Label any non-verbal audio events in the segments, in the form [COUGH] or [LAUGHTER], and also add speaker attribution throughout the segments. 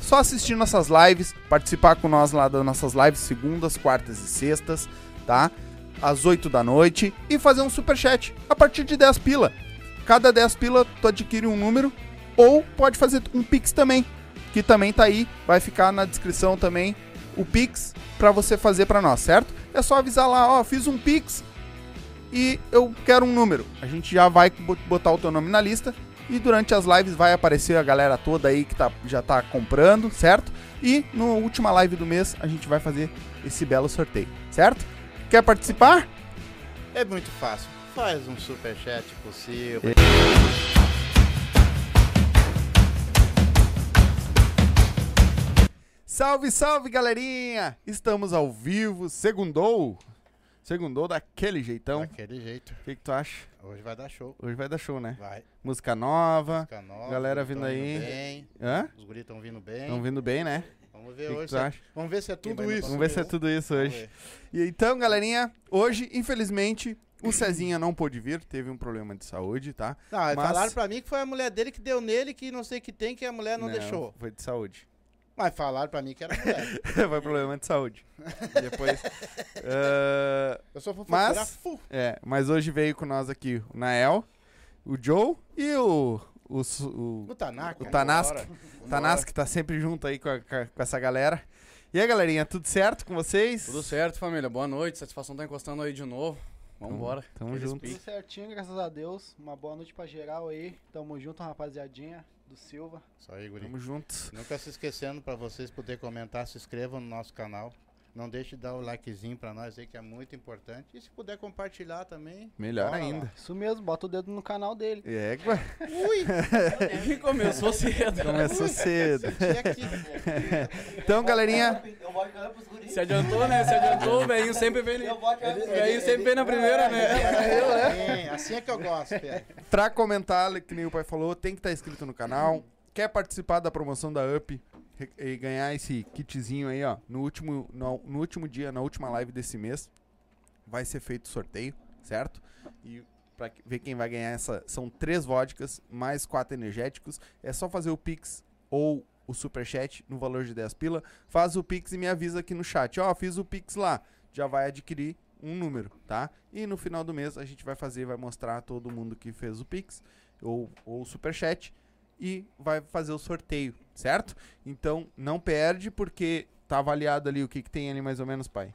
Speaker 1: Só assistir nossas lives, participar com nós lá das nossas lives segundas, quartas e sextas, tá? Às 8 da noite e fazer um superchat a partir de 10 pila. Cada 10 pila tu adquire um número ou pode fazer um pix também que também tá aí, vai ficar na descrição também o Pix pra você fazer pra nós, certo? É só avisar lá, ó, fiz um Pix e eu quero um número. A gente já vai bo- botar o teu nome na lista e durante as lives vai aparecer a galera toda aí que tá, já tá comprando, certo? E na última live do mês a gente vai fazer esse belo sorteio, certo? Quer participar?
Speaker 2: É muito fácil. Faz um superchat possível.
Speaker 1: Então? Salve, salve, galerinha! Estamos ao vivo, segundou. Segundou daquele jeitão.
Speaker 2: Daquele jeito.
Speaker 1: O que que tu acha?
Speaker 2: Hoje vai dar show.
Speaker 1: Hoje vai dar show, né?
Speaker 2: Vai.
Speaker 1: Música nova.
Speaker 2: Fica nova,
Speaker 1: Galera
Speaker 2: os guris
Speaker 1: vindo
Speaker 2: tão
Speaker 1: aí.
Speaker 2: bem,
Speaker 1: Hã?
Speaker 2: os guris estão vindo bem.
Speaker 1: Estão vindo bem, né?
Speaker 2: Vamos
Speaker 1: O
Speaker 2: ver
Speaker 1: que que
Speaker 2: hoje.
Speaker 1: tu
Speaker 2: se-
Speaker 1: acha?
Speaker 2: Vamos ver se é
Speaker 1: Quem
Speaker 2: tudo
Speaker 1: vai no
Speaker 2: isso.
Speaker 1: Vamos ver se é tudo isso
Speaker 2: Vamos
Speaker 1: hoje.
Speaker 2: ver.
Speaker 1: E então, galerinha, hoje, infelizmente, o Cezinha não pôde vir, teve um problema de saúde, tá?
Speaker 2: Não,
Speaker 1: Mas-
Speaker 2: falaram pra mim que foi a mulher dele que deu nele, que não sei o que tem, que a mulher não, deixou.
Speaker 1: Foi de saúde. [LAUGHS]
Speaker 2: Mas falaram pra mim que era mulher.
Speaker 1: foi problema de saúde.
Speaker 2: [LAUGHS]
Speaker 1: Depois. ah,
Speaker 2: Eu só vou
Speaker 1: Mas-
Speaker 2: procurar, fu.
Speaker 1: é, mas hoje veio com nós aqui o Nael, o Joe e o. O, Su- o,
Speaker 2: O Tanaka.
Speaker 1: O Tanask.
Speaker 2: Bora.
Speaker 1: Tanas, que tá sempre junto aí com, a- com a- com essa galera. E aí, galerinha, tudo certo com vocês?
Speaker 3: Tudo certo, família. Boa noite. Satisfação tá encostando aí de novo.
Speaker 4: [LAUGHS]
Speaker 3: Vambora.
Speaker 1: Tamo
Speaker 3: Aqueles
Speaker 1: junto.
Speaker 3: piques.
Speaker 4: Tudo certinho, graças a Deus. Uma boa noite pra geral aí. Tamo junto, rapaziadinha do Silva.
Speaker 2: Isso aí, guri.
Speaker 1: Tamo juntos.
Speaker 2: Nunca se esquecendo pra vocês poderem comentar, se inscrevam no nosso canal. Não deixe de dar o likezinho pra nós aí, que é muito importante. E se puder compartilhar também.
Speaker 1: Melhor
Speaker 2: bora lá.
Speaker 1: ainda.
Speaker 4: Isso mesmo, bota o dedo no canal dele.
Speaker 1: É, gua- [LAUGHS]
Speaker 4: É.
Speaker 3: E começou cedo.
Speaker 4: Então, né?
Speaker 1: começou cedo.
Speaker 2: Senti aqui.
Speaker 1: Então, galerinha,
Speaker 3: Se adiantou, né? Se adiantou, o velhinho sempre vem. O velhinho é sempre vem na primeira,
Speaker 2: é,
Speaker 3: né?
Speaker 2: Sim, assim é que eu gosto, Pedro.
Speaker 1: pra comentar, que nem o pai falou, tem que estar inscrito no canal. Quer participar da promoção da UP re- e ganhar esse kitzinho aí, ó, no último, no, no último dia, na última live desse mês, vai ser feito o sorteio, certo? E pra que- ver quem vai ganhar essa, são três vodkas, mais quatro energéticos. É só fazer o Pix ou o Superchat no valor de 10 pila. Faz o Pix e me avisa aqui no chat. Ó, fiz o Pix lá. Já vai adquirir um número, tá? E no final do mês a gente vai fazer, vai mostrar a todo mundo que fez o Pix ou, ou o Superchat e vai fazer o sorteio, certo? Então não perde porque tá avaliado ali o que, que tem ali mais ou menos, pai.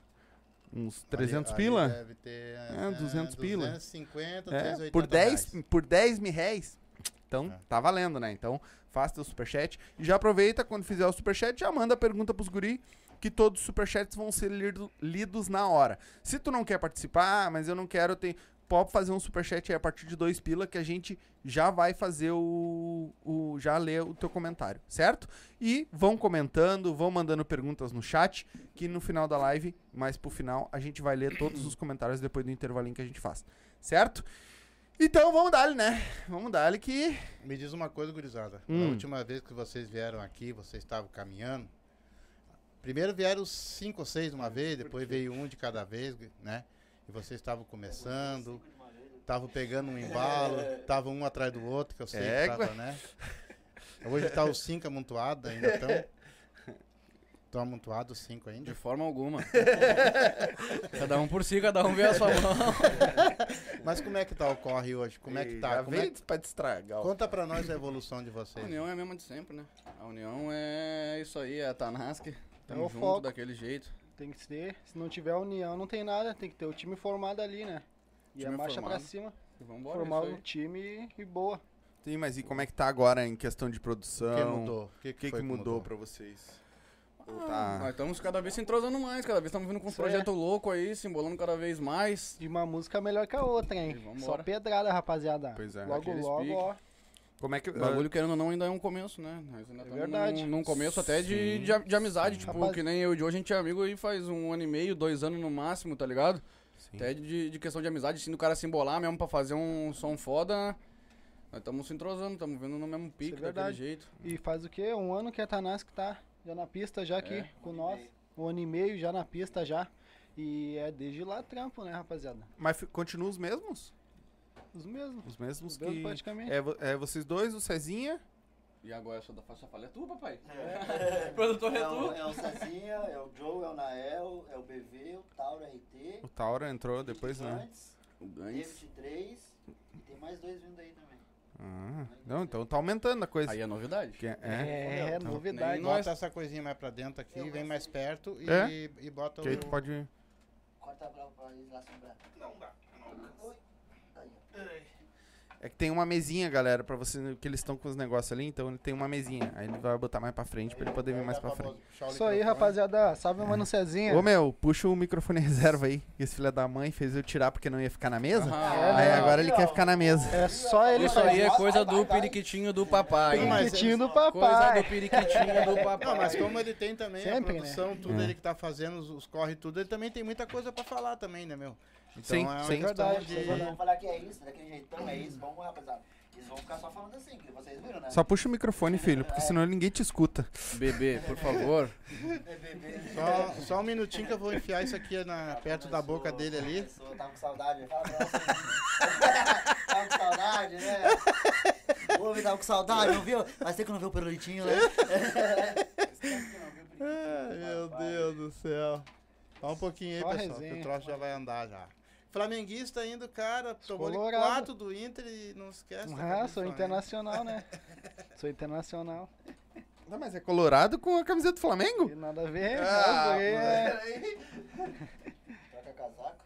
Speaker 1: Uns 300
Speaker 2: Ali- ali
Speaker 1: pila?
Speaker 2: Deve ter.
Speaker 1: É, 200 pila.
Speaker 2: 250,
Speaker 1: É,
Speaker 2: 380
Speaker 1: por 10,
Speaker 2: reais.
Speaker 1: por 10 mil réis. Então,
Speaker 2: É.
Speaker 1: tá valendo, né? Então, faça teu superchat. E já aproveita, quando fizer o superchat, já manda a pergunta pros guri, que todos os superchats vão ser lido- lidos na hora. Se tu não quer participar, "Ah, mas eu não quero, eu tenho... pode fazer um superchat aí a partir de dois pila que a gente já vai fazer o, o já ler o teu comentário, certo? E vão comentando, vão mandando perguntas no chat, que no final da live, mais pro final, a gente vai ler todos os comentários depois do intervalinho que a gente faz, certo? Então vamos dar né? Vamos dar que
Speaker 2: Me diz uma coisa, gurizada.
Speaker 1: Hum.
Speaker 2: Na última vez que vocês vieram aqui, vocês estavam caminhando. Primeiro vieram cinco ou seis de uma vez, depois veio um de cada vez, né? E vocês estavam começando, estavam pegando um embalo, estavam um atrás do outro, que eu sei que
Speaker 1: Égua.
Speaker 2: tava, né? Hoje tá os cinco amontoados, ainda então. estão. Estão amontoados os cinco ainda.
Speaker 3: De forma alguma. cada um por si, cada um vê a
Speaker 4: É.
Speaker 3: sua mão.
Speaker 2: Mas como é que tá o corre hoje? Como é que tá?
Speaker 1: Já
Speaker 2: Como é
Speaker 1: veio
Speaker 2: que-
Speaker 1: pra te estragar. ó.
Speaker 2: Conta pra nós a evolução de
Speaker 3: A
Speaker 2: vocês.
Speaker 3: união é a mesma de sempre, né? A união é isso aí, é a Tanask. Tamo
Speaker 4: É o
Speaker 3: junto
Speaker 4: foco.
Speaker 3: daquele jeito.
Speaker 4: Tem que ter. Se não tiver união, não tem nada. Tem que ter o time formado ali, né? E
Speaker 3: Time
Speaker 4: a marcha pra
Speaker 3: formado.
Speaker 4: cima.
Speaker 3: E vambora,
Speaker 4: formar
Speaker 3: é isso
Speaker 4: um
Speaker 3: aí.
Speaker 4: time e boa.
Speaker 1: Sim, mas e como é que tá agora em questão de
Speaker 2: O
Speaker 1: produção?
Speaker 2: que mudou? O
Speaker 1: O que, que
Speaker 2: foi
Speaker 1: mudou pra vocês? Ou
Speaker 3: Ah, Nós
Speaker 1: tá-
Speaker 3: estamos cada vez se entrosando mais, cada vez estamos vindo com um
Speaker 4: Isso é.
Speaker 3: projeto louco aí, se embolando cada vez mais.
Speaker 4: De uma música melhor que a outra, hein?
Speaker 3: E vambora.
Speaker 4: Só pedrada, rapaziada.
Speaker 1: Pois é.
Speaker 4: Logo,
Speaker 3: Aqueles
Speaker 4: logo,
Speaker 3: pique.
Speaker 4: ó.
Speaker 1: Como é que.
Speaker 3: O bagulho, querendo ou não, ainda é um começo, né? Nós ainda
Speaker 4: É
Speaker 3: estamos
Speaker 4: verdade.
Speaker 3: Num, num começo até de, de, de amizade, tipo,
Speaker 4: Rapaz-
Speaker 3: que nem eu e o Joe, a gente é amigo aí faz um ano e meio, dois anos no máximo, tá ligado?
Speaker 1: Sim.
Speaker 3: Até de, de questão de amizade, assim, do cara se embolar mesmo pra fazer um som foda. Nós estamos se entrosando, estamos vendo no mesmo pique, daquele
Speaker 4: é verdade.
Speaker 3: jeito.
Speaker 4: E faz o quê? Um ano que a Tanask tá já na pista já aqui
Speaker 3: É.
Speaker 4: com nós. Um ano e meio já na pista já. E é desde lá trampo, né, rapaziada?
Speaker 1: Mas fi- continuam os mesmos?
Speaker 4: Os mesmos.
Speaker 1: Os mesmos
Speaker 4: Os mesmos
Speaker 1: que.
Speaker 4: praticamente.
Speaker 1: É, vo- é vocês dois, o Cezinha.
Speaker 3: E agora só da faixa falha é tu, papai? [LAUGHS] Produtor é
Speaker 5: É o,
Speaker 3: tu?
Speaker 5: é o Cezinha, é o Joe, é o Nael, é o BV, o Tauro RT.
Speaker 1: O Taura entrou depois, né?
Speaker 5: Antes,
Speaker 3: O Gans.
Speaker 5: David 3. E tem mais dois vindo aí também.
Speaker 1: Ah, não, então tá aumentando a coisa.
Speaker 3: Aí é novidade.
Speaker 1: Que é- é.
Speaker 4: É,
Speaker 5: É,
Speaker 4: novidade.
Speaker 3: nem
Speaker 2: Bota
Speaker 3: nós-
Speaker 2: essa coisinha mais pra dentro aqui, vem mais perto e,
Speaker 1: É?
Speaker 2: e bota
Speaker 1: Que aí tu
Speaker 2: o...
Speaker 1: pode.
Speaker 5: Corta a brava pra eles lá assombrar.
Speaker 1: É que tem uma mesinha, galera, pra você. Que eles estão com os negócios ali, então ele tem uma mesinha. Aí ele vai botar mais pra frente pra ele poder
Speaker 2: É,
Speaker 1: vir
Speaker 2: tá
Speaker 1: mais pra frente.
Speaker 4: Isso aí, rapaziada. Salve, mano Cezinha.
Speaker 1: Ô meu, puxa o microfone [LAUGHS] reserva aí. que Esse filho da mãe fez eu tirar porque não ia ficar na mesa.
Speaker 3: Ah,
Speaker 1: aí
Speaker 4: né?
Speaker 1: agora ele
Speaker 5: Aí,
Speaker 1: quer
Speaker 5: ó.
Speaker 1: ficar na mesa.
Speaker 4: É só ele
Speaker 3: Isso aí
Speaker 4: fazer.
Speaker 3: é coisa do periquitinho do papai.
Speaker 2: Mas-
Speaker 4: Periquitinho do
Speaker 3: Coisa
Speaker 4: papai.
Speaker 3: do periquitinho
Speaker 4: [LAUGHS]
Speaker 3: do papai.
Speaker 2: Não, mas como ele tem também a
Speaker 4: Sempre, né?
Speaker 2: produção, tudo
Speaker 1: É.
Speaker 2: ele que tá fazendo, os, os corre tudo, ele também tem muita coisa pra falar também, né, meu? Então
Speaker 1: Sim,
Speaker 2: é uma
Speaker 1: sim.
Speaker 2: questão
Speaker 4: Verdade,
Speaker 2: de...
Speaker 4: isso é verdade.
Speaker 5: Vamos falar que é isso, daquele jeitão, é isso. Vamos, rapaziada. Eles vão ficar só falando assim, que vocês viram, né? [LAUGHS]
Speaker 1: Só puxa o microfone, filho, porque senão ninguém te escuta.
Speaker 3: Bebê, por favor.
Speaker 2: Só, só um minutinho que eu vou enfiar isso aqui na, perto da boca dele ali.
Speaker 5: Começou, Tava com saudade, fala pra ela assim. [LAUGHS] Tava com saudade, né? Ouve, tava com saudade, não viu? Mas tem que não viu o perulitinho, né?
Speaker 2: Ai, meu Deus do céu. Só um pouquinho aí,
Speaker 4: Só
Speaker 2: pessoal, que o
Speaker 4: resenha.
Speaker 2: troço já vai andar já. Flamenguista ainda, o cara, tomou ali
Speaker 4: Colorado.
Speaker 2: 4 do Inter e não esquece.
Speaker 4: Ah,
Speaker 2: daquele
Speaker 4: sou
Speaker 2: Flamengo.
Speaker 4: internacional, né? [LAUGHS] sou internacional.
Speaker 1: Não, mas é colorado com a camiseta do Flamengo?
Speaker 3: Uh!
Speaker 4: Tem nada a ver.
Speaker 1: Ah,
Speaker 4: mas é
Speaker 5: Troca casaco.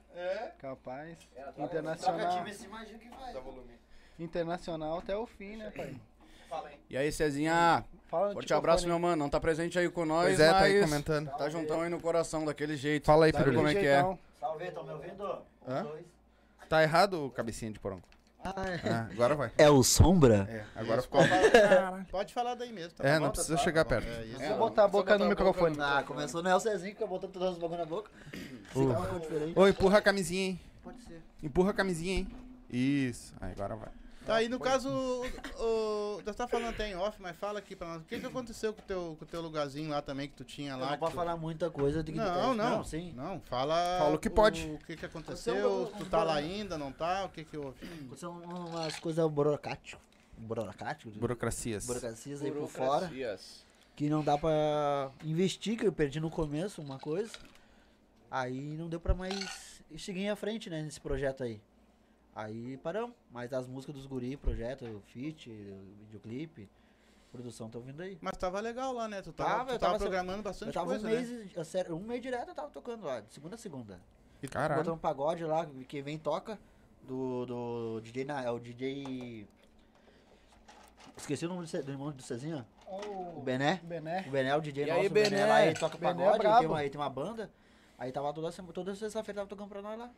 Speaker 4: Capaz.
Speaker 5: Ela troca- Troca
Speaker 4: Internacional.
Speaker 5: time, você imagina o que vai.
Speaker 4: Internacional até o fim, né, pai?
Speaker 5: Fala aí.
Speaker 3: E aí, Cezinha?
Speaker 4: Fala no
Speaker 3: Forte
Speaker 4: tipo,
Speaker 3: abraço,
Speaker 4: fone.
Speaker 3: meu mano. Não tá presente aí com nós,
Speaker 1: Pois é, tá aí
Speaker 3: mas
Speaker 1: comentando.
Speaker 3: Tá juntão aí no coração, daquele jeito.
Speaker 1: Fala aí,
Speaker 3: Sabe
Speaker 1: Pirulito.
Speaker 3: como é que é.
Speaker 4: Jeitão.
Speaker 5: Salve, estão me ouvindo? Um,
Speaker 1: Hã?
Speaker 5: dois.
Speaker 1: Tá errado, cabecinha de porongo. Ah, agora vai.
Speaker 5: É o Sombra?
Speaker 1: É, agora ficou.
Speaker 2: Pode falar- Pode falar daí mesmo, tá
Speaker 1: É,
Speaker 2: bom?
Speaker 1: não precisa chegar perto.
Speaker 2: É isso.
Speaker 4: Vou botar a boca
Speaker 3: botar
Speaker 4: no
Speaker 3: a boca
Speaker 4: microfone.
Speaker 3: no-
Speaker 5: Ah, começou, não é o Cezinho que tá botando todos os bagulho na boca?
Speaker 1: Uh.
Speaker 5: Tá uma cor diferente.
Speaker 1: Ô, empurra a camisinha, hein?
Speaker 5: Pode ser.
Speaker 1: Empurra a camisinha, hein? Isso. Aí, agora vai.
Speaker 2: Tá, aí no caso, o, o, tu tá falando até em off, mas fala aqui pra nós. O que, que aconteceu com o teu, com o teu lugarzinho lá também que tu tinha
Speaker 5: Eu
Speaker 2: lá?
Speaker 5: não
Speaker 2: que
Speaker 5: posso
Speaker 2: tu-
Speaker 5: falar muita coisa, tem que
Speaker 2: Não, não. Não,
Speaker 5: sim.
Speaker 2: fala.
Speaker 1: Fala o que pode.
Speaker 2: O, que, que
Speaker 5: Aconteceu
Speaker 2: aconteceu?
Speaker 5: um-
Speaker 2: Tu
Speaker 5: um
Speaker 2: tá lá
Speaker 5: problema.
Speaker 2: ainda, não tá? O que que houve?
Speaker 5: Aconteceu um- umas coisas burocráticas. Burocráticas?
Speaker 1: Burocracias.
Speaker 5: Burocracias aí por fora.
Speaker 3: Burocracias.
Speaker 5: Que não dá pra investir, que eu perdi no começo uma coisa. Aí não deu pra mais seguir à frente, né, nesse projeto aí. Aí paramos. Mas as músicas dos guri, projeto, feat, videoclipe, produção estão vindo aí.
Speaker 2: Mas tava legal lá, né? Tu tava,
Speaker 5: Tava,
Speaker 2: tu
Speaker 5: eu
Speaker 2: tava
Speaker 5: tava-
Speaker 2: programando
Speaker 5: Eu
Speaker 2: bastante
Speaker 5: tava
Speaker 2: coisa,
Speaker 5: um
Speaker 2: né?
Speaker 5: mês, eu sério, um mês direto eu tava tocando lá, de segunda a segunda.
Speaker 1: Caralho.
Speaker 5: Botando um pagode lá, que vem e toca, do, do DJ Nael, DJ... Esqueci o nome do, Ce- do irmão do Cezinha,
Speaker 4: Ó,
Speaker 5: o Bené.
Speaker 4: Bené.
Speaker 5: O Bené é o DJ
Speaker 3: E
Speaker 5: nosso,
Speaker 3: aí,
Speaker 5: o Bené,
Speaker 3: Bené?
Speaker 5: lá, ele toca
Speaker 4: Bené é
Speaker 5: pagode, ele, tem
Speaker 4: brabo.
Speaker 5: uma, ele tem uma banda. Aí tava toda, sema- toda sexta-feira tava tocando pra nós lá.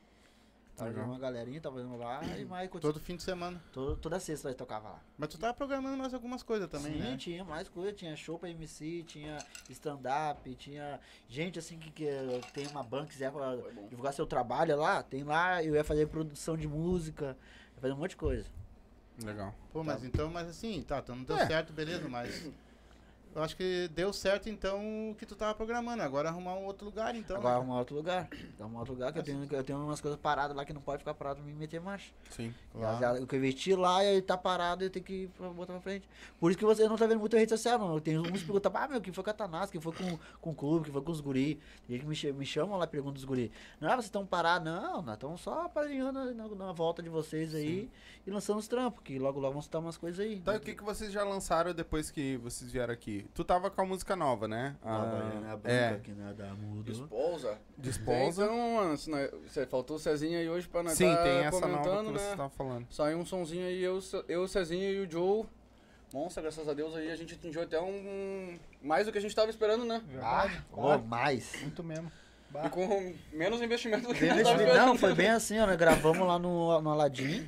Speaker 5: Tava
Speaker 1: Legal.
Speaker 5: jogando uma galerinha, tava jogando lá
Speaker 2: [CLEARS THROAT]
Speaker 5: e mais
Speaker 2: Todo fim de semana.
Speaker 5: todo, toda sexta nós tocava lá.
Speaker 2: Mas tu tava programando mais algumas coisas também,
Speaker 5: Sim,
Speaker 2: né?
Speaker 5: tinha mais coisa, tinha show pra MC, tinha stand-up, tinha gente assim que, que tem uma banca que quiser pra
Speaker 3: Foi bom.
Speaker 5: divulgar seu trabalho lá, tem lá, eu ia fazer produção de música, ia fazer um monte de coisa.
Speaker 1: um
Speaker 3: Legal.
Speaker 2: Pô, mas então, mas assim, tá, tu não deu
Speaker 1: É.
Speaker 2: certo, beleza, mas. Eu acho que deu certo então o que tu tava programando. Agora arrumar um outro lugar, então.
Speaker 5: Agora
Speaker 2: né?
Speaker 5: arrumar outro lugar. Arrumar outro lugar que eu tenho, que eu tenho umas coisas paradas lá que não pode ficar parado pra me meter marcha.
Speaker 1: Sim.
Speaker 2: Claro.
Speaker 5: Já- já- O que eu investi lá, ele tá parado, eu tenho que ir pra- botar pra frente. Por isso que você não tá vendo muito a rede social, não. Tem uns que perguntam, ah, meu, quem foi com a Tanás, quem foi com, com o clube, quem foi com os guri. Tem gente que me, che- me chamam lá e perguntam os guri. Não, é, vocês estão parados, não, nós estamos só aparelhando na, na volta de vocês aí e lançando os trampos, que logo logo vão soltar umas coisas aí. Né?
Speaker 1: Tá, e o que, que vocês já lançaram depois que vocês vieram aqui? Tu tava com a música nova, né?
Speaker 5: Ah,
Speaker 1: é,
Speaker 5: que nada mudou.
Speaker 3: Esposa.
Speaker 1: Disposa.
Speaker 3: Uhum. Então, mano, se nós- você faltou o Cezinha aí hoje pra nós
Speaker 1: Sim,
Speaker 3: tá
Speaker 1: tem essa nova que
Speaker 3: comentando,
Speaker 1: você
Speaker 3: né?
Speaker 1: tava falando.
Speaker 3: Saiu um sonzinho aí, eu, eu, Cezinha e o Joe. Nossa, graças a Deus aí a gente atingiu até um. Mais do que a gente tava esperando, né?
Speaker 5: Ah,
Speaker 4: é Verdade?
Speaker 5: ó, mais.
Speaker 4: Muito mesmo.
Speaker 3: E com menos investimento do que a gente tava esperando.
Speaker 5: Não, foi bem assim, ó. Nós gravamos lá no, no Aladim.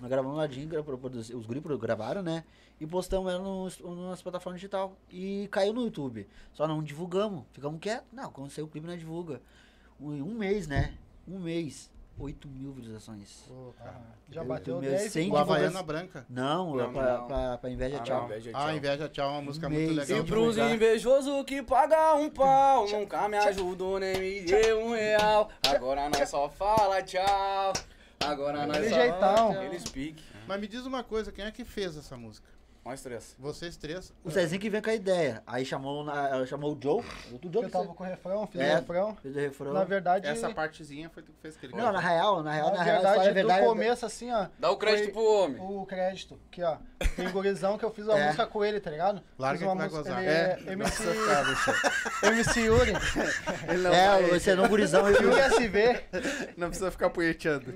Speaker 5: Nós gravamos no Aladim, gra- produ- os grupos gravaram, né? E postamos ela nos, nas plataformas digital. E caiu no YouTube. Só não divulgamos. Ficamos quietos. Não, quando saiu o clipe, nós divulga. Um, um mês, né? Um mês. 8 mil visualizações.
Speaker 4: Já
Speaker 5: Eu-
Speaker 4: bateu
Speaker 5: eu meio
Speaker 4: 10
Speaker 5: sem
Speaker 2: O
Speaker 5: divulgação.
Speaker 2: Havaiana Branca.
Speaker 5: Não,
Speaker 3: Não,
Speaker 5: pra,
Speaker 3: não.
Speaker 5: pra- pra inveja,
Speaker 3: Ah,
Speaker 5: tchau. Um
Speaker 3: não, inveja, tchau.
Speaker 2: Ah, Inveja Tchau, é uma música
Speaker 5: Mês.
Speaker 2: muito legal.
Speaker 3: E
Speaker 5: Legal
Speaker 2: de
Speaker 3: pros
Speaker 5: divulgar.
Speaker 3: invejosos que paga um pau, nunca me ajudou nem me deu um real. Agora nós só fala tchau. Agora nós
Speaker 4: Aquele
Speaker 3: só
Speaker 4: jeitão.
Speaker 3: Eles piquem.
Speaker 2: Mas me diz uma coisa, quem é que fez essa música?
Speaker 3: Nós três.
Speaker 2: Vocês três?
Speaker 5: O Cezinho que vem com a ideia. Aí chamou, na- chamou o Joe. Outro Joe
Speaker 4: Eu
Speaker 5: que
Speaker 4: tava com o refrão, fiz
Speaker 5: É.
Speaker 4: o refrão.
Speaker 5: fez o refrão.
Speaker 4: Na verdade,
Speaker 1: Essa partezinha foi tu que fez aquele
Speaker 5: Não, na real, na real, na, real, a história é verdade.
Speaker 4: do começo, assim, ó.
Speaker 3: Dá o crédito
Speaker 4: foi-
Speaker 3: pro homem.
Speaker 4: o crédito, que ó, tem um gurizão que eu fiz uma
Speaker 5: [LAUGHS] É.
Speaker 4: música com ele, tá ligado?
Speaker 2: Larga
Speaker 4: fiz uma
Speaker 2: que vai
Speaker 4: música-
Speaker 2: gozar.
Speaker 4: Ele é, MC, [LAUGHS] MC
Speaker 5: [LAUGHS]
Speaker 4: Yuri,
Speaker 5: É, você é um gurizão. [LAUGHS] eu-
Speaker 4: Yuri SV,
Speaker 1: Não precisa ficar punheteando.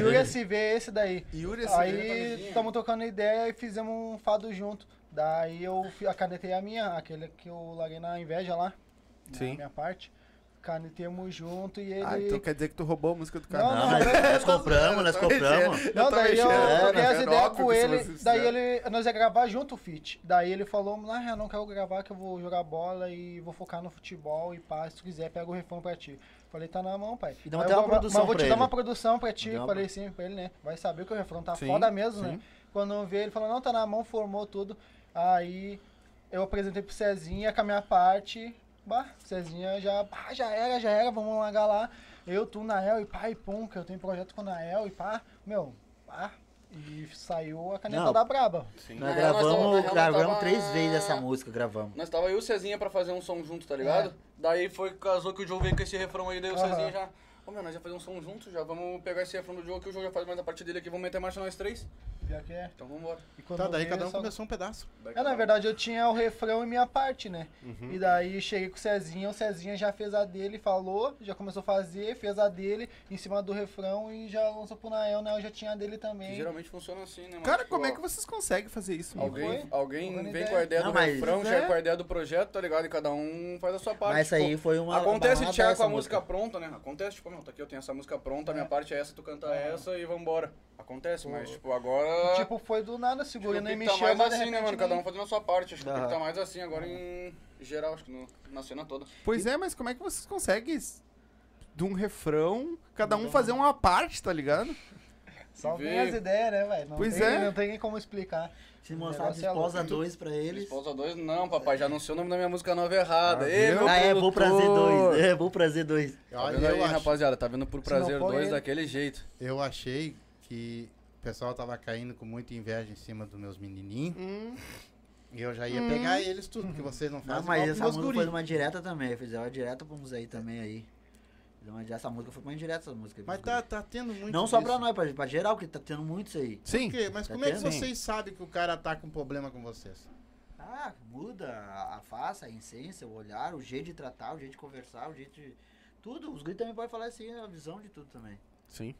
Speaker 4: Yuri SV é esse daí.
Speaker 1: [LAUGHS] Yuri,
Speaker 4: Aí estamos tocando ideia e fizemos um fado junto. Daí eu fi- canetei a minha, aquele que eu larguei na inveja lá, na
Speaker 1: Sim.
Speaker 4: minha parte. Canetemos junto e ele.
Speaker 1: tá Ah, então quer dizer que tu roubou a música do
Speaker 4: Não,
Speaker 1: canal.
Speaker 4: não,
Speaker 5: Nós, nós compramos, nós
Speaker 1: é.
Speaker 5: compramos.
Speaker 4: Não, daí eu
Speaker 5: mexendo,
Speaker 4: troquei
Speaker 5: né?
Speaker 4: as ideias com ele,
Speaker 1: né?
Speaker 4: daí ele, nós ia gravar junto o feat. Daí ele falou, na real, não quero gravar que eu vou jogar bola e vou focar no futebol e pá, se tu quiser, pega o refrão pra ti. Falei, tá na mão, pai.
Speaker 5: E dá
Speaker 4: Aí
Speaker 5: até
Speaker 4: eu
Speaker 5: uma
Speaker 4: vou-
Speaker 5: produção
Speaker 4: Mas vou
Speaker 5: pra
Speaker 4: te dar
Speaker 5: ele.
Speaker 4: uma produção pra ti,
Speaker 5: Dá uma
Speaker 4: falei sim pra ele, né? Vai saber que o refrão tá
Speaker 1: Sim,
Speaker 4: foda mesmo,
Speaker 1: sim.
Speaker 4: né? Quando vê, ele falou, não, tá na mão, formou tudo. Aí eu apresentei pro Cezinha com a minha parte. Bah, Cezinha já, bah, já era, já era, vamos largar lá. Eu, tu, Nael e pá, e pum, que eu tenho projeto com o Nael e pá. Meu, pá. E saiu a caneta
Speaker 5: Não.
Speaker 4: da braba.
Speaker 5: Nós
Speaker 3: Na real, nós tava- na
Speaker 5: gravamos,
Speaker 3: real,
Speaker 5: gravamos
Speaker 3: tava-
Speaker 5: três vezes essa música, gravamos.
Speaker 3: Nós tava eu e o Cezinha pra fazer um som junto, tá ligado? Daí foi que casou que o Joe veio com esse refrão aí, daí o
Speaker 4: É. Aham.
Speaker 3: Cezinha já. Ô meu, nós já fazer um som junto já. Vamos pegar esse refrão do Joe que o Joe já faz mais a parte dele aqui, vamos meter marcha nós três.
Speaker 4: Pior que é.
Speaker 3: Então vambora.
Speaker 4: E quando
Speaker 2: Tá,
Speaker 4: eu
Speaker 2: daí
Speaker 4: vi,
Speaker 2: cada um
Speaker 4: só-
Speaker 2: começou um pedaço.
Speaker 5: Tá
Speaker 4: É, na verdade eu tinha o refrão e minha parte, né?
Speaker 2: Uhum.
Speaker 4: E daí cheguei com o Cezinha, o Cezinha já fez a dele, falou, já começou a fazer, fez a dele em cima do refrão e já lançou pro Nael, o Nael já tinha a dele
Speaker 3: Que
Speaker 4: também.
Speaker 3: Geralmente funciona assim, né, mano?
Speaker 1: Cara,
Speaker 3: Tipo,
Speaker 1: como é
Speaker 3: ó,
Speaker 1: que vocês conseguem fazer isso, mano?
Speaker 3: Alguém,
Speaker 4: Foi?
Speaker 3: alguém
Speaker 4: Alguma
Speaker 3: vem
Speaker 4: ideia?
Speaker 3: com a ideia
Speaker 5: Não,
Speaker 3: do
Speaker 5: mas-
Speaker 3: refrão,
Speaker 1: É.
Speaker 3: chega com a ideia do projeto, tá ligado? E cada um faz a sua parte.
Speaker 5: Mas isso aí
Speaker 3: tipo,
Speaker 5: foi uma.
Speaker 3: Acontece
Speaker 5: uma
Speaker 3: de chegar
Speaker 5: dessa
Speaker 3: com a música pronta, né? Acontece, tipo, não, tá aqui, eu tenho essa música pronta, a minha parte é essa, tu canta essa e vambora. Acontece, mas, tipo, agora.
Speaker 4: Tipo, foi do nada,
Speaker 3: Acho que
Speaker 4: segurando
Speaker 3: o
Speaker 4: e
Speaker 3: pique
Speaker 4: me
Speaker 3: tá
Speaker 4: chama.
Speaker 3: mais
Speaker 4: de
Speaker 3: assim, né,
Speaker 4: repente
Speaker 3: mano? Cada
Speaker 4: nem-
Speaker 3: um fazendo a sua parte. Acho que o pique
Speaker 5: Aham.
Speaker 3: tá mais assim agora em geral, acho que no, na cena toda.
Speaker 1: Pois é, mas como é que vocês conseguem s- de um refrão, cada um fazer uma parte, tá ligado?
Speaker 4: Só
Speaker 3: Vê.
Speaker 4: vem as ideias, né, velho? Não
Speaker 1: Pois
Speaker 4: tem,
Speaker 1: é.
Speaker 4: Não tem nem como explicar.
Speaker 5: Se mostrar de
Speaker 4: Negócio é
Speaker 5: esposa
Speaker 4: louco.
Speaker 5: dois pra eles.
Speaker 3: Esposa 2, não, papai, já anunciou o nome da minha música nova errada.
Speaker 1: Ah,
Speaker 3: Ei,
Speaker 1: viu?
Speaker 3: meu
Speaker 5: Ah, é,
Speaker 3: produtor.
Speaker 5: vou prazer dois. É, vou prazer dois.
Speaker 3: Tá
Speaker 2: Olha,
Speaker 3: vendo aí,
Speaker 2: eu, ach-
Speaker 3: rapaziada, tá vendo por
Speaker 4: Se não
Speaker 3: prazer
Speaker 4: for
Speaker 3: 2
Speaker 4: ele-
Speaker 3: daquele jeito.
Speaker 2: eu achei que o pessoal tava caindo com muita inveja em cima dos meus menininhos. E eu já ia pegar eles tudo, porque vocês não fazem
Speaker 5: Não, mas
Speaker 2: igual pros
Speaker 5: essa
Speaker 2: meus
Speaker 5: música
Speaker 2: guri.
Speaker 5: foi uma direta também. Fizeram uma direta pra uns aí também aí. Fizeram uma direta- Essa música foi uma indireta, essa música.
Speaker 2: Mas
Speaker 5: pros
Speaker 2: tá,
Speaker 5: guri.
Speaker 2: tá tendo muito
Speaker 5: Não só
Speaker 2: disso.
Speaker 5: pra nós, pra, pra geral, que tá tendo muito isso aí.
Speaker 1: Sim.
Speaker 2: Por quê? Mas
Speaker 5: Tá
Speaker 2: como é que
Speaker 5: tendo?
Speaker 2: vocês sabem que o cara tá com problema com vocês?
Speaker 5: Ah, muda a, a face, a essência, o olhar, o jeito de tratar, o jeito de conversar, o jeito de. Tudo. Os gritos também podem falar assim, a visão de tudo também.
Speaker 1: Sim.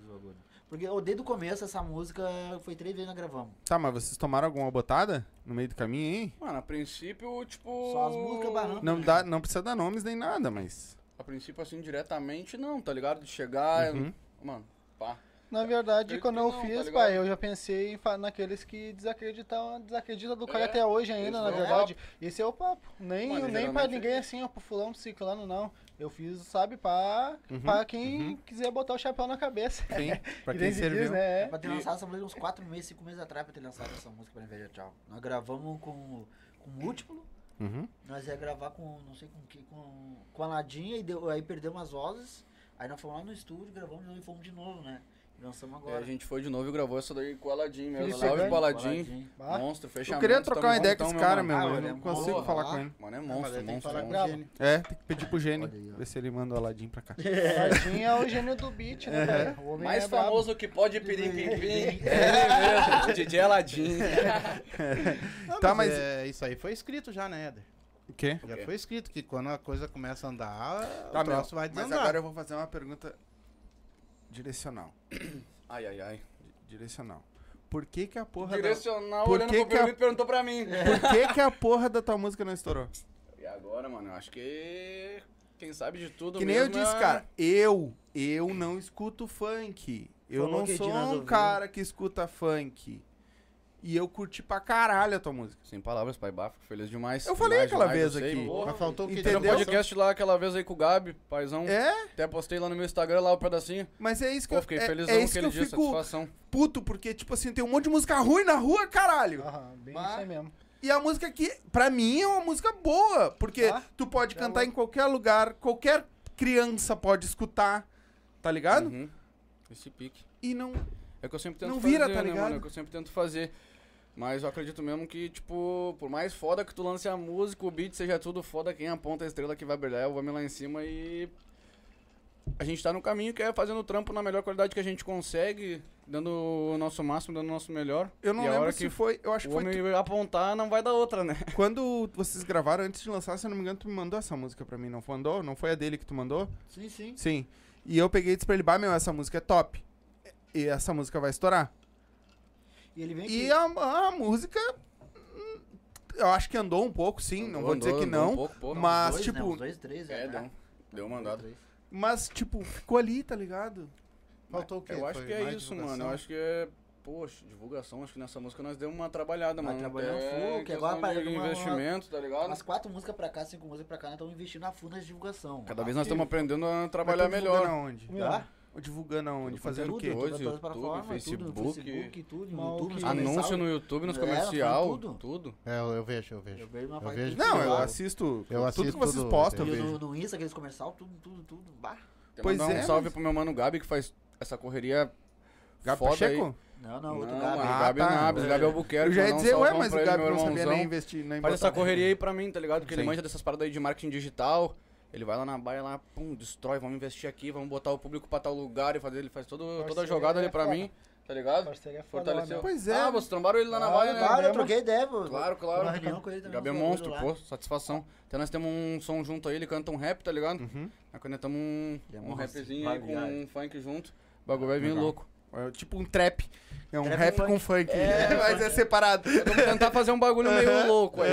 Speaker 5: os bagulho. Porque eu, desde o começo essa música foi três vezes que nós gravamos.
Speaker 1: Tá, mas vocês tomaram alguma botada no meio do caminho aí?
Speaker 3: Mano, a princípio, tipo.
Speaker 5: Só
Speaker 2: Oh.
Speaker 5: as músicas barranca.
Speaker 1: Não, dá, não precisa dar nomes nem nada, mas.
Speaker 3: A princípio, assim, diretamente não, tá ligado? De chegar.
Speaker 1: Uhum.
Speaker 3: Mano, pá.
Speaker 4: Na verdade,
Speaker 3: Ele
Speaker 4: quando
Speaker 3: tem
Speaker 4: eu
Speaker 3: não, tá
Speaker 4: fiz,
Speaker 3: ligado?
Speaker 4: pai, eu já pensei em fa- naqueles que desacreditam, desacreditam do cara
Speaker 3: É,
Speaker 4: até hoje ainda,
Speaker 3: esse
Speaker 4: na
Speaker 3: é o
Speaker 4: verdade. Esse é o papo. Nem,
Speaker 3: Mano,
Speaker 4: nem pra
Speaker 3: geralmente-
Speaker 4: ninguém assim, ó, pro fulano, pro ciclano, não. Eu fiz, sabe, pra,
Speaker 3: Uhum.
Speaker 4: pra quem quiser botar o chapéu na cabeça.
Speaker 1: [LAUGHS]
Speaker 2: Sim, pra
Speaker 4: [LAUGHS] Que
Speaker 2: quem
Speaker 4: nem se diz,
Speaker 2: serviu.
Speaker 4: né? É.
Speaker 5: Pra ter lançado essa música uns 4 meses, 5 meses atrás pra ter lançado essa música pra Inveja Tchau. Nós gravamos com, com múltiplo,
Speaker 2: Uhum.
Speaker 5: nós ia gravar com, não sei com que, com, com a Ladinha, e deu, aí perdemos as vozes, aí nós fomos lá no estúdio, gravamos de novo e fomos de novo, né? E lançamos
Speaker 3: E É, a
Speaker 5: agora.
Speaker 3: gente foi de novo e gravou essa daí com o Aladim, meu.
Speaker 4: Felipe
Speaker 3: Salve
Speaker 4: Gandhi.
Speaker 3: pro Aladim.
Speaker 5: Aladim.
Speaker 4: Bah.
Speaker 3: Monstro, fechamento.
Speaker 1: né? Ah, Eu queria trocar uma
Speaker 3: tamo
Speaker 1: ideia com esse
Speaker 3: juntão,
Speaker 1: cara, meu.
Speaker 5: mano?
Speaker 1: Eu
Speaker 5: Ah,
Speaker 1: não
Speaker 5: ele é
Speaker 1: consigo
Speaker 5: monstro.
Speaker 1: falar com ele.
Speaker 3: Mano, é
Speaker 2: Ah, mas
Speaker 3: monstro,
Speaker 2: aí tem que
Speaker 3: monstro.
Speaker 2: falar com
Speaker 3: monstro.
Speaker 2: o Gene.
Speaker 1: É, tem que pedir pro Gênio.
Speaker 5: Olha aí, ó.
Speaker 1: Ver se ele manda o Aladim pra cá.
Speaker 4: Tadinho é o gênio do beat, né, velho? O homem
Speaker 3: Mais
Speaker 4: é brabo.
Speaker 3: famoso que pode pedir pim pim. É ele mesmo, o DJ Aladim.
Speaker 2: Não,
Speaker 1: Tá,
Speaker 2: mas
Speaker 1: mas-
Speaker 2: é, isso aí foi escrito já, né, Éder?
Speaker 1: O quê?
Speaker 2: Já
Speaker 3: quê?
Speaker 2: foi escrito que quando a coisa começa a andar,
Speaker 1: Tá,
Speaker 2: o
Speaker 1: meu,
Speaker 2: troço vai
Speaker 1: mas
Speaker 2: desandar.
Speaker 1: agora eu vou fazer uma pergunta direcional.
Speaker 3: Ai, ai, ai.
Speaker 1: Direcional. Por que que a porra É. da...
Speaker 3: Direcional
Speaker 1: Por
Speaker 3: olhando
Speaker 1: que
Speaker 3: pro
Speaker 1: que a-
Speaker 3: Pedro e perguntou pra mim.
Speaker 1: Por que que a porra da tua música não estourou?
Speaker 3: E agora, mano, eu acho que. Quem sabe de tudo.
Speaker 1: Que nem eu
Speaker 3: mesmo
Speaker 1: disse,
Speaker 3: é-
Speaker 1: cara, eu, eu não escuto funk. Eu
Speaker 5: Falou
Speaker 1: não
Speaker 5: que
Speaker 1: sou
Speaker 5: Dinas
Speaker 1: um
Speaker 5: ouviu.
Speaker 1: cara que escuta funk. E eu curti pra caralho a tua música.
Speaker 3: Sem palavras, pai Bafo, feliz demais.
Speaker 1: Eu falei
Speaker 3: Demais,
Speaker 1: aquela
Speaker 3: demais,
Speaker 1: vez
Speaker 3: eu sei,
Speaker 1: aqui.
Speaker 3: pô.
Speaker 2: Mas faltou o que?
Speaker 1: Entendeu?
Speaker 3: Teve um podcast lá aquela vez aí com o Gabi, paizão.
Speaker 1: É,
Speaker 3: Até postei lá no meu Instagram lá o pedacinho.
Speaker 1: mas é isso que
Speaker 3: Pô,
Speaker 1: eu
Speaker 3: fiquei
Speaker 1: é,
Speaker 3: felizão
Speaker 1: é isso que
Speaker 3: aquele
Speaker 1: eu
Speaker 3: dia,
Speaker 1: fico
Speaker 3: satisfação.
Speaker 1: puto, porque, tipo assim, tem um monte de música ruim na rua, caralho.
Speaker 3: Ah.
Speaker 4: Aham, bem
Speaker 3: Bah.
Speaker 4: isso aí mesmo.
Speaker 1: E a música que, pra mim, é uma música boa. Porque
Speaker 3: Ah.
Speaker 4: Tá.
Speaker 1: tu
Speaker 3: É
Speaker 1: pode cantar em qualquer lugar, qualquer criança pode escutar, tá ligado?
Speaker 3: Uhum. Esse pique.
Speaker 1: E não.
Speaker 3: É que eu sempre tento
Speaker 1: Não vira,
Speaker 3: fazer,
Speaker 1: tá
Speaker 3: né,
Speaker 1: ligado?
Speaker 3: mano? É que eu sempre tento fazer. Mas eu acredito mesmo que, tipo, por mais foda que tu lance a música, o beat seja tudo foda, quem aponta a estrela que vai brilhar, eu vou me lá em cima e. A gente tá no caminho que é fazendo o trampo na melhor qualidade que a gente consegue, dando o nosso máximo, dando o nosso melhor.
Speaker 1: Eu não
Speaker 3: e a
Speaker 1: lembro
Speaker 3: hora
Speaker 1: se
Speaker 3: que
Speaker 1: foi. Eu acho que
Speaker 3: o
Speaker 1: foi.
Speaker 3: homem apontar não vai dar outra, né? [LAUGHS]
Speaker 1: tu- Quando vocês gravaram, antes de lançar, se eu não me engano, tu me mandou essa música pra mim, não foi? Mandou? Não foi a dele que tu mandou?
Speaker 5: Sim, sim.
Speaker 1: Sim. E eu peguei e disse pra ele, bah, meu, essa música é top. E essa música vai estourar.
Speaker 5: E ele vem aqui.
Speaker 1: E a, a música. hum, Eu acho que andou um pouco, sim. não vou dizer que
Speaker 3: um
Speaker 1: não. mas,
Speaker 5: Dois,
Speaker 1: tipo,
Speaker 5: Né? Uns dois, três,
Speaker 3: É,
Speaker 5: né?
Speaker 3: deu, deu uma andada.
Speaker 5: Três.
Speaker 1: Mas, tipo, ficou ali, tá ligado?
Speaker 2: Faltou o que?
Speaker 3: Eu acho
Speaker 2: Foi
Speaker 3: que é
Speaker 2: mais
Speaker 3: isso,
Speaker 2: divulgação?
Speaker 3: mano. Eu acho que é. Poxa, divulgação, acho que nessa música nós demos uma trabalhada,
Speaker 5: Nós
Speaker 3: mano.
Speaker 5: trabalhamos
Speaker 1: um
Speaker 3: É,
Speaker 5: full,
Speaker 3: em
Speaker 5: que agora
Speaker 3: questão
Speaker 5: parece
Speaker 3: de
Speaker 5: uma- uma-
Speaker 3: investimento, tá ligado?
Speaker 5: Umas quatro músicas pra cá, cinco músicas pra cá, nós estamos investindo a fundo na divulgação.
Speaker 3: Cada vez nós estamos aprendendo a trabalhar
Speaker 1: Mas tô
Speaker 3: melhor.
Speaker 1: Divulgando aonde?
Speaker 5: Tá?
Speaker 1: Divulgando aonde?
Speaker 5: Tudo,
Speaker 1: Fazendo o quê?
Speaker 5: Todas as
Speaker 3: Hoje,
Speaker 5: plataformas,
Speaker 3: YouTube,
Speaker 5: tudo, no
Speaker 3: Facebook,
Speaker 5: Facebook, tudo, no
Speaker 4: mal
Speaker 5: YouTube, nos
Speaker 1: um
Speaker 4: que-
Speaker 5: comensais.
Speaker 3: Anúncio no YouTube, nos
Speaker 5: É,
Speaker 3: comercial,
Speaker 5: fazendo tudo.
Speaker 3: tudo. tudo.
Speaker 2: É, eu, eu vejo, eu vejo.
Speaker 5: Eu vejo uma
Speaker 2: Eu
Speaker 5: parte
Speaker 2: vejo
Speaker 5: tudo
Speaker 1: Não,
Speaker 5: lá.
Speaker 1: eu
Speaker 5: E
Speaker 1: assisto,
Speaker 2: Eu
Speaker 1: tudo
Speaker 2: assisto
Speaker 1: que vocês
Speaker 2: tudo,
Speaker 1: postam, eu
Speaker 2: eu
Speaker 1: vejo.
Speaker 5: no, no Insta, aqueles comercial, tudo, tudo, tudo. Bah.
Speaker 3: Tem que
Speaker 1: Pois
Speaker 3: mandar
Speaker 1: é,
Speaker 3: um salve
Speaker 1: mas-
Speaker 3: pro meu mano Gabi, que faz essa correria
Speaker 1: Gabi
Speaker 3: foda
Speaker 1: Pacheco?
Speaker 3: aí.
Speaker 5: Não, não,
Speaker 3: Não,
Speaker 5: outro
Speaker 3: mano,
Speaker 5: cara.
Speaker 1: Ah,
Speaker 3: Gabi
Speaker 1: tá.
Speaker 3: Nabes,
Speaker 1: É.
Speaker 3: Gabi Albuquerque.
Speaker 1: Eu já ia
Speaker 3: mandar um
Speaker 1: dizer, ué,
Speaker 3: salvão
Speaker 1: mas
Speaker 3: pra
Speaker 1: o
Speaker 3: ele,
Speaker 1: Gabi
Speaker 3: meu
Speaker 1: não sabia
Speaker 3: irmãozão.
Speaker 1: nem investir, nem
Speaker 3: Faz
Speaker 1: botar.
Speaker 3: essa correria aí pra mim, tá ligado? Que ele
Speaker 1: Sim.
Speaker 3: manja dessas paradas aí de marketing digital. Ele vai lá na baia lá, pum, destrói, vamos investir aqui, vamos botar o público pra tal lugar e fazer, ele faz todo, toda a
Speaker 4: Parceria
Speaker 3: jogada ali
Speaker 4: é
Speaker 3: pra
Speaker 4: foda.
Speaker 3: mim, tá ligado?
Speaker 4: Parceria é foda lá,
Speaker 3: Fortaleceu.
Speaker 4: meu.
Speaker 1: Pois é.
Speaker 3: Ah, vocês trombaram ele lá na baia, né?
Speaker 5: Claro, eu
Speaker 3: Lembra?
Speaker 5: troquei ideia, pô.
Speaker 3: Claro,
Speaker 5: Foi Uma
Speaker 3: claro.
Speaker 5: reunião com ele também.
Speaker 3: Gabi é
Speaker 5: uns bagulho
Speaker 3: monstro,
Speaker 5: lá.
Speaker 3: pô, satisfação. Então nós temos um som junto aí, ele canta um rap, tá ligado?
Speaker 1: Uhum.
Speaker 3: Aí conectamos um,
Speaker 5: Ele é
Speaker 3: um
Speaker 5: monstro,
Speaker 3: rapzinho aí com
Speaker 5: maravilhoso.
Speaker 3: um funk junto. O bagulho vai vir
Speaker 1: Legal.
Speaker 3: louco.
Speaker 1: É tipo um trap. É um
Speaker 5: Trap
Speaker 1: rap
Speaker 5: com
Speaker 1: com funk. [LAUGHS] mas é separado.
Speaker 3: Vamos tentar fazer um bagulho meio louco aí.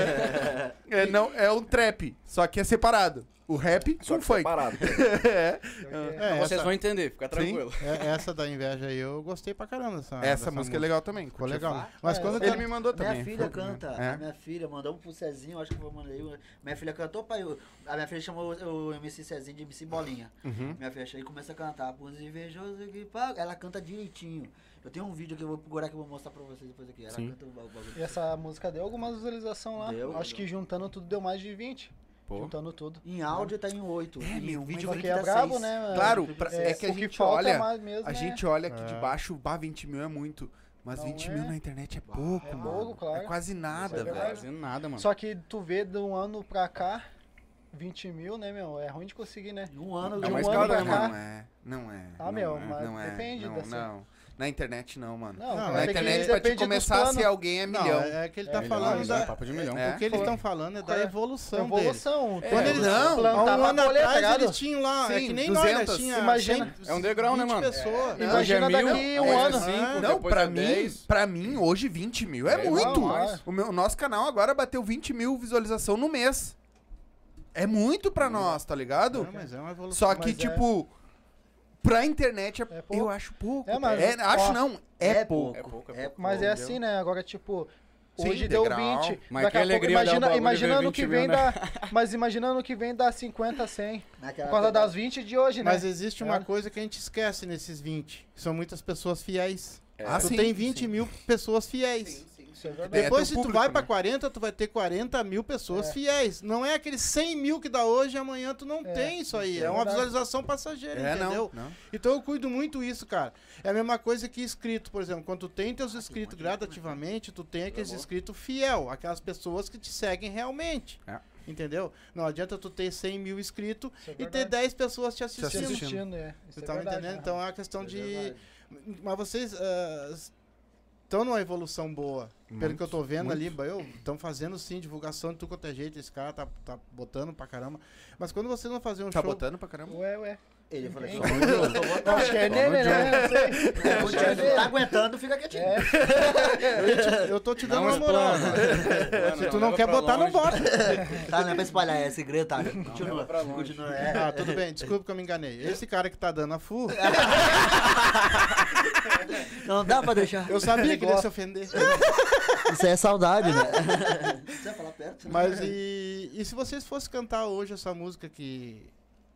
Speaker 1: É, não, é um trap, só que é separado. O rap com um funk.
Speaker 3: Parado.
Speaker 1: [LAUGHS] É.
Speaker 2: É,
Speaker 3: Vocês
Speaker 2: essa,
Speaker 3: vão entender, fica tranquilo.
Speaker 2: é, essa da inveja aí eu gostei pra caramba. Essa,
Speaker 1: Essa
Speaker 2: dessa
Speaker 1: música é legal também.
Speaker 2: Ficou
Speaker 1: curti.
Speaker 2: legal.
Speaker 5: Fá.
Speaker 2: Mas
Speaker 4: É,
Speaker 2: quando
Speaker 4: eu-
Speaker 2: tá-
Speaker 1: Ele me mandou
Speaker 5: Minha
Speaker 1: também.
Speaker 5: filha
Speaker 1: foi-
Speaker 5: canta,
Speaker 1: É.
Speaker 5: a minha filha, mandou um pro Cezinho, acho que foi mandei. Minha filha cantou, pai. eu- A minha filha chamou o o MC Cezinho de MC Bolinha.
Speaker 1: Uhum.
Speaker 5: Minha filha aí começa a cantar. Pros invejosos que pagam. Ela canta direitinho. Eu tenho um vídeo que eu vou procurar que eu vou mostrar pra vocês depois aqui. Ela
Speaker 1: Sim.
Speaker 5: canta o ba- o bagulho.
Speaker 4: E é essa música deu algumas visualizações lá.
Speaker 5: Deu,
Speaker 4: Acho
Speaker 5: deu.
Speaker 4: que juntando tudo deu mais de 20.
Speaker 1: Pô.
Speaker 4: Juntando tudo.
Speaker 5: Em áudio tá em 8.
Speaker 1: É,
Speaker 5: e
Speaker 1: meu,
Speaker 5: o vídeo tá
Speaker 4: mas
Speaker 5: vem
Speaker 4: aqui
Speaker 5: que
Speaker 4: é
Speaker 5: dá
Speaker 4: brabo,
Speaker 5: 6.
Speaker 4: né, mano?
Speaker 1: Claro, pra-
Speaker 4: É,
Speaker 1: é que a
Speaker 4: o que
Speaker 1: gente
Speaker 4: falta
Speaker 1: olha.
Speaker 4: mais mesmo
Speaker 1: A
Speaker 4: é-
Speaker 1: gente olha aqui de
Speaker 2: É.
Speaker 1: baixo, bah, 20 mil é muito. Mas
Speaker 4: Não
Speaker 1: 20
Speaker 4: é.
Speaker 1: mil na internet é pouco,
Speaker 4: É
Speaker 1: mano.
Speaker 4: pouco, claro.
Speaker 1: É quase nada,
Speaker 4: Isso é
Speaker 1: velho.
Speaker 4: verdade.
Speaker 3: Quase nada, mano.
Speaker 4: Só que tu vê de um ano pra cá, 20 mil, né, meu? É ruim de conseguir, né?
Speaker 5: Em um ano
Speaker 4: De
Speaker 1: É
Speaker 5: um
Speaker 1: uma
Speaker 4: mais
Speaker 5: ano
Speaker 4: caro,
Speaker 1: escada,
Speaker 5: pra
Speaker 1: né,
Speaker 4: pra cá.
Speaker 1: mano? Não é. Não é.
Speaker 4: Ah,
Speaker 1: não
Speaker 4: meu,
Speaker 1: é,
Speaker 4: mas
Speaker 1: não é,
Speaker 4: depende
Speaker 1: Não,
Speaker 4: dessa-
Speaker 1: não. Na internet, não, mano.
Speaker 4: Não,
Speaker 2: Não,
Speaker 1: Na
Speaker 2: é
Speaker 4: tem que-
Speaker 1: internet, pra te
Speaker 4: depende dos
Speaker 1: começar a
Speaker 4: planos.
Speaker 1: ser alguém, é
Speaker 2: Não,
Speaker 1: milhão.
Speaker 2: é que ele tá
Speaker 3: Milhão,
Speaker 2: falando
Speaker 3: milhão,
Speaker 2: da.
Speaker 3: papo de milhão.
Speaker 1: É.
Speaker 2: O que eles estão falando é da
Speaker 4: É.
Speaker 2: evolução, deles.
Speaker 4: Evolução. É, tu-
Speaker 1: Quando eles- não,
Speaker 2: Há
Speaker 4: plantar
Speaker 2: um ano
Speaker 4: uma
Speaker 2: atrás
Speaker 4: colheita,
Speaker 2: eles tinham lá, é que nem
Speaker 1: 200,
Speaker 2: nós, nós tinha
Speaker 4: imagina.
Speaker 2: 100,
Speaker 3: É um degrau, né,
Speaker 2: 20
Speaker 3: mano?
Speaker 2: pessoas.
Speaker 4: É. Imagina
Speaker 3: Hoje é mil,
Speaker 4: daqui um
Speaker 3: depois é
Speaker 4: ano.
Speaker 3: cinco,
Speaker 1: Não,
Speaker 3: depois
Speaker 1: pra
Speaker 3: é
Speaker 1: mim,
Speaker 3: dez.
Speaker 1: pra mim, hoje 20 mil é,
Speaker 3: É igual
Speaker 1: muito.
Speaker 4: mais.
Speaker 1: O, meu, o nosso canal agora bateu 20 mil visualização no mês.
Speaker 4: Hum.
Speaker 1: É muito pra nós, tá ligado?
Speaker 2: Não, mas é uma evolução.
Speaker 1: Só que,
Speaker 4: mas é-
Speaker 1: tipo, Pra internet, é,
Speaker 4: É pouco.
Speaker 1: eu acho pouco.
Speaker 4: É, mas-
Speaker 1: É, acho
Speaker 4: ó,
Speaker 1: não, é, pouco.
Speaker 3: É pouco, é pouco.
Speaker 4: Mas é
Speaker 5: entendeu?
Speaker 4: assim, né? Agora, tipo,
Speaker 1: Sim,
Speaker 4: hoje deu
Speaker 1: degrau.
Speaker 3: Mas
Speaker 4: 20. daqui
Speaker 3: que
Speaker 4: a pouco,
Speaker 3: alegria dar um
Speaker 4: imagina,
Speaker 3: bagulho
Speaker 4: imagina
Speaker 3: ver
Speaker 4: ano
Speaker 3: 20
Speaker 4: que
Speaker 3: mil,
Speaker 4: vem
Speaker 3: né?
Speaker 4: dá. Mas imagina ano que vem dá 50, 100.
Speaker 5: Naquela
Speaker 4: Por causa
Speaker 5: pegada.
Speaker 4: das 20 de hoje, né?
Speaker 2: Mas existe uma
Speaker 4: É.
Speaker 2: coisa que a gente esquece nesses 20. que São muitas pessoas fiéis.
Speaker 3: É.
Speaker 1: Ah,
Speaker 2: tu
Speaker 1: sim,
Speaker 2: tem 20
Speaker 1: sim.
Speaker 2: mil pessoas fiéis.
Speaker 4: Isso é verdade.
Speaker 1: É,
Speaker 2: Depois, se
Speaker 1: teu
Speaker 2: tu vai
Speaker 1: público,
Speaker 2: pra
Speaker 1: né?
Speaker 2: 40, tu vai ter 40 mil pessoas
Speaker 4: É.
Speaker 2: fiéis. Não é aqueles 100 mil que dá hoje, amanhã tu não
Speaker 4: É,
Speaker 2: tem isso aí.
Speaker 4: é
Speaker 2: É, uma
Speaker 4: verdade.
Speaker 2: visualização passageira,
Speaker 1: É,
Speaker 2: entendeu?
Speaker 1: não. não.
Speaker 2: Então eu cuido muito isso, cara. É a mesma coisa que inscrito, por exemplo. Quando tu tem teus inscritos gradativamente, tu tem aqueles inscritos fiel, aquelas pessoas que te seguem realmente.
Speaker 1: É.
Speaker 2: Entendeu? Não adianta tu ter 100 mil inscritos
Speaker 4: Isso é
Speaker 2: e ter
Speaker 4: verdade.
Speaker 2: 10 pessoas te Tá assistindo.
Speaker 4: Te assistindo, é.
Speaker 2: Você
Speaker 4: Isso é
Speaker 2: tá me
Speaker 4: verdade,
Speaker 2: entendendo?
Speaker 4: né?
Speaker 2: Então é uma questão
Speaker 5: É
Speaker 2: de.
Speaker 5: verdade.
Speaker 2: Mas vocês estão numa evolução boa. pelo
Speaker 1: Muito,
Speaker 2: que eu tô vendo
Speaker 1: muito.
Speaker 2: ali, ali, estão fazendo sim divulgação de tudo quanto é jeito. Esse cara tá, tá botando pra caramba. Mas quando vocês vão fazer um
Speaker 1: Tá
Speaker 2: show.
Speaker 1: botando pra caramba.
Speaker 4: Ué, ué.
Speaker 5: Ele falou
Speaker 4: Ninguém.
Speaker 5: só um jogo, só
Speaker 4: Não, acho que é nele, né? Não sei.
Speaker 5: vou-
Speaker 4: Acho que é
Speaker 5: Tá
Speaker 4: nele.
Speaker 5: aguentando, fica quietinho.
Speaker 4: É.
Speaker 2: Eu tô te dando uma moral.
Speaker 3: explana.
Speaker 2: Se tu não quer botar, não bota.
Speaker 5: Tá, não é pra espalhar, é segredo, tá? Continua.
Speaker 3: leva pra longe.
Speaker 5: Continua, é.
Speaker 2: Ah, tudo bem, desculpa que eu me enganei. Esse cara que tá dando
Speaker 1: [LAUGHS]
Speaker 2: a fu,
Speaker 5: Não dá pra deixar.
Speaker 2: eu sabia que ele ia se ofender.
Speaker 5: Isso é saudade,
Speaker 4: [LAUGHS]
Speaker 5: né? Você ia falar perto?
Speaker 2: Mas e, e se vocês fossem cantar hoje essa música que.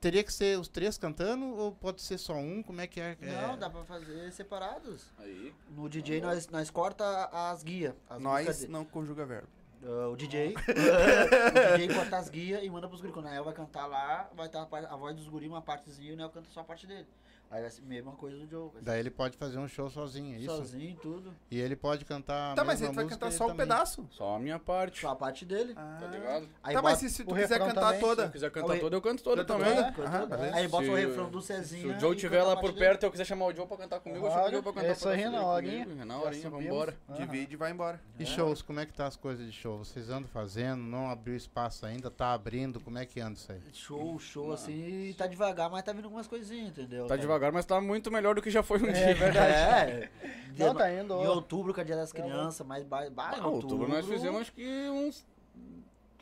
Speaker 2: Teria que ser os três cantando ou pode ser só um? Como é que é?
Speaker 5: Não,
Speaker 2: É,
Speaker 5: dá pra fazer separados.
Speaker 3: Aí.
Speaker 5: No DJ
Speaker 4: Tá
Speaker 5: nós, nós corta as guias. as músicas
Speaker 1: Nós
Speaker 5: dele.
Speaker 1: não conjuga verbo.
Speaker 5: Ah, [LAUGHS] o DJ. o DJ corta as guias e manda pros guris. Quando o Nael vai cantar lá, vai estar a, parte- a voz dos guris, uma partezinha, e o Nael canta só a parte dele. Aí vai ser a mesma coisa do Joe. vai ser
Speaker 2: Daí ele pode fazer um show sozinho, é isso?
Speaker 5: Sozinho e tudo.
Speaker 2: E ele pode cantar. a
Speaker 1: Tá, mas
Speaker 2: mesma
Speaker 1: ele vai
Speaker 2: música
Speaker 1: cantar
Speaker 2: e
Speaker 1: só um
Speaker 2: também.
Speaker 1: pedaço.
Speaker 3: Só a minha parte.
Speaker 5: Só a parte dele.
Speaker 4: Ah,
Speaker 3: Tá ligado?
Speaker 5: Aí
Speaker 1: tá,
Speaker 5: bota-
Speaker 1: mas se, se
Speaker 4: o
Speaker 1: tu quiser
Speaker 4: refrão
Speaker 1: cantar
Speaker 4: também,
Speaker 1: toda.
Speaker 3: Se quiser
Speaker 5: Oi.
Speaker 3: cantar toda, eu canto toda
Speaker 1: Eu também.
Speaker 3: também.
Speaker 1: né?
Speaker 5: Coisa
Speaker 1: Aham,
Speaker 5: toda.
Speaker 1: beleza.
Speaker 5: Aí bota o
Speaker 3: Se-
Speaker 5: refrão do
Speaker 3: Se
Speaker 5: Cezinha.
Speaker 3: o Joe
Speaker 5: e
Speaker 3: tiver
Speaker 5: canta a
Speaker 3: lá
Speaker 5: parte
Speaker 3: por
Speaker 5: dele.
Speaker 3: perto e eu quiser chamar o Joe pra cantar comigo, eu chamo o
Speaker 4: Claro,
Speaker 3: Joe pra cantar
Speaker 4: é isso aí,
Speaker 3: pra
Speaker 4: na horinha.
Speaker 3: Na
Speaker 4: Já
Speaker 3: horinha,
Speaker 4: subimos. Ah.
Speaker 3: vambora.
Speaker 4: Aham.
Speaker 1: Divide e vai embora.
Speaker 2: E shows, como é que tá as coisas de show? Vocês andam fazendo? Não abriu espaço ainda? Tá abrindo? Como é que anda isso aí?
Speaker 5: Show, show, assim, tá devagar, mas tá vindo algumas coisinhas, entendeu?
Speaker 3: Tá devagar, mas tá muito melhor do que já foi um
Speaker 5: [LAUGHS] É
Speaker 3: dia.
Speaker 5: verdade. É.
Speaker 4: Não, tá indo,
Speaker 5: Em
Speaker 4: ó.
Speaker 5: outubro, que é dia das crianças, mas ba... ba-
Speaker 3: Ah, outubro nós fizemos acho que uns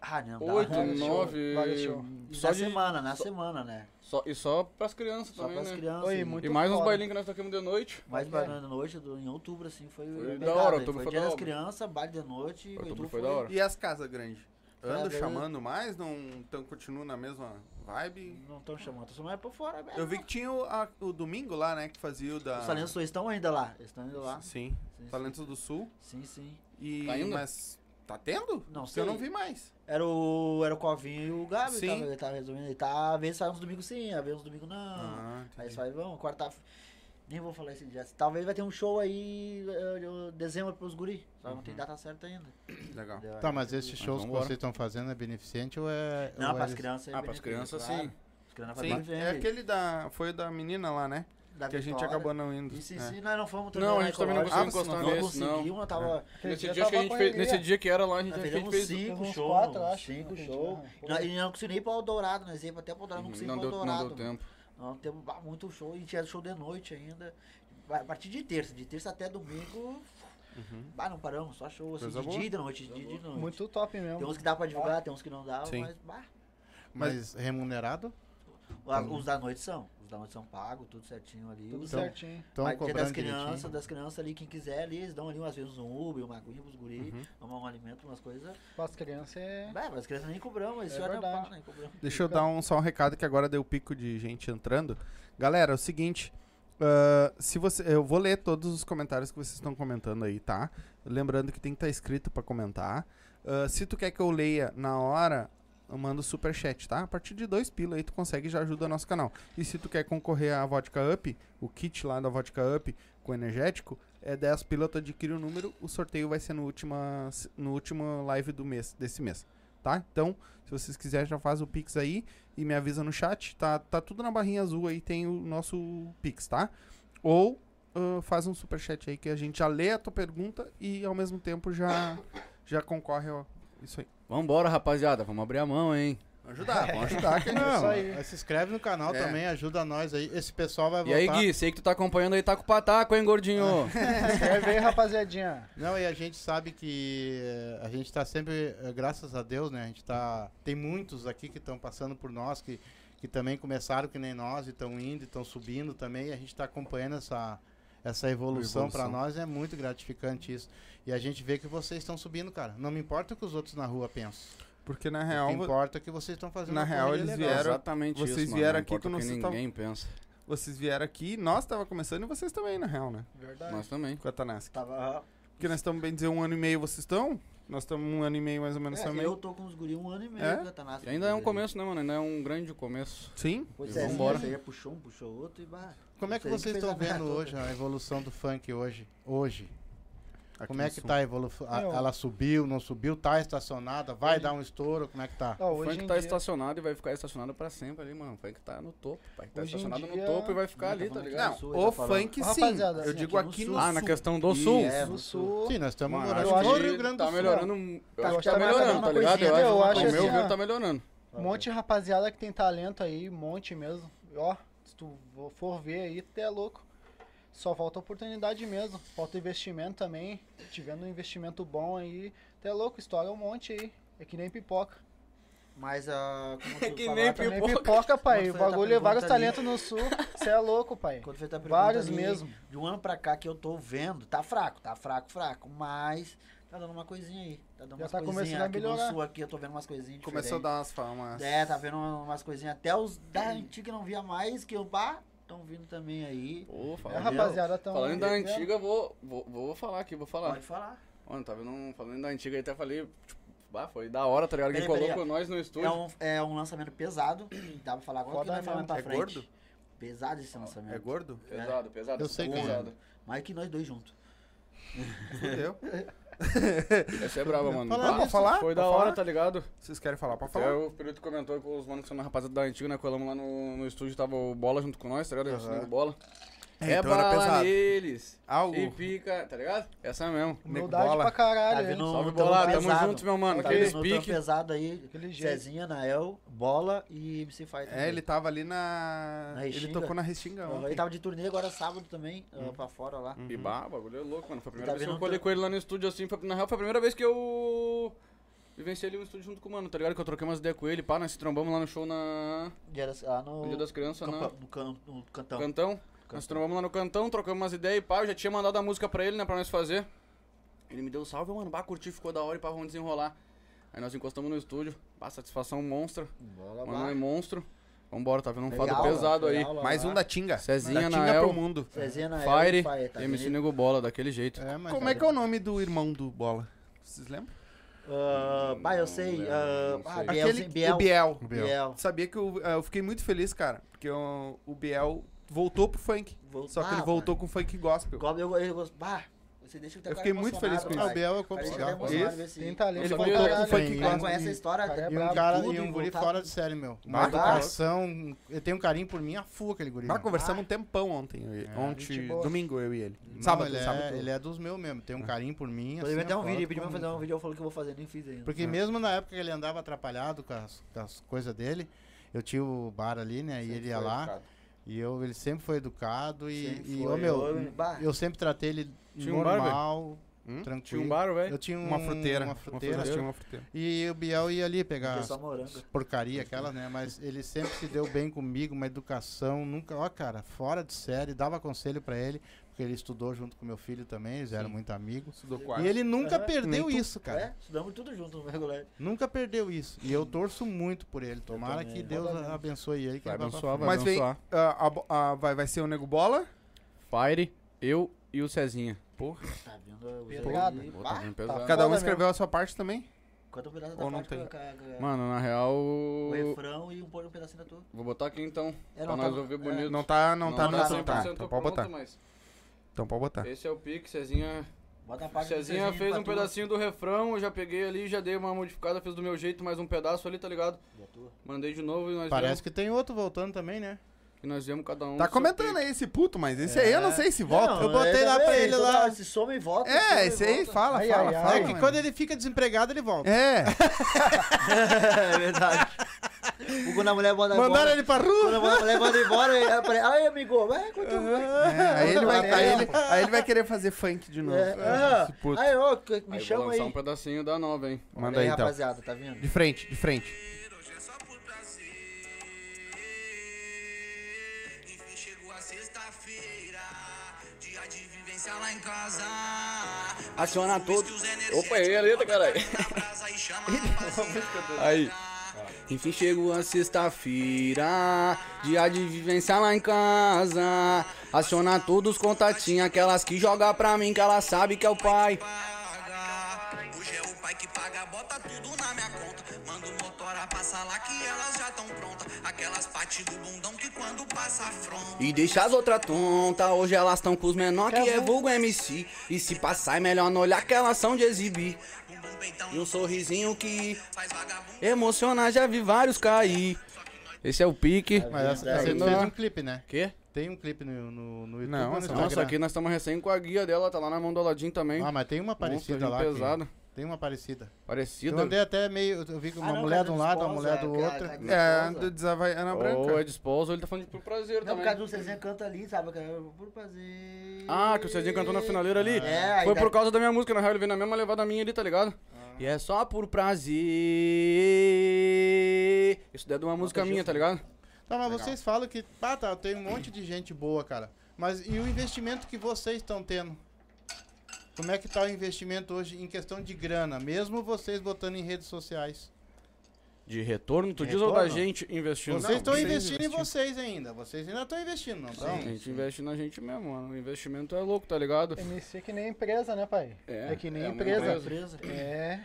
Speaker 5: Ah, não, dá
Speaker 3: oito,
Speaker 5: vários shows.
Speaker 3: nove.
Speaker 4: vários shows.
Speaker 5: E
Speaker 3: Só
Speaker 5: na
Speaker 3: de.
Speaker 5: semana, na
Speaker 3: só-
Speaker 5: semana, né?
Speaker 3: só- E só pras crianças
Speaker 5: Só
Speaker 3: também,
Speaker 5: pras
Speaker 3: né?
Speaker 5: crianças.
Speaker 4: Oi,
Speaker 5: assim.
Speaker 4: muito
Speaker 3: E mais uns
Speaker 4: foda.
Speaker 3: bailinhos que nós tocamos de noite.
Speaker 5: Mais
Speaker 4: É.
Speaker 5: barulho de noite, do- em outubro, assim, foi...
Speaker 3: Foi
Speaker 5: pegada.
Speaker 3: da hora,
Speaker 5: Foi
Speaker 3: outubro foi
Speaker 5: dia
Speaker 3: da
Speaker 5: das
Speaker 3: hora.
Speaker 5: crianças, baile de noite, e
Speaker 3: Outubro
Speaker 5: outubro
Speaker 3: foi da hora.
Speaker 1: E as casas grandes? Ando
Speaker 5: Casa grande.
Speaker 1: chamando mais? Não tão, continuo na mesma vibe?
Speaker 5: Não tão chamando, tão chamando pra fora mesmo.
Speaker 1: Eu vi que tinha o, a- o domingo lá, né? Que fazia o da.
Speaker 5: Os talentos estão ainda lá, eles estão ainda lá.
Speaker 1: Sim. tá
Speaker 5: Sim,
Speaker 1: Talentos do Sul.
Speaker 5: Sim, sim.
Speaker 1: E.
Speaker 3: Tá indo?
Speaker 1: Mas. Tá tendo?
Speaker 5: Não
Speaker 1: Porque Eu
Speaker 5: sei.
Speaker 1: não vi mais.
Speaker 5: Era o, era o Covinho e o Gabi,
Speaker 1: Sim.
Speaker 5: tava, ele tava resumindo. Ele tá, às vezes sai uns domingos sim, às vezes uns domingos não.
Speaker 1: Ah,
Speaker 5: aí
Speaker 1: entendi.
Speaker 5: sai, vamos, quarta-feira. Nem vou falar esse dia. Talvez vai ter um show aí eh, dezembro pros guri. Só não tem data certa ainda.
Speaker 1: Legal.
Speaker 5: Entendeu?
Speaker 2: Tá, mas esses shows que
Speaker 3: vambora.
Speaker 2: vocês estão fazendo é beneficente ou é.
Speaker 5: Não,
Speaker 2: ou
Speaker 5: pras
Speaker 2: eles-
Speaker 5: crianças. é
Speaker 3: Ah, pras
Speaker 5: benefício,
Speaker 3: crianças,
Speaker 5: claro.
Speaker 3: sim.
Speaker 5: As crianças
Speaker 1: Sim,
Speaker 5: fazem bem,
Speaker 1: é aquele da. Foi da menina lá, né?
Speaker 5: da
Speaker 1: que a gente
Speaker 5: Vitória.
Speaker 1: acabou não indo.
Speaker 5: Isso,
Speaker 1: É.
Speaker 5: isso, nós não fomos
Speaker 3: Não, a
Speaker 5: né,
Speaker 3: gente também não
Speaker 5: Colorado?
Speaker 3: conseguiu
Speaker 5: Ah,
Speaker 3: encostar
Speaker 5: não
Speaker 3: nesse, não. É.
Speaker 5: conseguimos, nós tava...
Speaker 3: Nesse dia,
Speaker 4: dia
Speaker 3: que a
Speaker 4: tava
Speaker 3: gente fez,
Speaker 4: correria.
Speaker 3: nesse dia que era lá, a gente,
Speaker 5: Nós
Speaker 3: a gente
Speaker 5: fizemos
Speaker 3: fez.
Speaker 5: cinco
Speaker 4: uns
Speaker 5: shows.
Speaker 4: quatro, eu acho,
Speaker 5: Cinco
Speaker 4: né, gente?
Speaker 5: shows.
Speaker 4: Ah,
Speaker 5: E nós- E não consegui nem ir pra Eldorado, nós ia pra- né? até pra Eldorado, não consegui ir pra
Speaker 3: Uhum, Não deu, não deu
Speaker 5: Eldorado.
Speaker 3: tempo.
Speaker 5: Nós temos ah, muito show, e tinha show de noite ainda. A partir de terça, de terça até domingo.
Speaker 3: Uhum.
Speaker 5: Bah, não paramos, só show assim,
Speaker 1: Coisa
Speaker 5: de
Speaker 1: boa.
Speaker 5: dia e de noite, de dia e de noite.
Speaker 4: Muito top mesmo.
Speaker 5: Tem uns que dá pra divulgar, tem uns que não dá,
Speaker 1: Sim.
Speaker 5: mas bah,
Speaker 2: Mas remunerado?
Speaker 5: a-
Speaker 3: Uhum.
Speaker 5: os da noite são. Os da noite são pagos, tudo certinho ali.
Speaker 4: Tudo
Speaker 5: Os-
Speaker 2: Então,
Speaker 4: certinho.
Speaker 2: Estão
Speaker 5: Mas que é
Speaker 2: cobrando
Speaker 5: das
Speaker 2: direitinho?
Speaker 5: crianças, das crianças ali, quem quiser ali, eles dão ali às vezes um Uber, uma aguinha pros guri,
Speaker 3: Uhum.
Speaker 5: tomar um alimento, umas coisas.
Speaker 4: Pras crianças é...
Speaker 5: [LAUGHS] Bah, mas as crianças nem cobrão, eles
Speaker 4: É
Speaker 5: senhora
Speaker 4: verdade.
Speaker 5: nem cobrão.
Speaker 1: Deixa eu dar um, só um recado que agora deu pico de gente entrando. Galera, é o seguinte. ah, se você, eu vou ler todos os comentários que vocês estão comentando aí, tá? Lembrando que tem que estar escrito pra comentar. Ah, se tu quer que eu leia na hora, eu mando super chat, tá? A partir de dois pila aí tu consegue e já ajuda o nosso canal. E se tu quer concorrer à Vodka Up, o kit lá da Vodka Up com energético, é 10 pila, tu adquire o número, o sorteio vai ser no último no último live do mês, desse mês, tá? Então, se vocês quiserem, já faz o Pix aí e me avisa no chat. Tá, tá tudo na barrinha azul aí, tem o nosso Pix, tá? Ou ah, faz um superchat aí que a gente já lê a tua pergunta e ao mesmo tempo já, já concorre, ó. Isso aí.
Speaker 3: Vambora, rapaziada, vamos abrir a mão, hein?
Speaker 1: Vamos ajudar, vamos ajudar. Tá, Que a gente...
Speaker 2: Não,
Speaker 4: Isso aí.
Speaker 2: mas se inscreve no canal também, ajuda nós aí. Esse pessoal vai
Speaker 3: E
Speaker 2: voltar.
Speaker 3: aí, Gui, sei que tu tá acompanhando aí, tá com o pataco, hein, gordinho?
Speaker 4: Escreve aí, rapaziadinha.
Speaker 2: Não, e a gente sabe que eh, a gente tá sempre, eh, graças a Deus, né? A gente tá. Tem muitos aqui que estão passando por nós, que, que também começaram que nem nós, e estão indo, estão subindo também, e a gente está acompanhando essa, essa evolução. Para
Speaker 1: Evolução.
Speaker 2: nós é muito gratificante isso. E a gente vê que vocês estão subindo, cara. Não me importa o que os outros na rua pensam.
Speaker 1: Porque na
Speaker 2: o
Speaker 1: real,
Speaker 2: que importa é que vocês estão fazendo
Speaker 1: na
Speaker 2: uma
Speaker 1: real,
Speaker 2: corrida
Speaker 1: eles
Speaker 2: legal.
Speaker 1: vieram-
Speaker 3: Exatamente
Speaker 1: vocês
Speaker 3: isso, mano,
Speaker 1: vieram
Speaker 3: não
Speaker 1: aqui
Speaker 3: importa
Speaker 1: quando
Speaker 3: o
Speaker 1: vocês tavam-
Speaker 3: ninguém pensa.
Speaker 1: vocês vieram aqui, nós tava começando e vocês também, na real, né?
Speaker 4: Verdade.
Speaker 3: Nós também.
Speaker 1: Com a Tanasca.
Speaker 5: Tava.
Speaker 1: Porque nós estamos, bem dizer, um ano e meio vocês estão? Nós estamos um ano e meio mais ou menos
Speaker 5: É,
Speaker 1: também.
Speaker 5: eu tô com os guri um ano e meio,
Speaker 1: É?
Speaker 5: com a Tanasca.
Speaker 3: E ainda é um começo, né, mano? Ainda é um grande começo.
Speaker 1: Sim.
Speaker 5: Pois
Speaker 3: E
Speaker 5: é,
Speaker 3: vambora.
Speaker 5: Aí puxou um, puxou outro e bah.
Speaker 2: Como é que
Speaker 5: Não sei,
Speaker 2: vocês
Speaker 5: não
Speaker 2: estão
Speaker 5: fez a
Speaker 2: vendo
Speaker 5: nada.
Speaker 2: hoje a evolução do funk hoje? Hoje.
Speaker 1: Aqui
Speaker 2: como
Speaker 1: no
Speaker 2: é que
Speaker 1: sul.
Speaker 2: tá a evolução? A-
Speaker 4: Meu.
Speaker 2: Ela subiu, não subiu, tá estacionada, vai dar um estouro, como é que tá?
Speaker 4: Ó,
Speaker 3: o
Speaker 4: hoje
Speaker 3: funk
Speaker 4: em
Speaker 3: tá
Speaker 4: dia-
Speaker 3: estacionado e vai ficar estacionado pra sempre ali, mano. O funk tá no topo, pai. Tá
Speaker 4: Hoje em
Speaker 3: estacionado
Speaker 4: dia-
Speaker 3: no topo e vai ficar
Speaker 5: Não,
Speaker 3: ali,
Speaker 5: tá
Speaker 3: tá
Speaker 5: falando
Speaker 3: ligado?
Speaker 1: Não,
Speaker 5: Sul,
Speaker 1: o
Speaker 5: tá falando.
Speaker 1: funk
Speaker 4: Ô,
Speaker 1: sim.
Speaker 4: rapaziada,
Speaker 1: eu
Speaker 4: assim,
Speaker 1: digo
Speaker 5: aqui é no
Speaker 1: aqui
Speaker 5: sul.
Speaker 1: no
Speaker 3: Ah, na
Speaker 1: sul.
Speaker 3: questão do
Speaker 1: Isso.
Speaker 3: sul.
Speaker 5: É,
Speaker 4: no
Speaker 5: no
Speaker 4: sul.
Speaker 2: Sim, nós estamos
Speaker 3: Mano,
Speaker 2: morando
Speaker 3: acho
Speaker 4: acho
Speaker 2: no
Speaker 3: que
Speaker 2: Rio Grande
Speaker 3: tá
Speaker 2: do Sul.
Speaker 3: melhorando. Eu
Speaker 4: Tá,
Speaker 3: acho que tá
Speaker 4: tá
Speaker 3: melhorando,
Speaker 4: melhorando
Speaker 3: tá
Speaker 4: uma
Speaker 3: ligado?
Speaker 4: coisinha, eu acho
Speaker 3: o meu
Speaker 4: assim,
Speaker 3: ver
Speaker 4: ó.
Speaker 3: tá melhorando.
Speaker 4: Um monte de rapaziada que tem talento aí, um monte mesmo. E, Ó, se tu vo- for ver aí, tu é louco. Só falta oportunidade mesmo. Falta investimento também. Tivendo um investimento bom aí, tu é louco, estoura um monte aí. É que nem pipoca.
Speaker 5: Mas ah, a.
Speaker 3: É que nem
Speaker 4: É que nem
Speaker 3: Pipoca.
Speaker 4: pipoca, pai.
Speaker 5: Quando
Speaker 4: O
Speaker 5: foi a tua
Speaker 4: bagulho é vários
Speaker 5: tá pergunta ali?
Speaker 4: talentos no sul. Você é louco, pai.
Speaker 5: Quando fez a pergunta
Speaker 4: Vários
Speaker 5: ali,
Speaker 4: mesmo.
Speaker 5: De um ano pra cá que eu tô vendo, tá fraco, tá fraco, fraco. Mas tá dando uma coisinha aí. Tá dando
Speaker 4: Já
Speaker 5: umas
Speaker 4: tá
Speaker 5: coisinhas
Speaker 4: começando a
Speaker 5: aqui
Speaker 4: melhorar.
Speaker 5: no sul aqui, eu tô vendo umas coisinhas
Speaker 1: Começou a
Speaker 5: diferentes.
Speaker 1: dar umas famas.
Speaker 5: É, tá vendo uma- umas coisinhas. Até os da antiga eu não via mais, que eu pá, tão vindo também aí.
Speaker 3: Pô,
Speaker 4: É,
Speaker 3: fala.
Speaker 4: rapaziada, tão...
Speaker 3: Falando da
Speaker 4: entendendo?
Speaker 3: antiga, vou, vou, vou falar aqui, vou falar.
Speaker 5: Pode falar.
Speaker 3: Mano, tá vendo um, falando da antiga, eu até falei, tipo, bah, foi da hora, tá ligado? Quem
Speaker 5: Peraí, peraí,
Speaker 3: colocou
Speaker 5: ó.
Speaker 3: nós no estúdio.
Speaker 5: É um, é um lançamento pesado. Dá pra falar agora
Speaker 4: Foda
Speaker 5: que nós
Speaker 4: mesmo.
Speaker 5: falamos pra
Speaker 1: É
Speaker 5: frente.
Speaker 1: gordo?
Speaker 5: Pesado esse lançamento.
Speaker 1: É gordo?
Speaker 3: Pesado, pesado. tá
Speaker 2: Eu sei que é.
Speaker 3: pesado.
Speaker 5: Mais que nós dois juntos.
Speaker 1: Fudeu.
Speaker 3: Essa é brava, mano.
Speaker 2: Falar
Speaker 3: Bah,
Speaker 1: nisso, falar?
Speaker 3: Foi da
Speaker 1: Pra
Speaker 3: hora,
Speaker 1: falar?
Speaker 3: tá ligado?
Speaker 1: Vocês querem falar pra
Speaker 3: Até
Speaker 1: falar?
Speaker 3: o Pirito comentou com os manos que são na rapaziada da antiga, né? Colamos lá no, no estúdio, tava o Bola junto com nós, tá ligado?
Speaker 2: Aham.
Speaker 3: Assinando Bola.
Speaker 1: É,
Speaker 3: É,
Speaker 1: então era
Speaker 3: bala
Speaker 1: pesado.
Speaker 3: neles.
Speaker 1: Ah, o-
Speaker 3: E pica, tá ligado? Essa mesmo.
Speaker 4: Humildade
Speaker 1: Bola.
Speaker 4: pra
Speaker 5: Tá
Speaker 4: caralho,
Speaker 5: vindo
Speaker 4: hein?
Speaker 3: Salve,
Speaker 5: um
Speaker 3: Bola,
Speaker 5: tão
Speaker 3: tamo
Speaker 5: pesado.
Speaker 3: junto, meu mano.
Speaker 5: Tá
Speaker 3: Aquele
Speaker 5: vindo um tão
Speaker 3: pique.
Speaker 5: pesado aí.
Speaker 4: Aquele jeito.
Speaker 5: Cezinha, Nael, Bola e MC Fight.
Speaker 1: É, ele tava ali na.
Speaker 5: Na
Speaker 1: ele
Speaker 5: Restinga.
Speaker 1: tocou na Restinga ontem.
Speaker 5: Ele tava de turnê agora é sábado também, ah, pra fora lá.
Speaker 3: E bah, o bagulho é louco, mano. Foi a primeira
Speaker 5: Tá
Speaker 3: vez que eu
Speaker 5: vendo
Speaker 3: colei
Speaker 5: teu-
Speaker 3: com ele lá no estúdio, assim. Foi, na real, foi a primeira vez que eu vivenciei ali no estúdio junto com o mano, tá ligado? Que eu troquei umas ideias com ele, pá, nós se trombamos lá no show na...
Speaker 5: E era lá
Speaker 3: no
Speaker 5: no.
Speaker 3: Dia das Crianças,
Speaker 5: campa-
Speaker 3: na...
Speaker 5: no, can- no cantão.
Speaker 3: Cantão. Nós trombamos lá no Cantão, trocamos umas ideias e pá, eu já tinha mandado a música pra ele, né, pra nós fazer. Ele me deu um salve, mano, bah, curti, ficou da hora e pá, vamos desenrolar. Aí nós encostamos no estúdio, pá, satisfação monstra,
Speaker 5: Bola,
Speaker 3: mano,
Speaker 5: bola.
Speaker 3: é monstro. Vambora, tá vendo um
Speaker 5: Legal,
Speaker 3: fado pesado
Speaker 5: legal,
Speaker 3: aí.
Speaker 5: legal,
Speaker 1: Mais um
Speaker 5: legal.
Speaker 1: da Tinga.
Speaker 3: Cezinha,
Speaker 1: da Tinga
Speaker 3: Nael.
Speaker 1: pro mundo.
Speaker 5: Cezinha, Nael
Speaker 3: Fire,
Speaker 5: e Fire, tá
Speaker 3: MC
Speaker 5: vendo?
Speaker 3: Nego Bola, daquele jeito.
Speaker 2: É, mas
Speaker 1: Como é que é o nome do irmão do Bola? Vocês lembram?
Speaker 5: Ah, bah, eu sei.
Speaker 3: Não,
Speaker 5: ah,
Speaker 3: não
Speaker 5: ah,
Speaker 3: sei.
Speaker 5: Biel,
Speaker 1: Aquele,
Speaker 5: Biel.
Speaker 1: O Biel.
Speaker 2: Biel.
Speaker 5: Biel.
Speaker 1: Sabia que é, eu, eu fiquei muito feliz, cara. Porque o, o Biel voltou pro funk.
Speaker 5: Voltou-
Speaker 1: Só que ele
Speaker 5: Ah,
Speaker 1: voltou com funk gospel.
Speaker 5: Gob, eu, eu, gosto- bah, você deixa
Speaker 1: Eu fiquei muito feliz com
Speaker 2: Ah,
Speaker 1: isso.
Speaker 2: o Biel eu compro
Speaker 5: Isso.
Speaker 2: cigarro.
Speaker 1: Isso.
Speaker 4: Tem
Speaker 5: tá
Speaker 4: talento
Speaker 1: Ele
Speaker 4: pra
Speaker 1: voltou
Speaker 4: caralho.
Speaker 1: com o funk
Speaker 2: hein?
Speaker 5: ligado.
Speaker 1: gospel.
Speaker 5: conhece a história.
Speaker 4: Cara, é
Speaker 2: E
Speaker 5: de
Speaker 2: um
Speaker 4: brabo.
Speaker 2: cara,
Speaker 5: tudo,
Speaker 2: e um guri
Speaker 5: voltar-
Speaker 2: fora de série, meu. Uma
Speaker 1: Mas-
Speaker 2: educação, eu tenho um carinho por mim, a fuga aquele guri.
Speaker 1: Nós
Speaker 2: meu.
Speaker 1: conversamos um tempão ontem. eu e-
Speaker 4: gente
Speaker 1: ontem,
Speaker 4: boa.
Speaker 1: domingo, eu e ele.
Speaker 2: Não,
Speaker 1: sábado,
Speaker 2: ele,
Speaker 1: sábado.
Speaker 2: É, ele é dos meus mesmo, tem um carinho por mim.
Speaker 5: Ele
Speaker 2: assim,
Speaker 5: meteu
Speaker 2: eu
Speaker 5: um vídeo, ele
Speaker 2: falo
Speaker 5: pediu pra
Speaker 2: como-
Speaker 5: fazer um vídeo, eu falei que eu vou fazer, nem fiz ainda.
Speaker 2: Porque mesmo na época que ele andava atrapalhado com as, com as coisas dele, eu tinha o bar ali, né? e ele ia lá. E eu, ele sempre foi educado e,
Speaker 5: Sempre
Speaker 2: e
Speaker 5: foi,
Speaker 2: ô, meu,
Speaker 5: ô, bah.
Speaker 2: eu sempre tratei ele
Speaker 3: Tinha um bar,
Speaker 2: normal,
Speaker 1: velho? Hum?
Speaker 3: Tinha
Speaker 2: tranquilo.
Speaker 3: um bar, velho.
Speaker 2: Eu tinha um-
Speaker 1: Uma fruteira.
Speaker 2: Uma fruteira. um-
Speaker 1: Nós tínhamos uma fruteira.
Speaker 2: E o Biel ia ali pegar
Speaker 5: Porque é só
Speaker 2: as-
Speaker 5: moranga.
Speaker 2: as porcaria aquela, né? Mas ele sempre se deu bem comigo, uma educação, nunca, ó, cara, fora de série, dava conselho pra ele, porque ele estudou junto com meu filho também, eles eram muito amigos.
Speaker 1: Estudou
Speaker 2: E
Speaker 1: quarto.
Speaker 2: ele nunca
Speaker 5: Aham.
Speaker 2: perdeu
Speaker 1: Nem tu-
Speaker 2: isso, cara.
Speaker 5: É, estudamos tudo junto no regular.
Speaker 2: Nunca perdeu isso. E eu torço muito por ele. Tomara
Speaker 5: também.
Speaker 2: que Deus abençoe ele. Que
Speaker 3: Vai
Speaker 2: ele vá pra
Speaker 3: abençoar,
Speaker 2: frente.
Speaker 3: vai
Speaker 1: Mas vem,
Speaker 3: abençoar.
Speaker 1: ah, a bo- ah, vai, vai ser o Nego Bola?
Speaker 3: Fire, eu e o Cezinha.
Speaker 5: Tá vendo? os
Speaker 4: Pegada.
Speaker 5: aí,
Speaker 3: Pô, tá
Speaker 5: bah,
Speaker 3: vindo pesado.
Speaker 1: Cada um
Speaker 4: Bola
Speaker 1: escreveu a sua parte também?
Speaker 5: Quanto um pedaço
Speaker 1: Ou
Speaker 5: da
Speaker 1: não
Speaker 5: parte
Speaker 1: tem?
Speaker 5: com a- com a-
Speaker 3: Mano, na real.
Speaker 5: o refrão e um pouco um pedacinho da tua.
Speaker 3: Vou botar aqui então.
Speaker 5: É,
Speaker 3: pra
Speaker 5: não,
Speaker 3: nós
Speaker 5: tá-
Speaker 3: ouvir
Speaker 5: é.
Speaker 3: bonito.
Speaker 1: Não tá, não, tá,
Speaker 2: é
Speaker 1: não, tá.
Speaker 3: 100%
Speaker 1: Então pode botar.
Speaker 3: pronto, mas
Speaker 1: Então pode botar.
Speaker 3: Esse é o pique, Cezinha.
Speaker 5: Bota a parte do
Speaker 3: Cezinha fez
Speaker 5: pra
Speaker 3: um
Speaker 5: tua.
Speaker 3: pedacinho do refrão, eu já peguei ali, já dei uma modificada, fiz do meu jeito, mais um pedaço ali, tá ligado?
Speaker 5: Da tua.
Speaker 3: Mandei de novo e nós
Speaker 2: Parece que tem outro voltando também, né?
Speaker 3: viemos, e nós viemos cada um.
Speaker 1: Tá
Speaker 3: do seu
Speaker 1: comentando
Speaker 3: pique.
Speaker 1: aí esse puto, mas esse aí eu não sei se
Speaker 5: Não,
Speaker 1: volta.
Speaker 2: É. eu botei
Speaker 5: é,
Speaker 2: lá
Speaker 5: tá
Speaker 2: pra
Speaker 5: vendo?
Speaker 2: ele
Speaker 5: Toda
Speaker 2: lá.
Speaker 5: hora Se soma e volta. soma
Speaker 1: É,
Speaker 5: e
Speaker 1: esse aí
Speaker 5: volta.
Speaker 1: fala,
Speaker 4: Ai,
Speaker 1: fala,
Speaker 4: ai,
Speaker 1: fala.
Speaker 4: ai.
Speaker 2: é que
Speaker 1: mano.
Speaker 2: quando ele fica desempregado, ele volta.
Speaker 1: É,
Speaker 5: É verdade. O quando a mulher manda
Speaker 2: Mandaram
Speaker 5: embora.
Speaker 2: ele pra
Speaker 5: Quando
Speaker 2: rua.
Speaker 5: a mulher manda embora, ele fala, ai amigo, vai, um quanto
Speaker 1: é, aí, ele vai,
Speaker 5: Não,
Speaker 1: aí,
Speaker 5: não.
Speaker 1: ele, aí ele vai querer fazer funk de novo.
Speaker 5: É,
Speaker 1: Ah,
Speaker 5: ah,
Speaker 1: esse puto.
Speaker 5: Aí, ó, que-
Speaker 3: Aí
Speaker 5: me
Speaker 3: vou
Speaker 5: chama
Speaker 3: lançar
Speaker 5: aí.
Speaker 3: um pedacinho da nova, hein?
Speaker 1: Manda
Speaker 5: Olha
Speaker 1: aí então.
Speaker 5: rapaziada, tá vendo?
Speaker 1: De frente, de frente.
Speaker 6: Hoje é só por prazer. Dia de vivência lá em casa.
Speaker 3: Aciona todo. Opa, errei a letra, [LAUGHS] caralho.
Speaker 6: Brasa e chama a
Speaker 3: Aí. Ah. Enfim chegou a sexta-feira, dia de vivência lá em casa. Aciona todos os contatinhos, aquelas que joga pra mim, que ela sabe que é o pai.
Speaker 6: paga. Hoje é o pai que paga, bota tudo na minha conta. Manda o motora passar lá que elas já tão prontas. Aquelas partes do bundão que quando passa afronta.
Speaker 3: E deixa as outras tonta, hoje elas tão com os menor que é vulgo MC. E se passar é melhor não olhar que elas são de exibir.
Speaker 6: Um bom peitão
Speaker 3: E um sorrisinho que
Speaker 6: faz vagabundo.
Speaker 3: emocionar, já vi vários cair. Esse é o pique.
Speaker 2: Mas essa, essa aí tu
Speaker 3: Não.
Speaker 2: fez um clipe, né?
Speaker 3: Quê?
Speaker 2: Tem um clipe no, no, no YouTube. ou
Speaker 3: Não,
Speaker 2: no
Speaker 3: essa
Speaker 2: Instagram?
Speaker 3: nossa, aqui nós estamos recém com a guia dela, tá lá na mão do Aladim também.
Speaker 2: Ah, mas tem uma parecida
Speaker 3: Nossa,
Speaker 2: lá.
Speaker 3: gente
Speaker 2: que-
Speaker 3: pesada.
Speaker 2: Tem uma parecida. Eu
Speaker 3: Parecida.
Speaker 2: andei até meio. Eu vi que uma
Speaker 5: Ah, não,
Speaker 2: mulher
Speaker 5: cara,
Speaker 2: de um
Speaker 5: do
Speaker 2: lado, uma
Speaker 5: esposa,
Speaker 2: mulher do
Speaker 5: cara,
Speaker 2: outro.
Speaker 5: cara,
Speaker 1: É,
Speaker 5: esposa.
Speaker 1: do Desavaiana
Speaker 3: Ou é
Speaker 1: Branca.
Speaker 3: disposo, ele tá falando de por prazer
Speaker 5: Não, por
Speaker 3: também.
Speaker 5: causa do Cezinha canta ali, sabe? Que é Por prazer.
Speaker 3: Ah, que o Cezinho cantou na finaleira ali.
Speaker 5: É, aí
Speaker 3: Foi
Speaker 5: dá-
Speaker 3: por causa da minha música, na real, ele veio na mesma levada minha ali, tá ligado? E é só por prazer. Isso daí é de uma música minha, tá ligado?
Speaker 2: Tá, mas vocês falam que. Ah, tá, tem um monte de gente boa, cara. Mas e o investimento que vocês estão tendo? Como é que tá o investimento hoje em questão de grana? Mesmo vocês botando em redes sociais.
Speaker 3: De retorno, tu
Speaker 2: De
Speaker 3: diz ou da
Speaker 2: retorno?
Speaker 3: gente investindo?
Speaker 2: Vocês estão
Speaker 1: vocês
Speaker 2: investindo em
Speaker 1: investindo.
Speaker 2: vocês ainda. Vocês ainda estão investindo, não
Speaker 3: A
Speaker 2: estão?
Speaker 3: gente investe na gente mesmo, mano. O investimento é louco, tá ligado?
Speaker 4: MC que nem empresa, né, pai?
Speaker 3: É,
Speaker 4: que nem
Speaker 3: é uma
Speaker 4: empresa.
Speaker 5: Surpresa.
Speaker 4: É.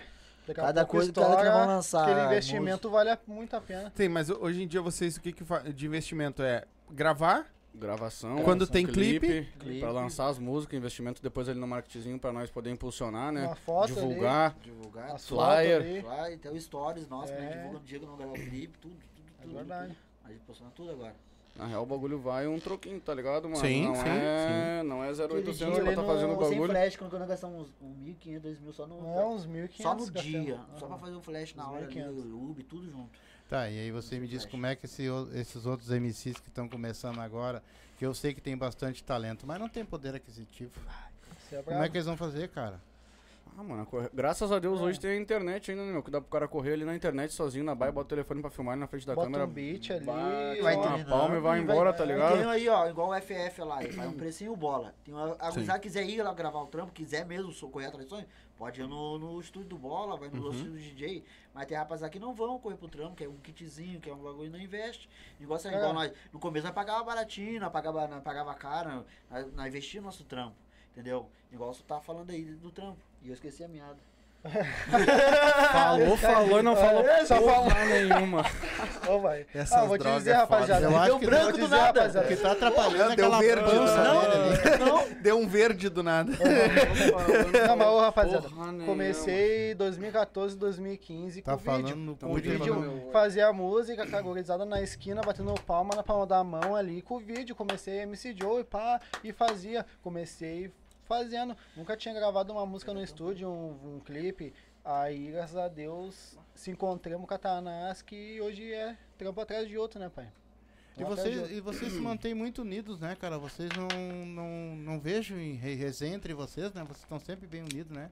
Speaker 4: Daqui a
Speaker 5: Cada
Speaker 4: pouco
Speaker 5: coisa que cada que
Speaker 4: estoura,
Speaker 5: nós vamos lançar,
Speaker 4: Aquele
Speaker 5: música.
Speaker 4: investimento vale a- muito a pena.
Speaker 1: Tem, mas hoje em dia vocês, o que que fa- de investimento é? Gravar?
Speaker 3: Gravação. um
Speaker 1: Quando tem
Speaker 5: clipe.
Speaker 3: Pra lançar as músicas, investimento depois ali no marketingzinho pra nós poder impulsionar, né?
Speaker 4: Uma foto ali.
Speaker 3: Divulgar.
Speaker 5: Divulgar.
Speaker 4: As
Speaker 3: Flyer.
Speaker 4: fotos ali.
Speaker 5: Vai, até o stories nosso, que a gente
Speaker 4: É.
Speaker 5: divulga no dia que não gravar o clipe, tudo,
Speaker 3: É
Speaker 5: tudo, tudo.
Speaker 4: verdade.
Speaker 5: tudo. A gente postou tudo agora.
Speaker 3: Na real, o bagulho vai um troquinho, tá ligado, mano?
Speaker 1: Sim,
Speaker 3: não
Speaker 1: sim,
Speaker 3: é, Não é 0800
Speaker 5: Aquele dia
Speaker 3: pra
Speaker 5: ali
Speaker 3: tá
Speaker 5: no-
Speaker 3: fazendo o
Speaker 5: Sem
Speaker 3: bagulho.
Speaker 5: flash, quando nós gastamos um uns 1.500, 2.000 só no...
Speaker 4: É, uns 1.500.
Speaker 5: só no
Speaker 4: café.
Speaker 5: dia.
Speaker 4: Ah.
Speaker 5: Só pra fazer o flash na hora ali
Speaker 4: 2.500.
Speaker 5: no YouTube, tudo junto.
Speaker 2: Tá, e aí você me diz como é que esse o- esses outros MCs que estão começando agora, que eu sei que tem bastante talento, mas não tem poder aquisitivo.
Speaker 4: Isso é
Speaker 2: Como é
Speaker 4: brabo.
Speaker 2: que eles vão fazer, cara?
Speaker 3: Ah, mano, a corre- graças a Deus hoje tem a internet ainda, né, meu? Que dá pro cara correr ali na internet sozinho na baia, bota o telefone pra filmar ali na frente da
Speaker 4: Bota
Speaker 3: câmera.
Speaker 4: um beat ali.
Speaker 3: bate
Speaker 5: vai
Speaker 3: uma
Speaker 5: treinando
Speaker 3: palma e vai
Speaker 5: e vai-
Speaker 3: embora, tá
Speaker 5: E tem um
Speaker 3: ligado?
Speaker 5: aí, ó, igual o FF lá, ele faz um precinho bola. Tem uma, a gurizada quiser ir lá gravar o trampo, quiser mesmo so- correr atrás do sonho, pode ir no, no estúdio do bola, vai no estúdio do DJ. Mas tem rapaziada que não vão correr pro trampo, que é um kitzinho, que é um bagulho não investe. Negócio é igual
Speaker 4: É.
Speaker 5: nós. No começo nós pagava baratinho, nós pagava, nós pagava caro, nós, nós investia no nosso trampo. Entendeu? Igual você tá falando aí do trampo. E eu esqueci a meada.
Speaker 3: Falou, falou e não falou
Speaker 4: Só
Speaker 3: porra nenhuma.
Speaker 4: Ô, vai.
Speaker 1: Essas
Speaker 4: Ah, vou te
Speaker 1: drogas
Speaker 4: dizer,
Speaker 1: é foda.
Speaker 4: rapaziada.
Speaker 2: Eu acho que
Speaker 4: branco
Speaker 2: deu
Speaker 4: do
Speaker 2: dizer,
Speaker 4: nada.
Speaker 2: O que tá atrapalhando
Speaker 1: deu
Speaker 2: aquela
Speaker 1: verde,
Speaker 2: pança
Speaker 1: não.
Speaker 2: dele ali.
Speaker 1: [LAUGHS] Deu um verde do nada.
Speaker 4: Não, mas ô, rapaziada,
Speaker 3: Porra nenhuma.
Speaker 4: comecei 2014, 2015
Speaker 2: Tá
Speaker 4: com vídeo.
Speaker 2: falando no
Speaker 4: Com
Speaker 3: Muito
Speaker 4: vídeo,
Speaker 3: bom, meu.
Speaker 4: fazia a música, cagorizada na esquina, batendo palma na palma da mão ali com o vídeo. Comecei MC Joe e pá, e fazia. Comecei fazendo. Nunca tinha gravado uma música no estúdio, um, um clipe. Aí, graças a Deus, se encontramos com a Tanás, que hoje é trampo atrás de outro, né, pai?
Speaker 3: Tá
Speaker 2: E
Speaker 4: Trampo atrás de
Speaker 2: vocês,
Speaker 4: outro.
Speaker 2: e vocês se mantêm muito unidos, né, cara? Vocês não, não, não vejo em re- resenha entre vocês, né? Vocês estão sempre bem unidos, né?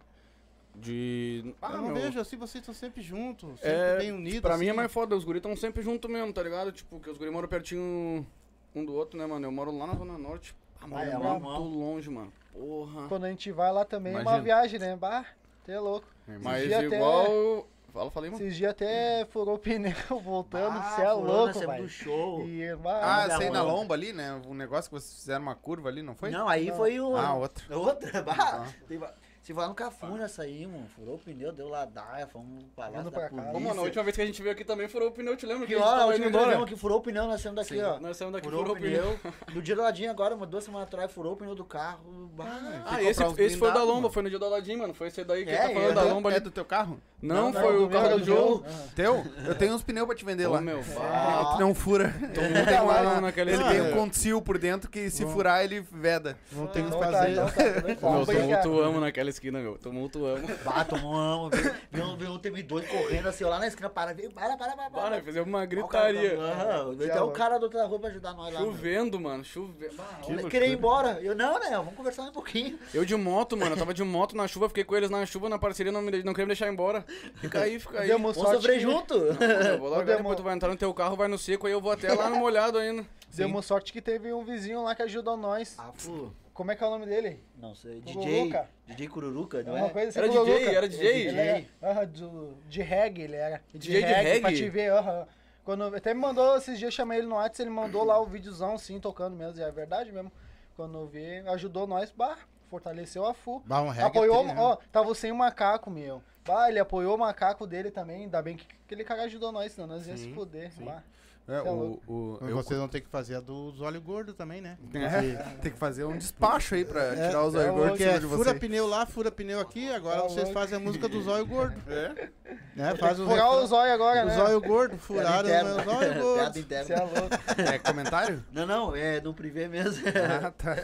Speaker 3: De. Ah,
Speaker 2: eu não
Speaker 3: meu,
Speaker 2: vejo assim, vocês estão sempre juntos, sempre
Speaker 3: É,
Speaker 2: bem unidos.
Speaker 3: Pra mim é
Speaker 2: assim.
Speaker 3: mais foda, os guris tão sempre junto mesmo, tá ligado? Tipo, que os guris moram pertinho um do outro, né, mano? Eu moro lá na Zona Norte. Ah, mano,
Speaker 5: Ah, é
Speaker 3: é
Speaker 5: lá,
Speaker 3: muito
Speaker 5: mano.
Speaker 3: longe, mano. Porra.
Speaker 4: Quando a gente vai lá também é uma
Speaker 1: Imagina.
Speaker 4: viagem, né? Bah, você é louco.
Speaker 3: Mas
Speaker 4: dia até-
Speaker 3: igual. Fala, falei, mano.
Speaker 4: Esses dias até furou o pneu [LAUGHS] voltando,
Speaker 5: Ah,
Speaker 4: você é
Speaker 5: fulano,
Speaker 4: louco,
Speaker 5: saímos
Speaker 4: pai.
Speaker 5: do show.
Speaker 4: E,
Speaker 1: Ah,
Speaker 4: bah,
Speaker 1: sei na
Speaker 5: Lomba.
Speaker 1: lomba ali, né? Um negócio que vocês fizeram uma curva ali, não foi? É
Speaker 5: Não, aí foi o.
Speaker 1: Ah, outra.
Speaker 5: [LAUGHS]
Speaker 1: Ah.
Speaker 5: Outra? Bah, tem ba- Se vai no Cafuna, saímos, furou o pneu, deu ladaia, fomos no palácio
Speaker 4: Indo
Speaker 5: da
Speaker 4: pra casa.
Speaker 5: polícia.
Speaker 3: Ô, mano, a última vez que a gente veio aqui também furou o pneu, te lembro?
Speaker 5: Que
Speaker 3: a gente
Speaker 5: hora, a
Speaker 3: tava
Speaker 5: última
Speaker 3: indo
Speaker 5: vez
Speaker 3: embora.
Speaker 5: que furou o pneu, nós saímos daqui,
Speaker 3: Sim,
Speaker 5: ó.
Speaker 3: nós saímos daqui,
Speaker 5: furou,
Speaker 3: furou
Speaker 5: o pneu. Do dia do ladinho agora, uma duas semanas atrás, furou o pneu do carro. Bah,
Speaker 3: Ah, esse,
Speaker 1: comprar uns
Speaker 3: esse foi o da
Speaker 1: blindados,
Speaker 3: Lomba,
Speaker 1: mano.
Speaker 3: foi no dia do Aladim, mano. Foi esse daí que
Speaker 5: É,
Speaker 3: tá falando
Speaker 5: é
Speaker 3: da
Speaker 5: do-
Speaker 3: Lomba
Speaker 1: É
Speaker 3: ali.
Speaker 1: do teu carro?
Speaker 3: Não,
Speaker 5: Não, não,
Speaker 3: foi
Speaker 5: do
Speaker 3: o
Speaker 5: meu,
Speaker 3: carro
Speaker 5: era
Speaker 3: do
Speaker 5: do
Speaker 3: Joe.
Speaker 1: [LAUGHS] Teu? Eu tenho uns pneus pra te vender
Speaker 3: Ô,
Speaker 1: lá.
Speaker 5: É.
Speaker 3: meu,
Speaker 1: Ah,
Speaker 3: vá.
Speaker 1: que não fura.
Speaker 3: Tem
Speaker 1: [LAUGHS] Tem uma-
Speaker 3: lá naquele
Speaker 1: ele tem um contil por dentro que se furar ele veda.
Speaker 2: Não tem o que
Speaker 4: Então tá,
Speaker 2: fazer.
Speaker 4: então tá, então tá.
Speaker 3: Meu,
Speaker 4: Vamos brincar.
Speaker 3: tumultuamos naquela esquina, meu.
Speaker 5: [LAUGHS]
Speaker 3: Tumultuamos.
Speaker 5: Bah, tomamos, viu? Viu um- viu um TB2 correndo assim, ó, lá na esquina, para, viu? para, para, para.
Speaker 3: Bora,
Speaker 5: para.
Speaker 3: fizemos uma
Speaker 5: Ó, o cara tá-
Speaker 3: gritaria.
Speaker 5: Aham, Até o cara do outra rua pra ajudar nós lá. meu.
Speaker 3: Chovendo, mano, chovendo. Bah,
Speaker 5: Ele Queria ir embora. Eu, não, né? Vamos conversar um pouquinho.
Speaker 3: Eu de moto, mano, eu tava de moto na chuva, fiquei com eles na chuva, na parceria, não, me, não queria me deixar embora. Fica aí, fica aí.
Speaker 4: Demos
Speaker 5: Vamos
Speaker 4: sorte
Speaker 5: sofrer
Speaker 4: que-
Speaker 5: junto.
Speaker 3: Eu vou largar,
Speaker 4: Demo-
Speaker 3: depois tu vai entrar no teu carro, vai no seco, aí eu vou até lá no molhado ainda.
Speaker 4: Deu sorte que teve um vizinho lá que ajudou
Speaker 5: Ah.
Speaker 4: nós.
Speaker 5: Afro,
Speaker 4: Como é que é o nome dele?
Speaker 5: não é sei, DJ,
Speaker 4: Cururuca.
Speaker 5: DJ Cururuca, não
Speaker 4: É
Speaker 5: é?
Speaker 4: uma coisa assim,
Speaker 3: Era
Speaker 4: Cururuca.
Speaker 3: DJ, era DJ.
Speaker 4: Ele era, aham, do- de reggae ele era.
Speaker 3: DJ de reggae?
Speaker 4: Pra te ver, aham. Quando, até me mandou, esses dias eu chamei ele no WhatsApp, ele mandou lá o videozão, sim, tocando mesmo. E é verdade mesmo. Quando eu vi, ajudou nós, bah, fortaleceu a FU.
Speaker 2: Bah, um reggae
Speaker 4: Apoiou,
Speaker 2: é tri, né?
Speaker 4: ó, tava sem o macaco, meu. Bah, ele apoiou o macaco dele também, ainda bem que aquele cara ajudou nós, senão nós ia se fuder. bah.
Speaker 1: É,
Speaker 4: Tá
Speaker 1: o,
Speaker 4: louco.
Speaker 1: o,
Speaker 2: Mas
Speaker 1: eu-
Speaker 2: vocês vão ter que fazer a dos olhos gordos também, né?
Speaker 1: É, [LAUGHS] tem que fazer um despacho aí pra tirar os
Speaker 2: É,
Speaker 1: orgulhos
Speaker 2: porque
Speaker 1: em cima
Speaker 2: é
Speaker 1: de
Speaker 2: fura
Speaker 1: você.
Speaker 2: pneu lá, fura pneu aqui, agora
Speaker 4: Tá
Speaker 2: vocês
Speaker 4: louco.
Speaker 2: fazem a música do zóio gordo.
Speaker 1: É?
Speaker 2: Né? Faz o
Speaker 4: Furar o
Speaker 2: refrão.
Speaker 4: zóio agora,
Speaker 2: O
Speaker 4: né?
Speaker 2: zóio gordo,
Speaker 5: Piada
Speaker 2: furaram
Speaker 5: interna.
Speaker 2: o
Speaker 5: [LAUGHS]
Speaker 2: zóio
Speaker 5: Piada
Speaker 2: gordo. [LAUGHS]
Speaker 4: Você
Speaker 5: interna.
Speaker 4: é louco.
Speaker 1: É comentário?
Speaker 5: Não, não, [LAUGHS] é no privê mesmo.
Speaker 1: Ah, tá.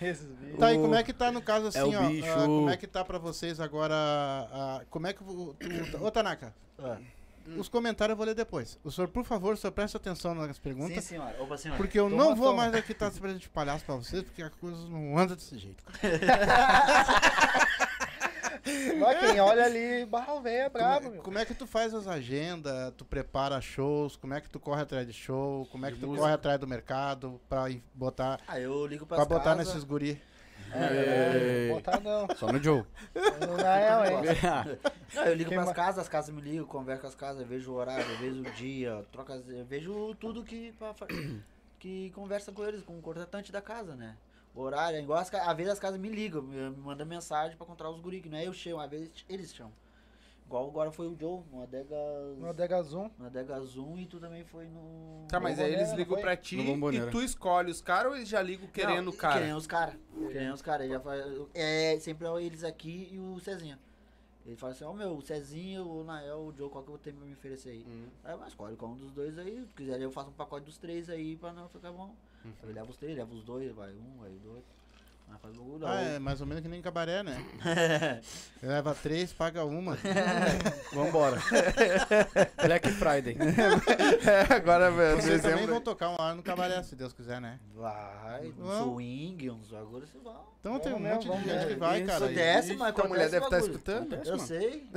Speaker 4: Esses vídeos.
Speaker 2: Tá, e como é que tá no caso assim,
Speaker 3: É o
Speaker 2: ó? ah,
Speaker 3: bicho.
Speaker 2: como é que tá pra vocês agora? ah, como é que. vo- Tu, ô, Tanaka, hum,
Speaker 5: Ah,
Speaker 2: os comentários eu vou ler depois. O senhor, por favor, só presta atenção nas
Speaker 5: Sim,
Speaker 2: perguntas.
Speaker 5: senhora. Opa, senhora.
Speaker 2: Porque eu
Speaker 4: Toma,
Speaker 2: não vou
Speaker 4: toma.
Speaker 2: mais aqui estar tá de palhaço pra vocês, porque a coisa não anda desse jeito.
Speaker 4: Ó, quem olha ali, barro velho é
Speaker 2: Como é-
Speaker 4: brabo, meu.
Speaker 2: Como é que tu faz as agendas? Tu prepara shows? Como é que tu corre atrás de show? Como é que
Speaker 3: De
Speaker 2: tu
Speaker 3: música.
Speaker 2: corre atrás do mercado pra in- botar
Speaker 5: Ah, eu ligo
Speaker 2: para
Speaker 5: pras
Speaker 2: botar
Speaker 5: casas.
Speaker 2: nesses guri?
Speaker 4: É,
Speaker 3: Ei.
Speaker 4: botar não.
Speaker 3: Só no Joe.
Speaker 5: [LAUGHS]
Speaker 4: Não, não, hein?
Speaker 5: é. Não, eu ligo
Speaker 4: Quem
Speaker 5: pras
Speaker 4: ma-
Speaker 5: casas, as casas me ligam, converso com as casas, eu vejo o horário, eu vejo o dia, troca, as- eu vejo tudo que, pra fa- [COUGHS] que conversa com eles, com o contratante da casa, né? O horário, igual as, ca- às vezes as casas me ligam, me, me mandam mensagem pra encontrar os guri, que não é eu chamo, às vezes eles chamam. Igual agora foi o Joe, no Adega,
Speaker 4: No Adega Zoom.
Speaker 5: no Adega Zoom e tu também foi no...
Speaker 1: Tá, mas aí eles
Speaker 4: Bomboneira,
Speaker 1: ligam
Speaker 4: foi?
Speaker 1: pra ti
Speaker 3: No Bomboneira.
Speaker 1: e tu escolhe os caras ou eles já ligam querendo
Speaker 5: Não,
Speaker 1: o cara?
Speaker 5: Querendo os caras. Querendo os caras. Ele já faz- É, sempre é eles aqui e o Cezinha. Ele fala assim, ó meu, o Cezinha, o Nael, o Joe, qual que eu tenho pra me oferecer aí?
Speaker 1: Uhum.
Speaker 5: Aí, mas escolhe qual um dos dois aí. Se quiser eu faço um pacote dos três aí pra não ficar bom.
Speaker 1: Uhum.
Speaker 5: Aí Eu levo os três, levo os dois, vai um, vai dois. Mas faz bagulho.
Speaker 2: Ah, é
Speaker 5: aí-
Speaker 2: mais ou menos que nem cabaré, né? Leva três, paga uma.
Speaker 3: Vambora. Black Friday.
Speaker 1: [LAUGHS] É, agora, velho,
Speaker 2: Vocês também
Speaker 1: dezembro.
Speaker 2: vão tocar uma hora no cabaré, se Deus quiser, né?
Speaker 5: Vai, um
Speaker 2: Vamos.
Speaker 5: swing, uns bagulhos assim, vão.
Speaker 2: Então tem um
Speaker 4: Vamos,
Speaker 2: monte de
Speaker 4: vamos,
Speaker 2: gente
Speaker 4: vamos.
Speaker 2: que vai,
Speaker 3: Isso
Speaker 2: cara. e-
Speaker 5: Acontece, mas
Speaker 1: Tua mulher
Speaker 5: acontece
Speaker 1: deve estar
Speaker 5: bagulho.
Speaker 1: escutando.
Speaker 5: Eu sei.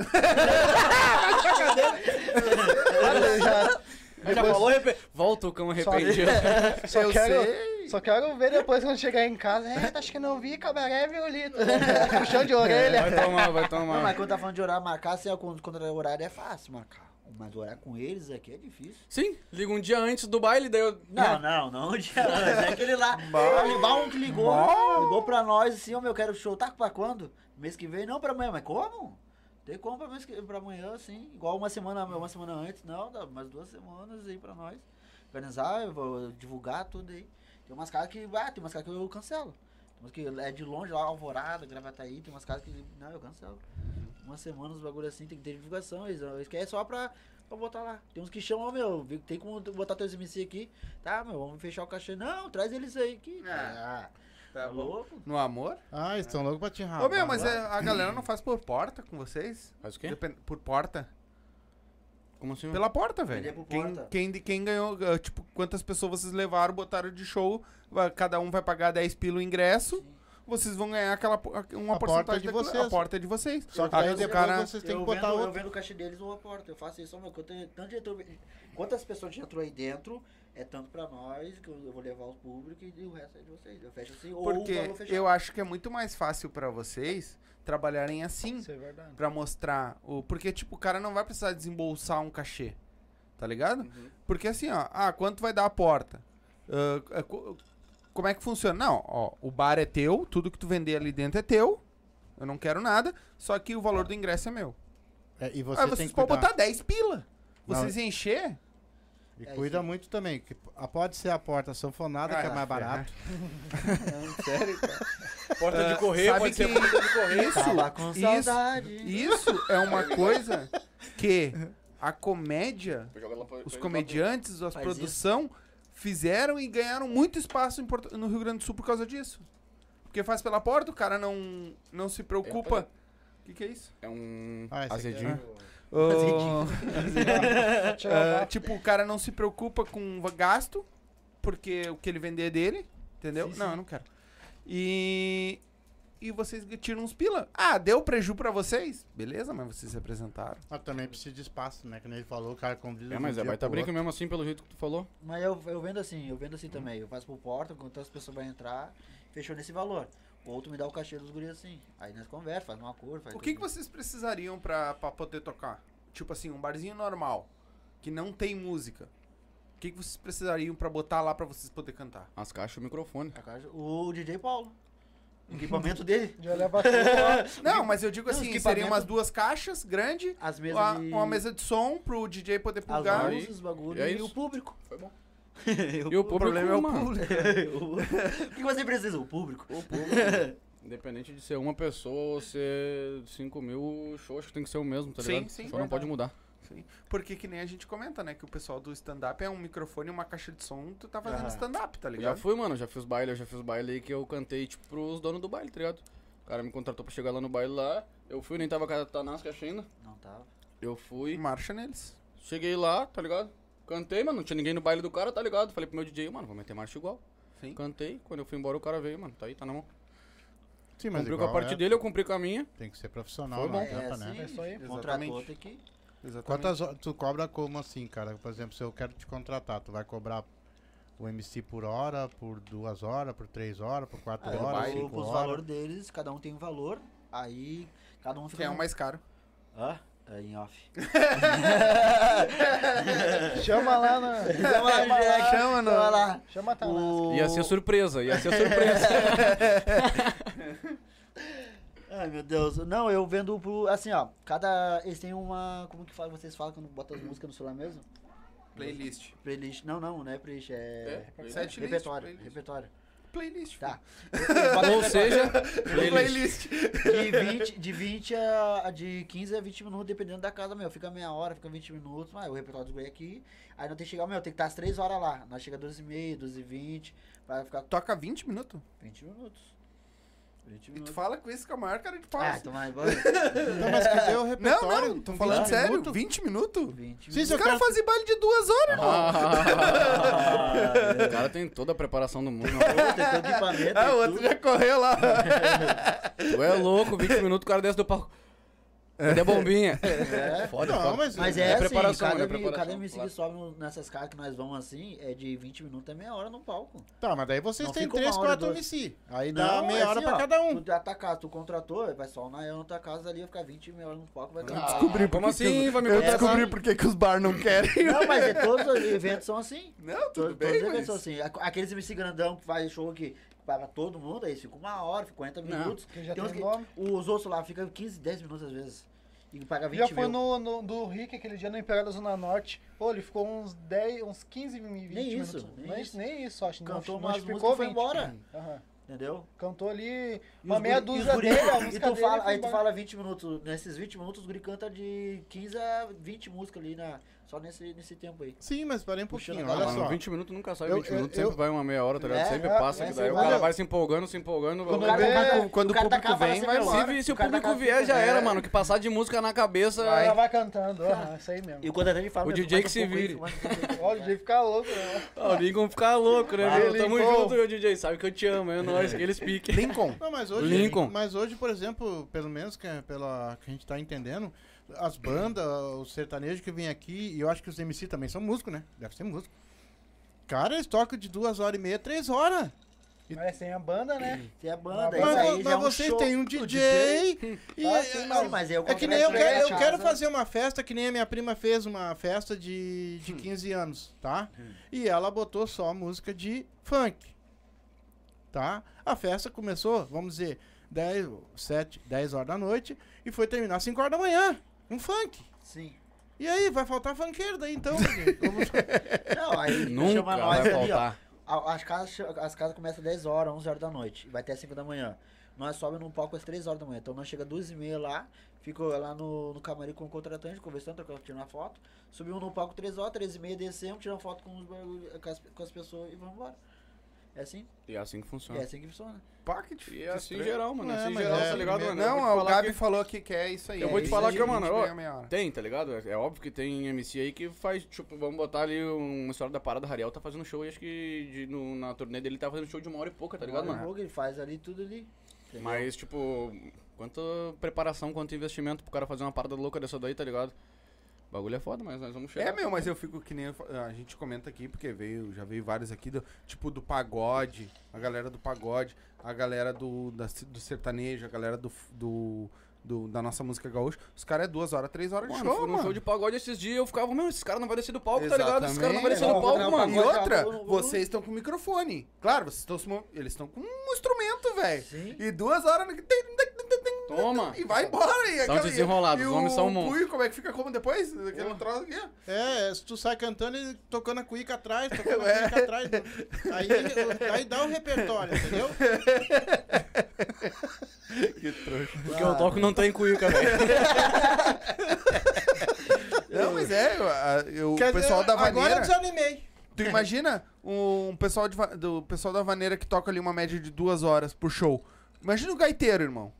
Speaker 4: Olha, já-
Speaker 3: Já falou arrepe... Volta o cão arrependido.
Speaker 4: só,
Speaker 1: Eu
Speaker 4: quero,
Speaker 1: sei.
Speaker 4: só quero ver depois quando chegar em casa. É, acho que não vi cabaré
Speaker 5: [LAUGHS]
Speaker 4: violito. Puxão de orelha.
Speaker 3: Vai tomar, vai tomar.
Speaker 5: Não, mas quando tá falando de horário marcar, se é quando contra o horário é fácil marcar. Mas horário com eles aqui é difícil.
Speaker 3: Sim, liga um dia antes do baile, daí eu. Né?
Speaker 5: Não, não, não, o dia antes. É aquele lá. Alibar um que ligou. Ligou pra nós assim, ô meu, quero show. Tá pra quando? Mês que vem? Não, pra amanhã. Mas como? Tem como pra, mês que, pra amanhã, assim. Igual uma semana, uma semana antes, não, dá mais duas semanas aí pra nós. Organizar, eu vou divulgar tudo aí. Tem umas casas que. Ah, tem umas casas que eu cancelo. Tem umas que é de longe lá, alvorada, gravataí, tem umas casas que. Não, eu cancelo. Uma semana os bagulho assim, tem que ter divulgação, eles, eles querem só pra, pra botar lá. Tem uns que chamam, "Ô, meu, vi- tem como tu botar teus MC aqui. Tá, meu, vamos fechar o cachê. Não, traz eles aí que Ah, tá louco.
Speaker 1: No amor?
Speaker 2: Ah, eles estão loucos pra te enrabar.
Speaker 1: Ô, meu, mas é- a galera não faz por porta com vocês?
Speaker 3: Faz o quê?
Speaker 1: Depen- por porta?
Speaker 3: Como
Speaker 2: Hum.
Speaker 3: assim?
Speaker 1: Pela porta,
Speaker 5: Ele é
Speaker 1: velho.
Speaker 5: por
Speaker 1: Quem,
Speaker 5: porta.
Speaker 1: quem, quem ganhou, ah, tipo, quantas pessoas vocês levaram, botaram de show, vai- cada um vai pagar 10 pila o ingresso, vocês vão ganhar aquela, po- ah, uma
Speaker 2: A porta
Speaker 1: porcentagem
Speaker 2: de
Speaker 1: daquilo-
Speaker 2: vocês.
Speaker 1: A porta é de vocês.
Speaker 2: Só
Speaker 5: Tá
Speaker 2: que
Speaker 1: Aí
Speaker 2: daí
Speaker 1: o
Speaker 2: depois
Speaker 1: cara-
Speaker 2: vocês têm
Speaker 5: Eu
Speaker 2: que
Speaker 5: vendo,
Speaker 2: botar
Speaker 5: eu
Speaker 2: outro.
Speaker 5: vendo o cachê deles ou a porta. Eu faço isso, ó, meu, que eu tenho tanto de entrou- Quantas pessoas já entrou aí dentro, é tanto pra nós, que eu, eu vou levar o público e o resto é de vocês. Eu fecho assim, ou o
Speaker 1: Porque
Speaker 5: valor fechado.
Speaker 1: eu acho que é muito mais fácil pra vocês trabalharem assim.
Speaker 4: Isso é verdade.
Speaker 1: Pra mostrar o. Porque, tipo, o cara não vai precisar desembolsar um cachê. Tá ligado?
Speaker 3: Uhum.
Speaker 1: Porque assim, ó, ah, quanto vai dar a porta? Ah, ah, co- como é que funciona? Não, ó, o bar é teu, tudo que tu vender ali dentro é teu. Eu não quero nada, só que o
Speaker 3: Tá.
Speaker 1: valor do ingresso é meu.
Speaker 2: É, e
Speaker 1: Aí
Speaker 2: vocês têm
Speaker 1: vocês
Speaker 2: que
Speaker 1: podem
Speaker 2: cuidar.
Speaker 1: botar 10 pila.
Speaker 2: Não,
Speaker 1: Vocês encher?
Speaker 2: E
Speaker 5: É,
Speaker 2: cuida
Speaker 5: sim.
Speaker 2: muito também. Que a- pode ser a porta sanfonada, que é
Speaker 1: Ah,
Speaker 2: mais barato.
Speaker 3: Porta de correr,
Speaker 1: Ah, sabe
Speaker 3: pode ser
Speaker 1: que-
Speaker 3: porta de correr.
Speaker 5: Tava
Speaker 1: Isso,
Speaker 5: com
Speaker 1: isso,
Speaker 5: saudade.
Speaker 1: isso é uma coisa que a comédia
Speaker 3: Joga lá pra- pra
Speaker 1: os
Speaker 3: ele
Speaker 1: comediantes, as
Speaker 5: Faz isso.
Speaker 1: produção fizeram e ganharam muito espaço em Porto- no Rio Grande do Sul por causa disso. Porque faz pela porta, o cara não, não se preocupa. O que, que é isso?
Speaker 3: É um
Speaker 2: Ah, esse aqui
Speaker 3: azedinho.
Speaker 1: Ah,
Speaker 5: [LAUGHS]
Speaker 4: Tchau,
Speaker 1: tipo, o cara não se preocupa com va- gasto, porque o que ele vender é dele, entendeu? Não, eu não quero. E e vocês tiram uns pila. Ah, deu preju pra vocês? Beleza, mas vocês se apresentaram.
Speaker 2: Mas também precisa de espaço, né? Que nem ele falou, o cara convida. um
Speaker 3: É, mas é baita briga mesmo assim, pelo jeito que tu falou.
Speaker 5: Mas eu, eu vendo assim, eu vendo assim também. Eu faço por porta, quanto as pessoas vão entrar, fechou nesse valor. O outro me dá o cachê dos guris assim. Aí nós conversa, faz um acordo, faz
Speaker 1: O que, que
Speaker 5: tudo.
Speaker 1: vocês precisariam pra, pra poder tocar? Tipo assim, um barzinho normal, que não tem música. O que, que vocês precisariam pra botar lá pra vocês poder
Speaker 3: [LAUGHS]
Speaker 1: cantar?
Speaker 3: As caixas e o microfone.
Speaker 5: A caixa- O DJ Paulo. O equipamento dele.
Speaker 4: Já leva tudo lá.
Speaker 1: Não, mas eu digo
Speaker 5: Não,
Speaker 1: assim,
Speaker 5: equipamento-
Speaker 1: seriam umas duas caixas grandes,
Speaker 5: As mesas
Speaker 1: uma,
Speaker 5: de...
Speaker 1: uma mesa de som pro DJ poder
Speaker 5: As
Speaker 1: pulgar.
Speaker 5: luzes, os bagulhos
Speaker 3: É
Speaker 5: e,
Speaker 3: isso.
Speaker 5: o público.
Speaker 3: Foi
Speaker 5: [LAUGHS]
Speaker 3: bom.
Speaker 5: e
Speaker 3: E o público,
Speaker 1: problema é o
Speaker 3: mano.
Speaker 5: público. o que você precisa? O público.
Speaker 3: O público. Independente de ser uma pessoa ou ser 5 mil, o show acho que tem que ser o mesmo, tá
Speaker 1: Sim,
Speaker 3: ligado?
Speaker 1: sim,
Speaker 3: Só não
Speaker 1: verdade.
Speaker 3: pode mudar.
Speaker 1: Sim. Porque que nem a gente comenta, né? Que o pessoal do stand-up é um microfone, uma caixa de som, tu tá fazendo
Speaker 5: Ah.
Speaker 1: stand-up, tá
Speaker 3: Eu Já
Speaker 1: ligado?
Speaker 3: fui, mano, já fiz baile, eu já fiz baile aí que eu cantei, tipo, pros donos do baile, tá ligado? O cara me contratou pra chegar lá no baile lá, eu fui, nem tava com a Tanasca ainda.
Speaker 5: Não tá. tava.
Speaker 3: Eu fui,
Speaker 1: Marcha neles.
Speaker 3: cheguei lá, tá ligado? Cantei, mano, não tinha ninguém no baile do cara, tá ligado? Falei pro meu DJ, mano, vou meter marcha igual.
Speaker 1: Sim.
Speaker 3: Cantei, quando eu fui embora o cara veio, mano, tá aí, tá na mão.
Speaker 2: Sim, mas
Speaker 3: Cumpriu
Speaker 2: igual,
Speaker 3: com a parte
Speaker 2: né?
Speaker 3: dele, eu cumpri com a minha.
Speaker 2: Tem que ser profissional,
Speaker 3: Foi
Speaker 2: não
Speaker 3: bom.
Speaker 2: adianta, né?
Speaker 5: assim,
Speaker 4: É isso aí.
Speaker 5: contratou,
Speaker 1: Exatamente.
Speaker 5: tem que...
Speaker 1: Exatamente.
Speaker 2: Quantas horas tu cobra como assim, cara? Por exemplo, se eu quero te contratar, tu vai cobrar o MC por hora, por duas horas, por três horas, por quatro
Speaker 5: Aí,
Speaker 2: horas,
Speaker 5: o-
Speaker 2: cinco
Speaker 5: Ah, os
Speaker 2: horas.
Speaker 5: valores deles, cada um tem um valor, aí cada um fica...
Speaker 1: Quem é
Speaker 5: num-
Speaker 1: o mais caro?
Speaker 5: Hã? É, em off.
Speaker 4: Chama lá na.
Speaker 5: Chama lá, Jack,
Speaker 1: chama, não.
Speaker 5: Chama lá.
Speaker 4: Chama tá a Tanasca.
Speaker 5: O...
Speaker 3: Ia ser surpresa, ia ser surpresa.
Speaker 5: Ai, meu Deus. Não, eu vendo pro... Assim, ó, cada... Eles têm uma... Como que fala, vocês falam quando botam as músicas no celular mesmo?
Speaker 1: Playlist.
Speaker 5: Playlist. Não, não, não é playlist, é...
Speaker 3: É, playlist,
Speaker 1: playlist,
Speaker 5: repertório,
Speaker 1: playlist.
Speaker 5: repertório.
Speaker 1: Playlist. [LAUGHS]
Speaker 5: Tá.
Speaker 3: Ou seja,
Speaker 1: Playlist.
Speaker 3: playlist.
Speaker 5: De 20, de 20 a, a de 15 a 20 minutos, dependendo da casa, meu. Fica meia hora, fica 20 minutos. Mas o repertório dos guri é aqui. Aí não tem que chegar, meu, tem que estar às 3 horas lá. Nós chega 12 e meia, 12 e 20. Pra ficar
Speaker 1: Toca 20 minutos?
Speaker 5: 20 minutos. 20
Speaker 1: E tu
Speaker 5: minutos.
Speaker 1: fala com esse com a maior cara de pau.
Speaker 5: Ah, então
Speaker 3: [LAUGHS]
Speaker 5: vai, vai.
Speaker 2: Não, mas cadê o
Speaker 1: Não,
Speaker 2: repertório? é-
Speaker 1: não, tô
Speaker 2: Com
Speaker 1: falando
Speaker 2: 20
Speaker 1: sério.
Speaker 2: minutos?
Speaker 1: 20 minutos?
Speaker 5: 20
Speaker 2: Sim,
Speaker 5: minutos. Ah,
Speaker 1: Os
Speaker 2: se eu
Speaker 1: caras
Speaker 2: quero...
Speaker 1: fazem baile de duas horas, irmão.
Speaker 3: [LAUGHS] o cara É tem toda a preparação do mundo. né? mano.
Speaker 5: Tem todo equipamento.
Speaker 1: Ah,
Speaker 5: tem
Speaker 1: o outro
Speaker 5: tudo.
Speaker 1: já correu lá.
Speaker 3: Tu é louco, 20 minutos o cara desce do palco. Cadê a bombinha?
Speaker 5: É.
Speaker 3: Foda,
Speaker 2: Não,
Speaker 3: foda.
Speaker 2: mas,
Speaker 5: Mas é,
Speaker 3: É
Speaker 5: assim,
Speaker 3: preparação,
Speaker 5: cada,
Speaker 3: né?
Speaker 5: M-
Speaker 3: Preparação,
Speaker 5: cada MC que
Speaker 3: claro.
Speaker 5: sobe no- nessas caras que nós vamos assim, é de 20 minutos a meia hora no palco.
Speaker 2: Tá, mas daí vocês
Speaker 5: Não,
Speaker 2: têm
Speaker 5: fica uma
Speaker 2: três,
Speaker 5: hora,
Speaker 2: quatro
Speaker 5: duas.
Speaker 2: MC. Aí dá meia
Speaker 5: é
Speaker 2: hora
Speaker 5: assim,
Speaker 2: pra
Speaker 5: ó,
Speaker 2: cada um.
Speaker 5: Tu já tá casa, tu contratou, vai só na, na tua casa ali, vai ficar 20 meia hora no palco,
Speaker 4: Ah,
Speaker 5: vai cantar.
Speaker 1: Descobri por
Speaker 3: Como
Speaker 1: que que
Speaker 3: assim?
Speaker 1: os-
Speaker 3: Vai me
Speaker 1: Eu
Speaker 3: contar?
Speaker 1: descobri por que que os bar não querem.
Speaker 5: Não, mas é, todos os eventos
Speaker 4: [LAUGHS]
Speaker 5: são assim.
Speaker 1: Não,
Speaker 5: Todos,
Speaker 1: tudo
Speaker 5: todos
Speaker 1: bem,
Speaker 5: os eventos
Speaker 1: mas...
Speaker 5: são assim. Aqu- Aqueles MC grandão que faz show que para todo mundo, aí fica uma hora, fica 40
Speaker 3: Não.
Speaker 5: minutos.
Speaker 4: Que já
Speaker 5: Tem uns
Speaker 4: tem nome.
Speaker 5: Os outros lá ficam 15, 10 minutos às vezes. E paga 20
Speaker 4: Já
Speaker 5: mil.
Speaker 4: foi no, no- do Rick aquele dia no Império da Zona Norte. Pô, ele ficou uns 10, uns 15, 20
Speaker 5: Nem
Speaker 4: minutos.
Speaker 5: isso, nem
Speaker 4: nem
Speaker 5: isso.
Speaker 4: nem isso, acho.
Speaker 5: Cantou
Speaker 4: não, não
Speaker 5: umas
Speaker 4: ficou
Speaker 5: músicas e foi
Speaker 4: 20.
Speaker 5: embora.
Speaker 4: Aham.
Speaker 5: Entendeu?
Speaker 4: Cantou ali
Speaker 5: E
Speaker 4: uma
Speaker 5: os
Speaker 4: meia
Speaker 5: guri- e os
Speaker 4: dúzia
Speaker 5: guri-
Speaker 4: dele, a
Speaker 5: E
Speaker 4: música
Speaker 5: tu
Speaker 4: dele.
Speaker 5: fala,
Speaker 4: foi
Speaker 5: aí tu
Speaker 4: embora.
Speaker 5: fala 20 minutos. Nesses 20 minutos, os guri canta de 15 a 20 músicas ali, na, só nesse, nesse tempo aí.
Speaker 2: Sim, mas parei um
Speaker 5: Puxando
Speaker 2: pouquinho,
Speaker 5: a
Speaker 2: olha
Speaker 5: barra.
Speaker 3: Mano,
Speaker 2: só.
Speaker 3: 20 minutos nunca sai
Speaker 2: Eu-
Speaker 3: 20
Speaker 2: eu-
Speaker 3: minutos,
Speaker 2: eu-
Speaker 3: sempre vai uma meia hora, tá ligado?
Speaker 5: É,
Speaker 3: sempre
Speaker 4: é,
Speaker 3: passa,
Speaker 4: é,
Speaker 3: que daí o
Speaker 4: sempre
Speaker 3: cara
Speaker 4: vai.
Speaker 3: vai se empolgando, se empolgando.
Speaker 4: Quando
Speaker 3: vai-
Speaker 4: vem,
Speaker 1: Quando- quando o
Speaker 5: cara da
Speaker 1: público
Speaker 5: capa fala
Speaker 1: vem,
Speaker 5: assim,
Speaker 1: vai
Speaker 5: meu,
Speaker 1: embora.
Speaker 3: se, se o
Speaker 5: cara da
Speaker 3: público
Speaker 5: capa
Speaker 3: vier, já
Speaker 5: fica-
Speaker 3: era, mano. Que passar de música na cabeça.
Speaker 4: Ela vai cantando, aham, isso aí mesmo.
Speaker 5: E o contratante fala,
Speaker 3: O
Speaker 5: meu, tu
Speaker 3: DJ
Speaker 5: mais
Speaker 3: que
Speaker 5: um
Speaker 3: se
Speaker 5: pouco aí,
Speaker 3: vire.
Speaker 5: tu mais um pouco aí.
Speaker 4: Olha, o DJ fica louco, né?
Speaker 3: Ah, o Lincoln fica louco, né,
Speaker 4: Ah,
Speaker 3: meu? Tamo
Speaker 4: Lincoln.
Speaker 3: junto, meu DJ. Sabe que eu te amo, é nóis, que eles piquem.
Speaker 1: Lincoln.
Speaker 2: Não, mas hoje,
Speaker 3: Lincoln.
Speaker 2: mas hoje, por exemplo, pelo menos que, pela, que a gente tá entendendo, as bandas, os sertanejos que vêm aqui, e eu acho que os MC também são músicos, né? Deve ser músico. Cara, eles tocam de duas horas e meia, três horas.
Speaker 4: Mas sem a banda, né?
Speaker 5: Tem a banda,
Speaker 4: Mas
Speaker 5: isso
Speaker 2: Mas,
Speaker 5: aí
Speaker 2: vo-
Speaker 5: já
Speaker 2: mas
Speaker 5: é um
Speaker 2: vocês
Speaker 5: show.
Speaker 2: têm um DJ, e
Speaker 4: Ah,
Speaker 2: é-
Speaker 4: sim,
Speaker 2: é-
Speaker 5: Não, mas é o
Speaker 2: É que nem eu
Speaker 5: contratante
Speaker 2: quero, eu
Speaker 5: da
Speaker 2: quero
Speaker 5: casa.
Speaker 2: fazer uma festa que nem a minha prima fez uma festa de,
Speaker 1: Hum.
Speaker 2: de 15 anos, tá? E ela botou só música de funk, tá? A festa começou, vamos dizer, 10, 7, 10 horas da noite e foi terminar 5 horas da manhã, um funk.
Speaker 5: Sim.
Speaker 2: E aí, vai faltar funkeiro
Speaker 1: [LAUGHS]
Speaker 2: daí então? porque eu vou-
Speaker 3: [LAUGHS]
Speaker 5: Não, aí
Speaker 3: Nunca
Speaker 5: chama nós
Speaker 3: vai
Speaker 5: ali, um ó.
Speaker 3: faltar.
Speaker 5: A- As casas, che- as casas começam 10 horas, 11 horas da noite. e Vai até 5 da manhã. Nós sobemos no palco às 3 horas da manhã. Então nós chega às 2 e meia lá. Ficou lá no, no camarim com o contratante, conversando, trocando, tirando a foto. Subimos no palco 3 horas, 3 e meia, descemos, tiramos foto com, os, barulho- com, as, com as pessoas e vamos embora. É assim?
Speaker 3: E é assim que funciona.
Speaker 5: É assim que funciona.
Speaker 1: Pá, que difícil.
Speaker 3: E é assim em geral, mano. É
Speaker 2: É,
Speaker 3: assim em
Speaker 2: mas
Speaker 3: geral,
Speaker 2: é,
Speaker 3: tá ligado,
Speaker 2: primeiro-
Speaker 3: mano? Eu vou te
Speaker 1: Não, o
Speaker 3: falar
Speaker 1: Gabi
Speaker 3: que-
Speaker 1: falou que quer isso aí.
Speaker 3: Eu
Speaker 1: é
Speaker 3: vou te
Speaker 1: isso
Speaker 3: falar
Speaker 1: aí,
Speaker 3: que, mano,
Speaker 1: 20
Speaker 3: ó,
Speaker 1: meia, meia hora.
Speaker 3: Tem, tá ligado? É é óbvio que tem MC aí que faz, tipo, vamos botar ali um, uma história da parada. Rariel tá fazendo show e acho que de- no- na turnê dele ele tá fazendo show de uma hora e pouca, tá ligado,
Speaker 5: Agora o
Speaker 3: mano?
Speaker 5: Rogue, Ele faz ali tudo ali. entendeu?
Speaker 3: Mas, tipo, quanto preparação, quanto investimento pro cara fazer uma parada louca dessa daí, tá ligado? O bagulho é foda, mas nós vamos chegar.
Speaker 1: É, meu, mas eu fico que nem. eu fa- A gente comenta aqui, porque veio, já veio vários aqui, do- tipo do pagode, a galera do pagode, a galera do, da se- do sertanejo, a galera do, f- do, do- da nossa música gaúcha. Os caras é duas horas, três horas
Speaker 3: Mano,
Speaker 1: de show,
Speaker 3: fui num
Speaker 1: mano.
Speaker 3: show de pagode esses dias eu ficava, meu, esses caras não vai descer do palco, tá ligado? Esses caras não vai descer do
Speaker 4: Exatamente.
Speaker 3: palco,
Speaker 4: Não,
Speaker 3: mano.
Speaker 1: E
Speaker 4: Agora,
Speaker 1: outra,
Speaker 4: calma, vamos-
Speaker 1: vocês estão com microfone. Claro, vocês estão se mo- Eles estão com um instrumento, velho.
Speaker 5: Sim.
Speaker 1: E duas horas. no-
Speaker 3: Toma.
Speaker 1: E vai embora. E aquela-
Speaker 3: desenrolados,
Speaker 1: e
Speaker 3: os homens são
Speaker 1: o
Speaker 3: um monstro.
Speaker 1: punho, como é que fica como depois? Aquela troça aqui. ó.
Speaker 2: É, é, se tu sai cantando e tocando a cuíca atrás,
Speaker 1: [LAUGHS]
Speaker 2: tocando a
Speaker 1: É.
Speaker 2: cuíca atrás. Aí, aí dá o repertório, entendeu?
Speaker 3: Porque eu toco não tem cuíca, né? velho.
Speaker 1: Não, mas é, eu- a- eu-
Speaker 2: Quer
Speaker 1: o pessoal
Speaker 2: dizer,
Speaker 1: da vaneira.
Speaker 2: Agora eu desanimei.
Speaker 1: Tu imagina um pessoal de va- do pessoal da vaneira que toca ali uma média de duas horas por show. Imagina o gaiteiro, irmão.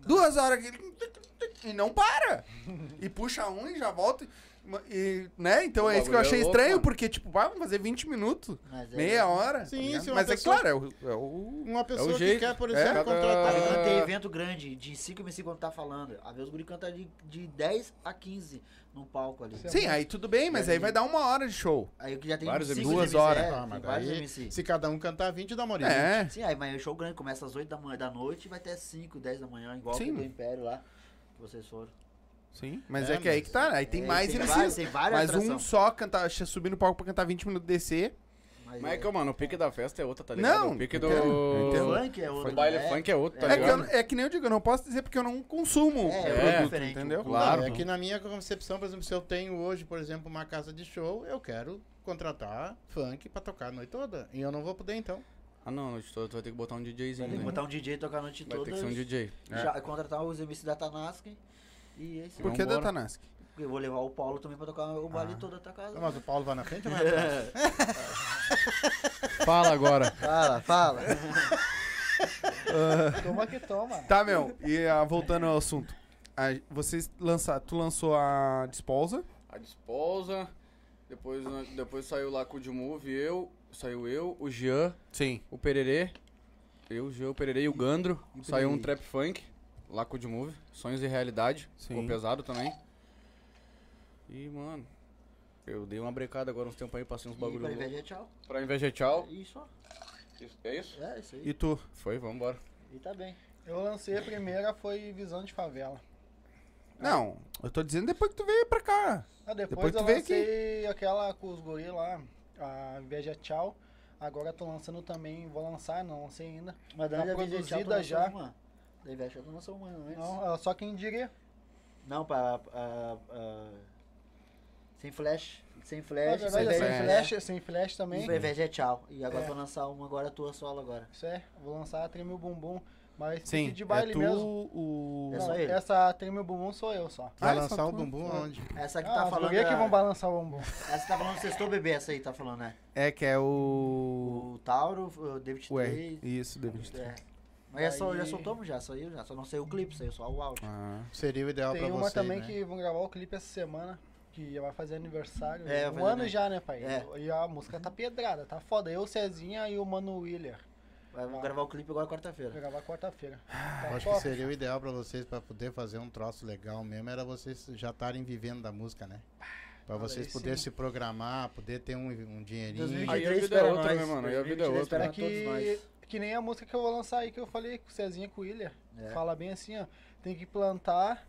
Speaker 1: Duas horas que ele- e não para. E puxa um e já volta. E, né? Então
Speaker 3: O
Speaker 1: é isso que eu
Speaker 3: bagulho é
Speaker 1: achei
Speaker 3: louco,
Speaker 1: estranho,
Speaker 3: mano.
Speaker 1: porque, tipo, vai vamos fazer 20 minutos,
Speaker 5: Mas é-
Speaker 1: meia hora.
Speaker 2: Sim,
Speaker 1: ligado?
Speaker 2: se uma
Speaker 1: Mas
Speaker 2: pessoa-
Speaker 1: é claro, é o. é o-
Speaker 2: Uma pessoa que
Speaker 3: jeito.
Speaker 2: quer, por
Speaker 1: É,
Speaker 2: exemplo,
Speaker 1: cada-
Speaker 5: Aí quando
Speaker 2: contratar.
Speaker 5: tem evento grande, de 5 MC quando tá falando, a vez os guri canta de, de 10 a 15 no palco ali.
Speaker 2: é
Speaker 1: Sim, aí tudo bem, mas aí vai dar uma hora de show.
Speaker 5: Aí que já tem
Speaker 3: Vários
Speaker 5: cinco
Speaker 3: MC.
Speaker 1: Duas
Speaker 5: MC,
Speaker 1: horas.
Speaker 5: é,
Speaker 2: Ah,
Speaker 5: tem
Speaker 2: mas
Speaker 5: vários
Speaker 2: daí,
Speaker 5: MC.
Speaker 2: se cada um cantar 20, dá uma hora e vinte.
Speaker 1: É.
Speaker 5: Sim, aí mas é show grande, começa às 8 da, manhã, da noite e vai até 5, 10 da manhã, igual
Speaker 1: Sim.
Speaker 5: o do Império lá, que vocês foram.
Speaker 1: Sim. Mas é,
Speaker 2: É,
Speaker 1: que é aí
Speaker 2: mas-
Speaker 1: que tá. Aí tem
Speaker 5: É,
Speaker 1: mais
Speaker 5: tem
Speaker 1: MC.
Speaker 5: várias- tem várias
Speaker 1: mas um
Speaker 5: atração.
Speaker 1: só cantar, subir no palco pra cantar 20 minutos descer.
Speaker 5: Mas,
Speaker 3: Mas é
Speaker 5: é-
Speaker 3: que, mano, o pique da festa é outra, tá ligado?
Speaker 1: Não,
Speaker 3: o pique do.
Speaker 1: entendo, entendo.
Speaker 5: o funk é outro.
Speaker 3: O baile
Speaker 5: né?
Speaker 3: funk é outro, tá
Speaker 1: É que, eu-
Speaker 3: ligado?
Speaker 1: é que nem eu digo, eu não posso dizer porque eu não consumo
Speaker 5: É,
Speaker 1: o
Speaker 5: é
Speaker 1: produto,
Speaker 5: diferente,
Speaker 1: entendeu?
Speaker 5: o
Speaker 3: Claro.
Speaker 2: É que na minha concepção, por exemplo, se eu tenho hoje, por exemplo, uma casa de show, eu quero contratar funk pra tocar a noite toda. E eu não vou poder, então.
Speaker 3: Ah, não, tu tu vai ter que botar um DJzinho.
Speaker 5: Tem que
Speaker 3: né?
Speaker 5: botar um DJ tocar a noite
Speaker 3: Vai
Speaker 5: toda.
Speaker 3: ter que ser um DJ.
Speaker 5: Já, contratar os MC da Tanask. E esse,
Speaker 1: Por que
Speaker 3: Vambora.
Speaker 1: da Tanask?
Speaker 5: eu vou levar o Paulo também pra tocar o
Speaker 3: Ah.
Speaker 5: baile todo da tua
Speaker 3: É
Speaker 5: casa.
Speaker 2: Mas o Paulo vai na frente ou vai atrás?
Speaker 3: É. Fala agora.
Speaker 5: fala, fala.
Speaker 4: Toma que toma.
Speaker 1: Tá, meu, e ah, voltando ao assunto. A, vocês lançar, tu lançou a Disposa,
Speaker 3: A Disposa, depois, depois saiu lá com o Dmove, eu, saiu eu, o Jean,
Speaker 1: Sim.
Speaker 3: o Pererê, eu, o Jean, o Pererê e o Gandro. Saiu um trap funk lá com o Dmove, Sonhos e Realidade, ficou
Speaker 1: Sim.
Speaker 3: pesado também. E, mano, eu dei uma brecada agora uns tempos aí, passei uns
Speaker 5: E pra
Speaker 3: bagulho louco.
Speaker 5: inveja, tchau. É
Speaker 3: Pra inveja tchau.
Speaker 5: Isso, ó.
Speaker 3: Isso- É isso?
Speaker 5: É, isso aí.
Speaker 1: E tu?
Speaker 3: Foi, vambora.
Speaker 5: E tá bem.
Speaker 4: Eu lancei a primeira, foi Visão de Favela.
Speaker 1: Não, eu tô dizendo depois que tu veio pra cá.
Speaker 4: Ah,
Speaker 1: Depois
Speaker 4: depois,
Speaker 1: tu
Speaker 4: eu
Speaker 1: vem
Speaker 4: lancei aquela com os guri lá, a Inveja Tchau. Agora eu tô lançando também, vou lançar, não lancei ainda.
Speaker 5: Mas
Speaker 4: Tá
Speaker 5: daí a inveja tchau, tu
Speaker 4: produzida
Speaker 5: lançou
Speaker 4: já.
Speaker 5: uma. Da inveja tchau, tu lançou uma antes. Não,
Speaker 4: Não, é só quem diria.
Speaker 5: não pra... ah, ah, sem flash. Sem
Speaker 4: Na
Speaker 5: flash.
Speaker 4: verdade, é
Speaker 5: sem
Speaker 4: sem
Speaker 1: Inveja.
Speaker 4: flash, sem flash
Speaker 5: E
Speaker 4: também.
Speaker 5: pra inveja tchau. E agora
Speaker 4: É.
Speaker 5: tu vou lançar uma agora tua solo agora.
Speaker 4: Isso é, vou lançar a Tremeu Bumbum. Mas
Speaker 1: Sim.
Speaker 4: fique de baile
Speaker 1: é tu,
Speaker 4: mesmo.
Speaker 1: o.
Speaker 5: É
Speaker 4: Não,
Speaker 5: só ele?
Speaker 4: Essa Tremeu Bumbum sou eu só.
Speaker 1: Ah,
Speaker 2: Vai
Speaker 1: é só
Speaker 2: lançar o
Speaker 1: tu.
Speaker 2: bumbum aonde?
Speaker 5: Essa que
Speaker 4: ah,
Speaker 5: tá
Speaker 4: os
Speaker 5: falando...
Speaker 4: guri é que
Speaker 5: ah,
Speaker 4: vão balançar o bumbum.
Speaker 5: Essa tá falando sextou bebê, essa aí tá falando, né?
Speaker 1: É que é o.
Speaker 5: O Tauro, o David
Speaker 1: O
Speaker 5: Trey.
Speaker 1: R. Isso, David.
Speaker 5: É. Mas já, sol- já
Speaker 4: Aí-
Speaker 5: soltamos já, saiu já. Só não saiu o clipe, saiu só o áudio.
Speaker 1: Ah.
Speaker 2: Seria o ideal
Speaker 4: Tem
Speaker 2: pra
Speaker 4: uma
Speaker 2: você,
Speaker 4: também
Speaker 2: né?
Speaker 4: que vão gravar o clipe essa semana, que já vai fazer aniversário.
Speaker 5: É, vai
Speaker 4: um
Speaker 5: fazer,
Speaker 4: ano
Speaker 5: né?
Speaker 4: já, né, pai?
Speaker 5: É.
Speaker 4: E a música tá pedrada, tá foda. Eu, Cezinha e o Mano Willer.
Speaker 5: Vai- Vamos
Speaker 4: Ah.
Speaker 5: gravar o clipe agora
Speaker 4: Vai
Speaker 5: quarta-feira.
Speaker 4: gravar quarta-feira.
Speaker 2: Ah, Eu
Speaker 4: Tá
Speaker 2: Acho que
Speaker 4: top.
Speaker 2: seria o ideal pra vocês, pra poder fazer um troço legal mesmo, era vocês já estarem vivendo da música, né? Pra vocês
Speaker 4: aí
Speaker 2: poderem
Speaker 4: sim.
Speaker 2: se programar, poder ter um, um dinheirinho.
Speaker 5: 2023
Speaker 3: Aí a vida é
Speaker 5: espera
Speaker 3: outra,
Speaker 5: nós,
Speaker 3: né, mano? Aí a vida é
Speaker 5: 2023
Speaker 3: outra.
Speaker 5: espera
Speaker 4: Espera
Speaker 5: todos
Speaker 4: que,
Speaker 5: nós.
Speaker 4: que nem a música que eu vou lançar aí que eu falei com o Cezinha e com o Willer.
Speaker 5: É.
Speaker 4: Fala bem assim, ó. Tem que plantar,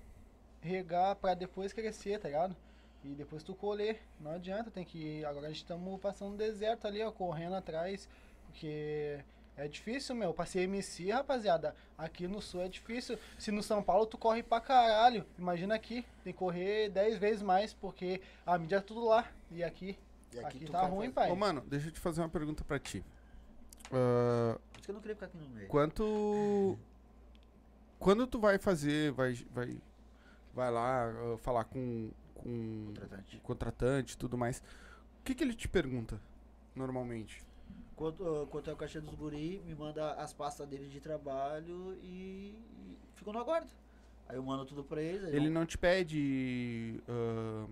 Speaker 4: regar pra depois crescer, tá ligado? E depois tu colher. Não adianta, tem que. Agora a gente estamos passando um deserto ali, ó, correndo atrás. Porque é difícil, meu. Pra ser MC, rapaziada. Aqui no sul é difícil. Se no São Paulo tu corre pra caralho. Imagina aqui. Tem que correr 10 vezes mais, porque a mídia é tudo lá. E aqui.
Speaker 5: E aqui
Speaker 4: aqui
Speaker 5: tu
Speaker 4: tá
Speaker 5: vai
Speaker 4: ruim,
Speaker 5: fazer-
Speaker 4: pai.
Speaker 1: Ô, mano, deixa eu te fazer uma pergunta pra ti. Ah,
Speaker 5: Por isso que eu não queria ficar aqui no meio.
Speaker 1: Quanto. Quando tu vai fazer, vai, vai, vai lá ah, falar com, com
Speaker 5: Contratante.
Speaker 1: o contratante e tudo mais, o que, que ele te pergunta normalmente?
Speaker 5: Quanto, ah, quanto é o cachê dos guri, me manda as pastas dele de trabalho e, e fico no aguardo. Aí eu mando tudo pra eles. aí
Speaker 1: Ele
Speaker 5: eu-
Speaker 1: não te pede ah,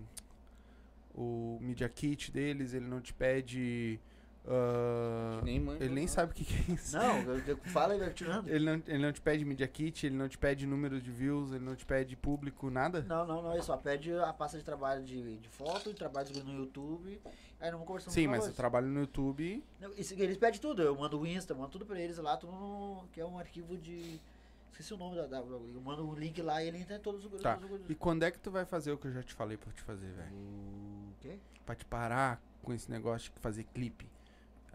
Speaker 1: o media kit deles, ele não te pede ah,
Speaker 3: Nem mãe.
Speaker 1: ele
Speaker 5: né?
Speaker 1: nem sabe o que, que é isso.
Speaker 5: Não, eu, eu fala e vai tirando.
Speaker 1: Ele não, ele não te pede media kit, ele não te pede número de views, ele não te pede público, nada?
Speaker 5: Não, não, não, ele só pede a pasta de trabalho de, de foto, de trabalho no YouTube, aí não vou conversando
Speaker 1: Sim,
Speaker 5: com
Speaker 1: mas eu
Speaker 5: eles.
Speaker 1: trabalho no YouTube.
Speaker 5: Não, isso- Eles pedem tudo, eu mando o Insta, mando tudo pra eles lá, tudo no, que é um arquivo de... Esqueci o nome da... da eu mando o link lá e ele entra em todos os...
Speaker 1: Tá.
Speaker 5: todos os-
Speaker 1: E quando é que tu vai fazer o que eu já te falei pra te fazer, velho?
Speaker 5: O quê?
Speaker 1: Pra te parar com esse negócio de fazer clipe.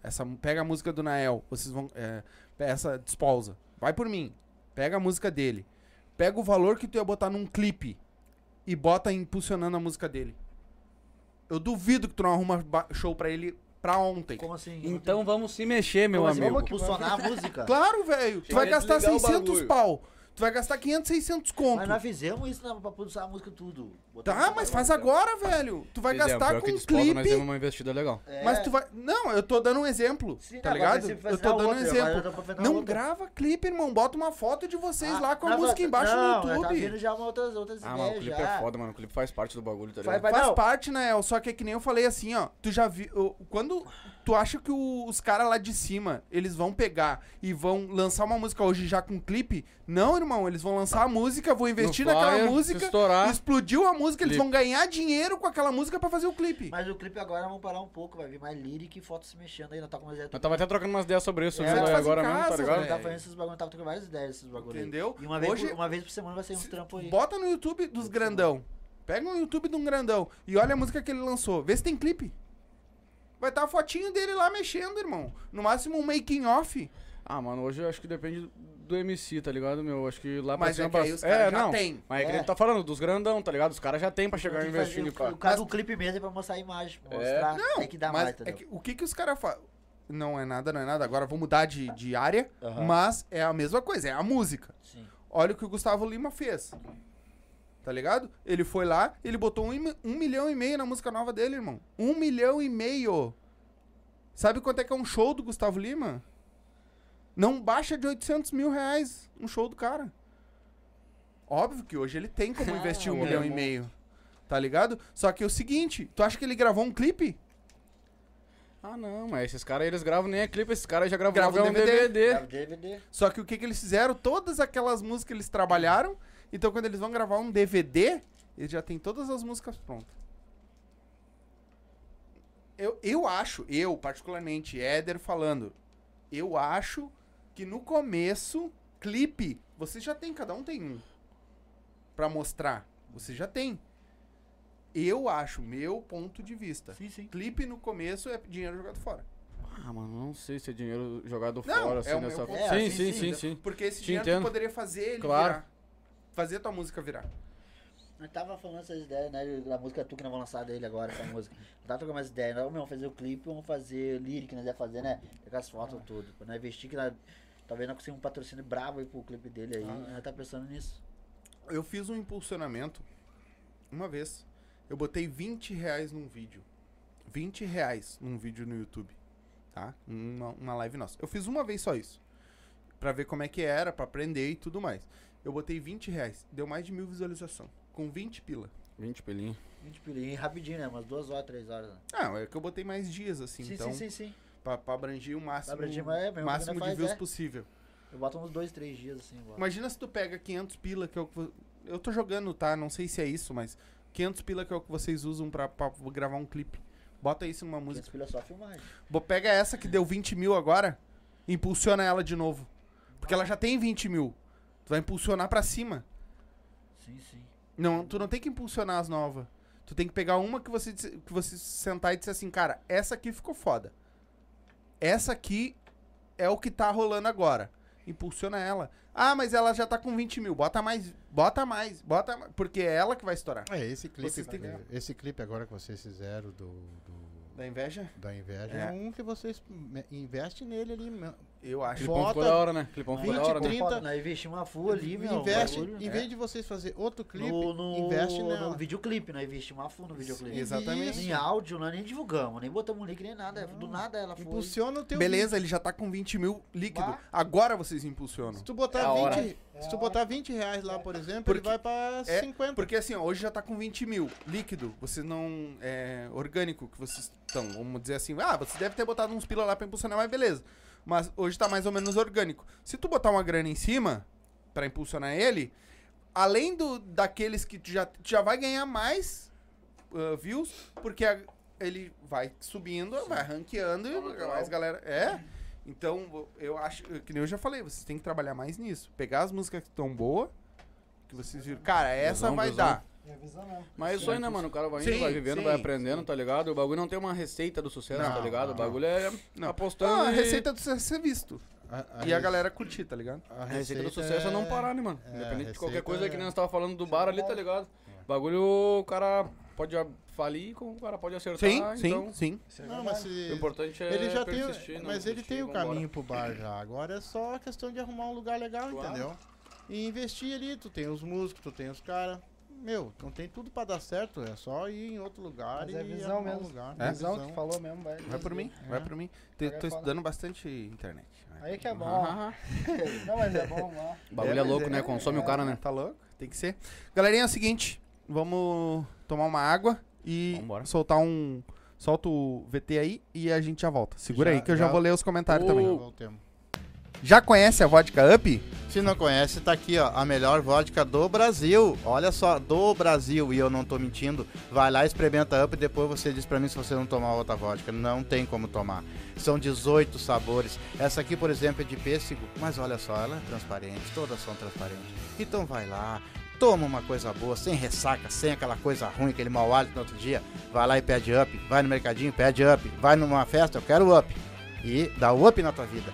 Speaker 1: Essa, pega a música do Nael, vocês vão. é, essa despausa. Vai por mim. Pega a música dele. Pega o valor que tu ia botar num clipe e bota impulsionando a música dele. Eu duvido que tu não arruma ba- show pra ele pra ontem.
Speaker 5: Como assim?
Speaker 7: Então vamos se mexer, meu
Speaker 5: Como assim?
Speaker 7: amigo.
Speaker 5: Vamos impulsionar a [LAUGHS] música.
Speaker 1: Claro, velho. Tu vai
Speaker 3: assim? a
Speaker 1: gastar
Speaker 3: desligar o
Speaker 1: 600
Speaker 3: bagulho.
Speaker 1: pau. Tu vai gastar 500, 600 conto.
Speaker 5: Mas nós fizemos isso na, pra produzir a música tudo. Botamos
Speaker 1: Tá,
Speaker 5: tudo
Speaker 1: mas
Speaker 5: pra-
Speaker 1: faz agora, velho. Tu
Speaker 3: é
Speaker 1: vai gastar com um
Speaker 3: Nós
Speaker 1: clipe.
Speaker 3: temos uma investida legal.
Speaker 5: É.
Speaker 1: Mas tu vai. Não, eu tô dando um exemplo.
Speaker 5: Sim,
Speaker 1: tá
Speaker 5: agora
Speaker 1: ligado?
Speaker 5: você vai
Speaker 1: Eu
Speaker 5: fazer
Speaker 1: tô
Speaker 5: a
Speaker 1: dando um
Speaker 5: outra, agora eu tô
Speaker 1: exemplo.
Speaker 5: fazendo a
Speaker 1: Não
Speaker 5: outra.
Speaker 1: grava clipe, irmão. Bota uma foto de vocês
Speaker 5: Ah,
Speaker 1: lá com a
Speaker 5: nós-
Speaker 1: música embaixo
Speaker 5: não,
Speaker 1: no
Speaker 5: nós Tá
Speaker 1: YouTube.
Speaker 5: vendo já uma outras, outras
Speaker 3: Ah,
Speaker 5: ideias
Speaker 3: mano, o clipe
Speaker 5: já.
Speaker 3: é foda, mano. O clipe faz parte do bagulho, tá
Speaker 5: Vai-
Speaker 3: ligado?
Speaker 5: vai-
Speaker 1: Faz
Speaker 5: não.
Speaker 1: parte, né, El? Só que é que nem eu falei assim, ó. Tu já viu. Quando tu acha que o- os caras lá de cima, eles vão pegar e vão lançar uma música hoje já com clipe? Não, irmão. Eles vão lançar a música, vão investir
Speaker 3: No
Speaker 1: naquela
Speaker 3: flyer,
Speaker 1: música.
Speaker 3: Estourar.
Speaker 1: Explodiu a música, eles
Speaker 3: Clipe.
Speaker 1: vão ganhar dinheiro com aquela música pra fazer o clipe.
Speaker 5: Mas o clipe agora vamos parar um pouco, vai vir mais lírica e foto se mexendo aí, não tá com mais ideia.
Speaker 3: Eu tava até trocando umas ideias sobre isso,
Speaker 5: É,
Speaker 3: né?
Speaker 5: faz
Speaker 1: em
Speaker 3: Agora
Speaker 1: casa,
Speaker 3: mesmo, tá
Speaker 5: Não
Speaker 3: ligado?
Speaker 5: tava fazendo esses bagulho, tava trocando várias ideias esses bagulho. aí.
Speaker 1: É. Entendeu?
Speaker 5: E uma vez,
Speaker 1: Hoje-
Speaker 5: por, uma vez por semana vai sair uns trampos aí.
Speaker 1: Bota no YouTube dos grandão. Pega um YouTube de um grandão e olha a música que ele lançou. Vê se tem clipe. Vai estar a fotinho dele lá mexendo, irmão. No máximo um making off.
Speaker 3: Ah, mano, hoje eu acho que depende do MC, tá ligado, meu? Acho que lá pra
Speaker 1: Mas
Speaker 3: cima...
Speaker 1: é que aí os
Speaker 3: pra-
Speaker 1: caras já tem.
Speaker 3: Mas é que
Speaker 5: É.
Speaker 3: ele tá falando dos grandão, tá ligado? Os caras já tem pra chegar
Speaker 5: Tem que fazer
Speaker 3: investindo
Speaker 5: o-
Speaker 3: e pá.
Speaker 5: O caso do clipe mesmo é pra mostrar a imagem, pra mostrar, tem que dar
Speaker 1: Mas
Speaker 5: mais,
Speaker 1: é
Speaker 5: entendeu?
Speaker 1: que- o que que os caras fazem? Não é nada, não é nada. Agora vou mudar de, de área, mas é a mesma coisa, é a música.
Speaker 5: Sim.
Speaker 1: Olha o que o Gustavo Lima fez. Tá ligado? Ele foi lá, ele botou um, im- um milhão e meio na música nova dele, irmão. Um milhão e meio. Sabe quanto é que é um show do Gustavo Lima? Não baixa de 800 mil reais um show do cara. Óbvio que hoje ele tem como investir um
Speaker 5: é
Speaker 3: meu
Speaker 1: milhão e
Speaker 3: irmão.
Speaker 1: meio. Tá ligado? Só que é o seguinte, tu acha que ele gravou um clipe?
Speaker 3: Ah, não, mas esses caras, eles gravam nem a clipe, esses caras já gravam
Speaker 1: Gravam
Speaker 3: logo, é um
Speaker 1: DVD.
Speaker 5: Grava
Speaker 3: DVD.
Speaker 5: DVD.
Speaker 1: Só que o que, que eles fizeram? Todas aquelas músicas eles trabalharam. Então quando eles vão gravar um DVD, eles já têm todas as músicas prontas. Eu, eu acho, eu particularmente, Éder falando, eu acho que no começo, clipe, você já tem, cada um tem um. Pra mostrar. Você já tem. Eu acho, meu ponto de vista.
Speaker 5: Sim, sim.
Speaker 1: Clipe no começo é dinheiro jogado fora.
Speaker 3: Ah, mano, não sei se é dinheiro jogado
Speaker 1: Não,
Speaker 3: fora, assim,
Speaker 1: é o meu
Speaker 3: nessa...
Speaker 1: ponto.
Speaker 5: É,
Speaker 3: sim, sim,
Speaker 5: sim, sim,
Speaker 3: sim,
Speaker 5: né?
Speaker 3: sim.
Speaker 1: Porque esse
Speaker 3: Te
Speaker 1: dinheiro tu
Speaker 3: entendo.
Speaker 1: poderia fazer ele
Speaker 3: Claro.
Speaker 1: virar. Fazer tua música virar.
Speaker 5: Nós tava falando essas ideias, né? Da música tu que não vão lançar dele agora, essa música. Nós tava trocando umas ideias. Nós né? vamos fazer o clipe, vamos fazer lírica, nós ia fazer, né? Pegar as fotos tudo. Pra nós investir que nós, talvez nós consigamos um patrocínio brabo aí pro clipe dele aí. Nós tá pensando nisso.
Speaker 1: Eu fiz um impulsionamento uma vez. Eu botei 20 reais num vídeo. 20 reais num vídeo no YouTube. Tá? Uma, uma live nossa. Eu fiz uma vez só isso. Pra ver como é que era, pra aprender e tudo mais. Eu botei 20 reais. Deu mais de mil visualização. Com 20 pila.
Speaker 3: 20 pelinhos.
Speaker 5: 20 pilinhas, rapidinho, né? Umas duas horas, três horas. Né?
Speaker 1: Ah, é que eu botei mais dias, assim.
Speaker 5: sim,
Speaker 1: então,
Speaker 5: sim, sim, sim.
Speaker 1: Pra, pra abranger o máximo,
Speaker 5: abranger mais, é, mesmo que
Speaker 1: máximo de
Speaker 5: nós faz,
Speaker 1: views
Speaker 5: é.
Speaker 1: possível.
Speaker 5: Eu boto uns dois, três dias assim agora.
Speaker 1: Imagina se tu pega 500 pila, que é o que vo- eu tô jogando, tá? Não sei se é isso, mas 500 pila que é o que vocês usam pra, pra gravar um clipe. Bota isso numa música.
Speaker 5: Esse filho é só filmagem.
Speaker 1: Bo- Pega essa que deu 20 mil agora, impulsiona ela de novo. Porque ela já tem 20 mil. Tu vai impulsionar pra cima.
Speaker 5: Sim, sim.
Speaker 1: Não, tu não tem que impulsionar as novas. Tu tem que pegar uma que você, disse- que você sentar e dizer assim, cara, essa aqui ficou foda. Essa aqui é o que tá rolando agora. Impulsiona ela. Ah, mas ela já tá com 20 mil. Bota mais, bota mais, bota mais. Porque é ela que vai estourar.
Speaker 2: É, esse clipe,
Speaker 1: Vocês têm que-
Speaker 2: esse clipe agora que vocês fizeram do, do-
Speaker 1: Da inveja?
Speaker 2: da inveja
Speaker 1: É.
Speaker 2: é um que vocês me- investem nele ali. me-
Speaker 1: Eu acho.
Speaker 3: Clipão ficou
Speaker 2: Bota
Speaker 3: da hora, né? Clipão ficou da
Speaker 2: 20,
Speaker 3: hora, né?
Speaker 2: 30.
Speaker 5: Foda, né? Investi uma full ali, meu.
Speaker 2: investe,
Speaker 5: é um bagulho.
Speaker 2: em vez de vocês fazer outro clipe,
Speaker 5: no, no,
Speaker 2: investe
Speaker 5: no
Speaker 2: nela.
Speaker 5: videoclipe, né? Investi uma full no videoclipe.
Speaker 2: Exatamente.
Speaker 5: Em áudio, nós nem divulgamos, nem botamos link, nem nada. Do nada ela foi.
Speaker 2: Impulsiona o teu
Speaker 1: Beleza, ele já tá com 20 mil líquido.
Speaker 5: Bah.
Speaker 1: Agora vocês impulsionam.
Speaker 2: Se tu botar,
Speaker 3: É a hora.
Speaker 2: 20, se tu botar 20 reais lá, por exemplo,
Speaker 1: Porque-
Speaker 2: ele vai pra
Speaker 1: É,
Speaker 2: 50.
Speaker 1: Porque assim, ó, hoje já tá com 20 mil líquido. Vocês não. É orgânico que vocês estão. Vamos dizer assim, ah, você deve ter botado uns pila lá pra impulsionar, mas beleza. Mas hoje tá mais ou menos orgânico. Se tu botar uma grana em cima pra impulsionar ele, além do daqueles que tu já, tu já vai ganhar mais ah, views, porque a- ele vai subindo, vai ranqueando e mais galera. É. Então, eu acho, que nem eu já falei, vocês têm que trabalhar mais nisso. Pegar as músicas que estão boas, que vocês viram. Cara, essa
Speaker 3: Visão,
Speaker 1: vai
Speaker 3: visão.
Speaker 1: dar.
Speaker 4: Me avisa mesmo.
Speaker 3: Mas isso aí, né, mano? O cara vai indo,
Speaker 1: Sim,
Speaker 3: vai vivendo,
Speaker 1: sim,
Speaker 3: vai aprendendo, tá ligado? O bagulho não tem uma receita do sucesso,
Speaker 1: Não,
Speaker 3: tá ligado?
Speaker 1: não.
Speaker 3: O bagulho é
Speaker 1: Não.
Speaker 3: apostando.
Speaker 1: Ah, a
Speaker 3: e-
Speaker 1: receita do sucesso é ser visto.
Speaker 2: A-
Speaker 1: e a
Speaker 2: res-
Speaker 1: galera curtir, tá ligado?
Speaker 2: a
Speaker 3: A receita do sucesso é não parar, né, mano?
Speaker 2: é,
Speaker 3: Independente de
Speaker 2: receita
Speaker 3: qualquer coisa,
Speaker 2: é-
Speaker 3: que nem nós tava falando do bar ali, tá ligado? Bagulho, o cara pode a- falir, como o cara pode acertar. então,
Speaker 1: sim.
Speaker 4: Isso é
Speaker 2: Não, mas
Speaker 4: verdade.
Speaker 2: se,
Speaker 3: o importante é
Speaker 2: ele já tem,
Speaker 3: persistir, não
Speaker 2: mas ele
Speaker 3: desistir,
Speaker 2: tem o
Speaker 3: vambora.
Speaker 2: caminho pro bar já. Agora é só questão de arrumar um lugar legal,
Speaker 3: Claro.
Speaker 2: entendeu? E investir ali, tu tem os músicos, tu tem os caras. Meu, não tem tudo pra dar certo, é só ir em outro lugar
Speaker 4: Mas
Speaker 2: e
Speaker 4: é visão
Speaker 2: arrumar um
Speaker 4: mesmo.
Speaker 2: lugar.
Speaker 1: É?
Speaker 4: Visão que falou mesmo, vai.
Speaker 1: Vai por mim, vai por mim. Te-
Speaker 4: Agora
Speaker 1: Tô
Speaker 4: fala.
Speaker 1: estudando bastante internet.
Speaker 4: Aí que é bom.
Speaker 3: Ah, ah,
Speaker 4: [LAUGHS] Não, mas é bom lá.
Speaker 3: ah. O bagulho é,
Speaker 1: mas
Speaker 3: louco,
Speaker 1: é-
Speaker 3: né? Consome o cara, né?
Speaker 1: Tá louco? Tem que ser. Galerinha, é o seguinte, vamos tomar uma água e
Speaker 3: Vambora.
Speaker 1: soltar um... Solta o VT aí e a gente já volta. Segura
Speaker 2: Já-
Speaker 1: aí que eu já,
Speaker 2: já-
Speaker 1: vou ler os comentários
Speaker 3: Ô,
Speaker 1: também.
Speaker 2: Já voltemos.
Speaker 1: Já conhece a Vodka Up?
Speaker 2: Se não conhece, tá aqui, ó, a melhor vodka do Brasil. Olha só, do Brasil, e eu não tô mentindo. Vai lá, experimenta a Up e depois você diz pra mim se você não tomar outra vodka. Não tem como tomar. São 18 sabores. Essa aqui, por exemplo, é de pêssego, mas olha só, ela é transparente, todas são transparentes. Então vai lá, toma uma coisa boa, sem ressaca, sem aquela coisa ruim, aquele mau hálito no outro dia. Vai lá e pede Up, vai no mercadinho, pede Up, vai numa festa, eu quero Up. E dá o Up na tua vida.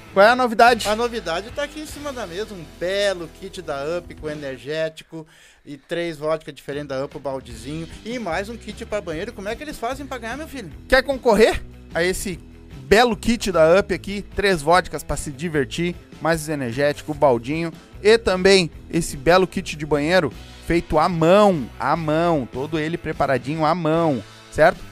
Speaker 1: Qual é a novidade?
Speaker 2: A novidade tá aqui em cima da mesa, um belo kit da UP com energético e três vodka diferentes da UP, o baldezinho e mais um kit pra banheiro. Como é que eles fazem pra ganhar, meu filho?
Speaker 1: Quer concorrer a esse belo kit da UP aqui? Três vodkas para se divertir, mais os energético, o baldinho e também esse belo kit de banheiro feito à mão, à mão, todo ele preparadinho à mão, certo?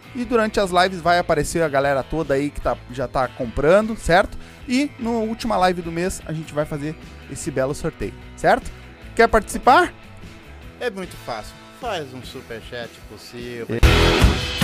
Speaker 1: e durante as lives vai aparecer a galera toda aí que tá, já tá comprando, certo? E na última live do mês a gente vai fazer esse belo sorteio, certo? Quer participar?
Speaker 2: É muito fácil. Faz um superchat possível.
Speaker 1: É.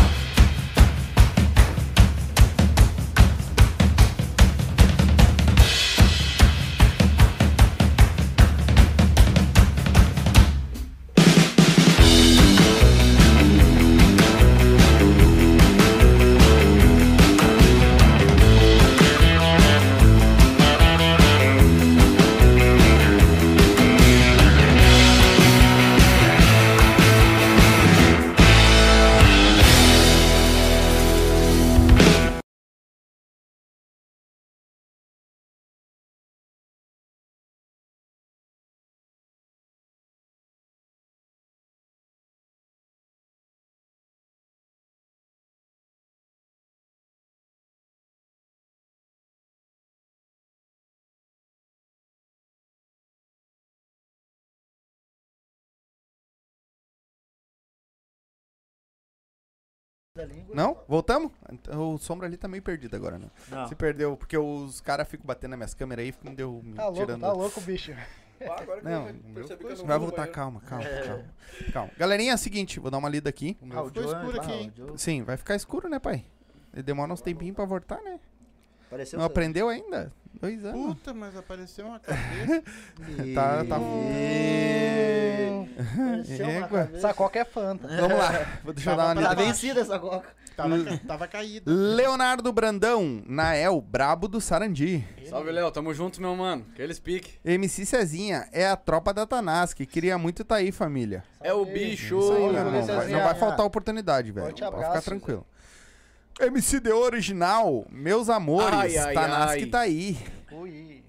Speaker 4: É
Speaker 5: da língua.
Speaker 1: Não? Voltamos? Então, o sombra ali tá meio perdido agora, né?
Speaker 4: Ah.
Speaker 5: Não.
Speaker 1: Se perdeu, porque os caras ficam batendo nas minhas câmeras aí, ficam me deu me
Speaker 4: Tá louco,
Speaker 1: tirando.
Speaker 4: tá louco, bicho.
Speaker 3: Ah, agora que
Speaker 1: Não,
Speaker 3: eu percebi
Speaker 1: meu
Speaker 3: que eu
Speaker 1: coisa-
Speaker 3: não
Speaker 1: vai
Speaker 3: vou no
Speaker 1: voltar,
Speaker 3: banheiro.
Speaker 1: calma, calma, calma. Calma. Galerinha, é o seguinte, vou dar uma lida aqui.
Speaker 2: O meu ficou
Speaker 5: Joe,
Speaker 2: escuro
Speaker 5: ah,
Speaker 2: aqui, hein?
Speaker 5: o Joe.
Speaker 1: Sim, vai ficar escuro, né, pai? Ele demora uns tempinhos pra voltar, né?
Speaker 5: Pareceu
Speaker 1: Não
Speaker 5: essa-
Speaker 1: aprendeu ainda? Dois anos.
Speaker 2: Puta, mas apareceu uma cabeça.
Speaker 5: um
Speaker 1: Tá, tá. [LAUGHS]
Speaker 5: Pareceu uma
Speaker 1: Égua.
Speaker 5: cabeça.
Speaker 4: Essa coca é fanta.
Speaker 1: Vamos lá, vou deixar eu dar uma
Speaker 5: Tá
Speaker 1: lida.
Speaker 5: vencida essa coca.
Speaker 2: tava, ca- tava caído.
Speaker 1: Leonardo Brandão, Nael, brabo do Sarandi.
Speaker 3: Salve, Léo. Tamo junto, meu mano. Que eles pique.
Speaker 1: MC Cezinha é a tropa da Tanás, que queria muito tá aí, família.
Speaker 3: É o bicho.
Speaker 1: Isso aí,
Speaker 4: Ô,
Speaker 1: meu irmão.
Speaker 4: Cezinha.
Speaker 1: Vai- Não vai faltar oportunidade, velho.
Speaker 4: Forte
Speaker 1: Pode ficar
Speaker 4: abraço,
Speaker 1: tranquilo. MC de original, meus amores,
Speaker 3: Ai, ai,
Speaker 1: Tanás
Speaker 3: ai.
Speaker 1: que tá aí.
Speaker 4: Ui.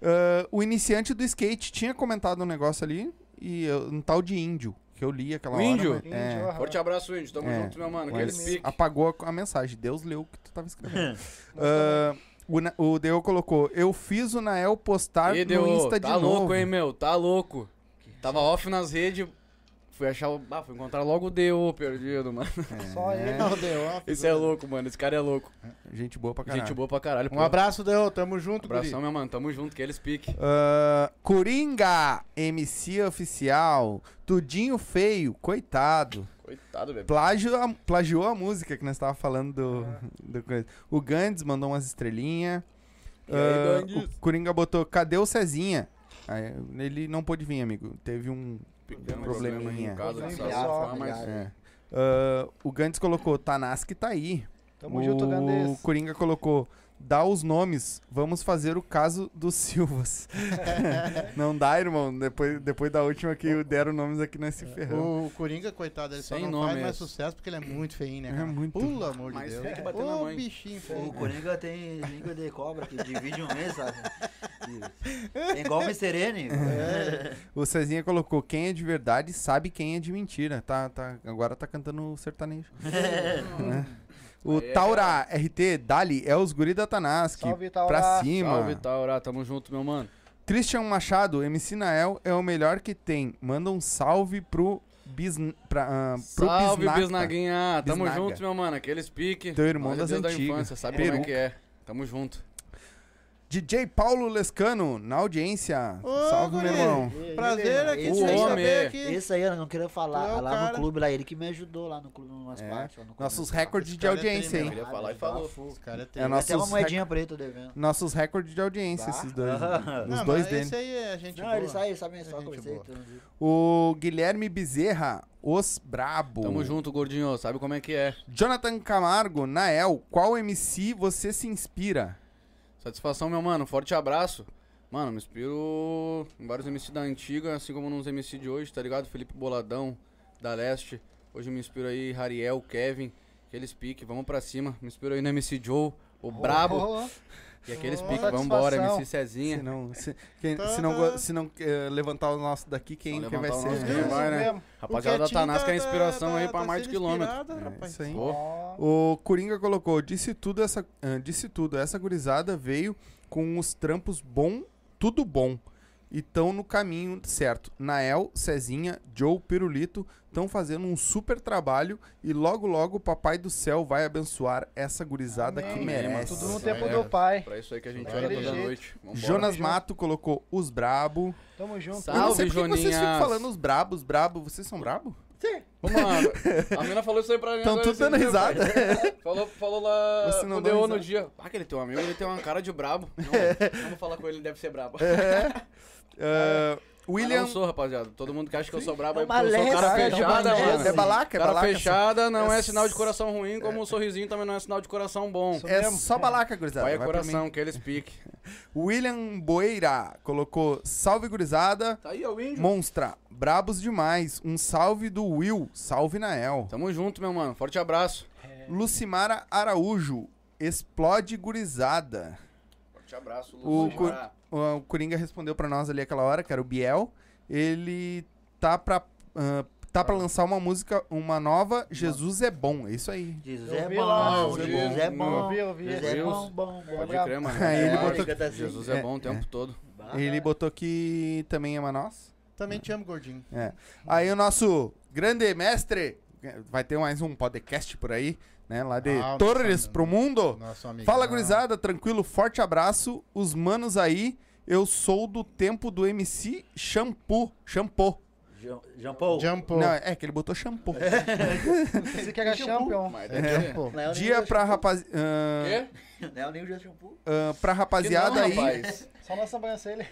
Speaker 1: Ah, o iniciante do skate tinha comentado um negócio ali, e eu- um tal de índio, que eu li aquela
Speaker 3: O
Speaker 1: hora.
Speaker 3: índio?
Speaker 1: mas- É.
Speaker 4: Índio, aham.
Speaker 3: Forte abraço, Índio. Tamo
Speaker 1: É,
Speaker 3: junto, meu mano. Que
Speaker 1: Mas
Speaker 3: eles pique.
Speaker 1: apagou a, a mensagem. Deus leu o que tu tava escrevendo.
Speaker 3: [LAUGHS]
Speaker 1: Ah, o, Na- o Deo colocou: Eu fiz o Nael postar
Speaker 3: E
Speaker 1: no
Speaker 3: deu.
Speaker 1: Insta de
Speaker 3: Tá louco,
Speaker 1: novo.
Speaker 3: hein, meu? Tá louco. Tava off nas redes. Fui achar o. Ah, fui encontrar logo o DO perdido, mano.
Speaker 4: Só ele.
Speaker 2: Não, deu uma
Speaker 3: Esse é louco, mano. Esse cara é louco.
Speaker 1: Gente boa pra caralho.
Speaker 3: Gente boa pra caralho.
Speaker 2: Um
Speaker 3: pô. Um
Speaker 2: abraço, Deu. Tamo junto, guri.
Speaker 3: Abração, meu mano. Tamo junto. Que eles pique.
Speaker 1: Ah, Coringa, MC oficial, Tudinho Feio, coitado.
Speaker 3: Coitado, bebê.
Speaker 1: Plágio a- plagiou a música que nós tava falando do,
Speaker 3: É.
Speaker 1: do coisa. O Gandhi mandou umas estrelinhas.
Speaker 3: E aí,
Speaker 1: Ah,
Speaker 3: Gandhi?
Speaker 1: o Coringa botou, cadê o Cezinha? Aí, ele não pôde vir, amigo. Teve um.
Speaker 3: Pequeno
Speaker 1: probleminha.
Speaker 3: problema aí em casa,
Speaker 4: Probleminha.
Speaker 3: sabe? Ah,
Speaker 4: Familiar,
Speaker 3: mas-
Speaker 1: é. Ah, o Gantz colocou, Tanás que tá aí.
Speaker 4: Tamo
Speaker 1: o
Speaker 4: junto, Gandês.
Speaker 1: Coringa colocou, dá os nomes, vamos fazer o caso dos [LAUGHS] Silvas. não dá, irmão. Depois, depois da última que deram nomes aqui,
Speaker 4: É.
Speaker 1: nós se ferramos.
Speaker 2: O Coringa, coitado, ele só
Speaker 3: Sem
Speaker 2: não
Speaker 3: nome
Speaker 2: faz mais
Speaker 3: esse.
Speaker 2: sucesso porque ele é muito feinho, né?
Speaker 1: É
Speaker 2: Cara?
Speaker 1: muito.
Speaker 2: Pelo amor de
Speaker 3: Mas
Speaker 2: Deus.
Speaker 3: tem que bater na
Speaker 2: Ô,
Speaker 3: mãe.
Speaker 2: bichinho
Speaker 5: O
Speaker 2: feio.
Speaker 5: Coringa tem língua de cobra que divide um mês, sabe? E- Tem igual o Mr. N.
Speaker 1: O Cezinha colocou, quem é de verdade sabe quem é de mentira. Tá, tá, agora tá cantando
Speaker 3: [LAUGHS]
Speaker 1: sertanejo. Né? O
Speaker 3: Aí é
Speaker 1: Taura RT, Dali, é os guri da Tanaski.
Speaker 4: Salve, Taura.
Speaker 1: Pra cima.
Speaker 3: Salve, Taurá. Tamo junto, meu mano.
Speaker 1: Christian Machado, MC Nael é o melhor que tem. Manda um salve pro Bisn... Pra, ah, pro
Speaker 3: Salve,
Speaker 1: Bisnaga.
Speaker 3: Bisnaguinha. Tamo
Speaker 1: Bisnaga.
Speaker 3: junto, meu mano. Aqueles pique.
Speaker 1: Teu irmão
Speaker 3: Nós é
Speaker 1: das
Speaker 3: desde a
Speaker 1: antigas.
Speaker 3: infância, sabe como é que é. Tamo junto.
Speaker 1: DJ Paulo Lescano, na audiência.
Speaker 2: Ô,
Speaker 1: salve,
Speaker 2: guri.
Speaker 1: meu irmão.
Speaker 5: é
Speaker 2: Prazer aqui,
Speaker 5: O
Speaker 2: te
Speaker 3: homem.
Speaker 2: receber aqui.
Speaker 5: Esse aí eu não queria falar.
Speaker 2: Tu é o
Speaker 5: lá
Speaker 2: cara.
Speaker 5: no clube, lá ele que me ajudou lá no clube, umas partes. lá no começo.
Speaker 1: Nossos recordes
Speaker 2: Esse
Speaker 1: de
Speaker 2: cara é
Speaker 1: audiência,
Speaker 2: trem,
Speaker 1: hein?
Speaker 2: meu.
Speaker 3: Queria
Speaker 5: Ah,
Speaker 3: falar e
Speaker 5: mas
Speaker 3: falou.
Speaker 5: bafo.
Speaker 2: Os caras
Speaker 1: É
Speaker 2: têm.
Speaker 1: nosso-
Speaker 5: Até uma
Speaker 1: Nossos
Speaker 5: moedinha preta devendo.
Speaker 1: Nossos recordes de audiência,
Speaker 5: Tá.
Speaker 1: esses dois.
Speaker 5: Ah.
Speaker 1: Os
Speaker 2: Não,
Speaker 1: dois
Speaker 2: mas
Speaker 1: deles.
Speaker 2: Esse é- aí é gente
Speaker 5: Não,
Speaker 2: boa.
Speaker 5: eles saem, sabem, só
Speaker 2: Gente
Speaker 5: conversei.
Speaker 2: boa.
Speaker 5: tudo.
Speaker 1: O Guilherme Bezerra, os Brabo.
Speaker 3: Tamo junto, gordinho. Sabe como é que é.
Speaker 1: Jonathan Camargo, Nael, qual MC você se inspira?
Speaker 3: Satisfação, meu mano. Forte abraço. Mano, me inspiro em vários MC da antiga, assim como nos MC de hoje, tá ligado? Felipe Boladão, da Leste. Hoje eu me inspiro aí, Rariel, Kevin, aqueles pique, vamos pra cima. Me inspiro aí no MC Joe, o Brabo,
Speaker 4: Ô,
Speaker 3: e aqueles
Speaker 2: oh,
Speaker 3: pique, vambora,
Speaker 4: satisfação.
Speaker 3: MC
Speaker 1: Se
Speaker 3: Cezinha.
Speaker 1: não, se, quem-
Speaker 2: Tá,
Speaker 1: se não, go- se não eh, levantar o nosso daqui, quem,
Speaker 3: Só
Speaker 1: quem vai
Speaker 3: levantar o
Speaker 1: ser?
Speaker 3: nosso
Speaker 1: né?
Speaker 3: quem
Speaker 4: isso
Speaker 3: vai, né?
Speaker 4: mesmo.
Speaker 2: O
Speaker 3: Rapaziada da
Speaker 2: Quietinho
Speaker 3: Tanasca é a
Speaker 2: tá-
Speaker 3: inspiração
Speaker 2: tá-
Speaker 3: aí
Speaker 2: tá
Speaker 3: pra mais de
Speaker 2: sendo
Speaker 3: quilômetro.
Speaker 2: inspirado, rapaz.
Speaker 1: isso aí.
Speaker 3: Pô,
Speaker 4: Ó,
Speaker 1: O Coringa colocou, disse tudo essa, ah, disse tudo, essa gurizada veio com os trampos bom, tudo bom. E tão no caminho certo. Nael, Cezinha, Joe, Pirulito estão fazendo um super trabalho e logo logo o papai do céu vai abençoar essa gurizada
Speaker 4: Amém.
Speaker 1: que merece.
Speaker 4: Tudo no
Speaker 3: Nossa,
Speaker 4: tempo
Speaker 3: é.
Speaker 4: do pai.
Speaker 3: Pra isso aí que a gente
Speaker 4: Vai
Speaker 3: olha
Speaker 4: dele
Speaker 3: toda
Speaker 4: jeito.
Speaker 3: noite. Vambora.
Speaker 1: Jonas Mato colocou os brabo.
Speaker 4: Tamo junto.
Speaker 1: Eu não
Speaker 3: Salve,
Speaker 1: sei por que vocês
Speaker 3: Tá, Joninhas.
Speaker 1: ficam falando os brabos, brabo. Vocês são brabo?
Speaker 3: Ô, mano,
Speaker 2: [LAUGHS]
Speaker 3: a mina falou isso aí pra mim.
Speaker 1: Estão
Speaker 3: agora
Speaker 1: tudo
Speaker 3: esse
Speaker 1: dando
Speaker 3: dia,
Speaker 1: risada.
Speaker 3: pai. Falou, falou lá
Speaker 1: Você não
Speaker 3: pro
Speaker 1: dá
Speaker 3: Deo
Speaker 1: risada.
Speaker 3: no
Speaker 1: É.
Speaker 3: dia. Ah, aquele teu amigo, ele tem uma cara
Speaker 1: [LAUGHS]
Speaker 3: de brabo. Não, vamos falar com ele, ele deve ser brabo.
Speaker 1: [LAUGHS] Ah,
Speaker 3: Mas Eu
Speaker 1: É. William.
Speaker 3: não sou, rapaziada. Todo mundo que acha que eu sou brabo aí,
Speaker 5: É
Speaker 3: porque eu sou
Speaker 5: maleza,
Speaker 3: cara
Speaker 5: é
Speaker 3: fechada,
Speaker 5: maleza.
Speaker 3: mano.
Speaker 1: É balaca, é
Speaker 3: cara
Speaker 1: balaca.
Speaker 3: fechada não é
Speaker 1: é
Speaker 3: sinal de
Speaker 1: s-
Speaker 3: coração ruim, como o sorrisinho também não é sinal de coração bom.
Speaker 1: É só balaca, gurizada.
Speaker 3: Vai é
Speaker 1: Vai pra mim.
Speaker 3: coração, que eles piquem.
Speaker 1: William Boeira colocou salve gurizada,
Speaker 3: Tá aí, é o índio.
Speaker 1: monstra, brabos demais, um salve do Will, salve Nael.
Speaker 3: Tamo junto, meu mano. Forte abraço.
Speaker 1: Lucimara Araújo, explode gurizada.
Speaker 3: Forte abraço,
Speaker 1: O,
Speaker 3: Lu.
Speaker 1: Cor- o Coringa respondeu pra nós ali aquela hora, que era o Biel, ele tá pra, ah, tá pra lançar uma música, uma nova, Jesus é bom, é isso aí.
Speaker 5: Jesus
Speaker 4: Eu
Speaker 5: é
Speaker 4: vi lá,
Speaker 5: bom,
Speaker 3: eu vi.
Speaker 5: Jesus é bom.
Speaker 4: Eu vi, eu vi.
Speaker 5: Jesus é
Speaker 3: Deus.
Speaker 5: bom, bom, bom.
Speaker 3: Pode crer, mano.
Speaker 1: Aí ele
Speaker 3: É,
Speaker 1: botou-
Speaker 3: Jesus é bom o tempo todo. é.
Speaker 1: Ele botou que também ama nós.
Speaker 2: Também te amo, gordinho.
Speaker 1: É. Aí o nosso grande mestre, vai ter mais um podcast por aí, né? Lá de
Speaker 2: Ah,
Speaker 1: Torres
Speaker 2: nossa,
Speaker 1: pro Mundo.
Speaker 2: Nosso amigo.
Speaker 1: Fala, gurizada, tranquilo, forte abraço. Os manos aí, eu sou do tempo do MC Shampoo. Shampoo.
Speaker 5: Jean, Jean Paul.
Speaker 2: Jumpo.
Speaker 1: Não, é que ele botou shampoo.
Speaker 4: Esse que era champion.
Speaker 3: Mas
Speaker 2: É,
Speaker 3: deve ter.
Speaker 2: Jumpo.
Speaker 5: Não é o
Speaker 1: Dia
Speaker 5: Neil
Speaker 1: pra,
Speaker 5: Jean-
Speaker 1: rapaz... ahn,
Speaker 3: Quê?
Speaker 5: Não é o Neil Jean Shampoo?
Speaker 1: ahn, pra
Speaker 3: Que
Speaker 1: rapaziada
Speaker 3: não,
Speaker 1: aí,
Speaker 3: rapaz.
Speaker 4: Só na [LAUGHS] sobrancelha.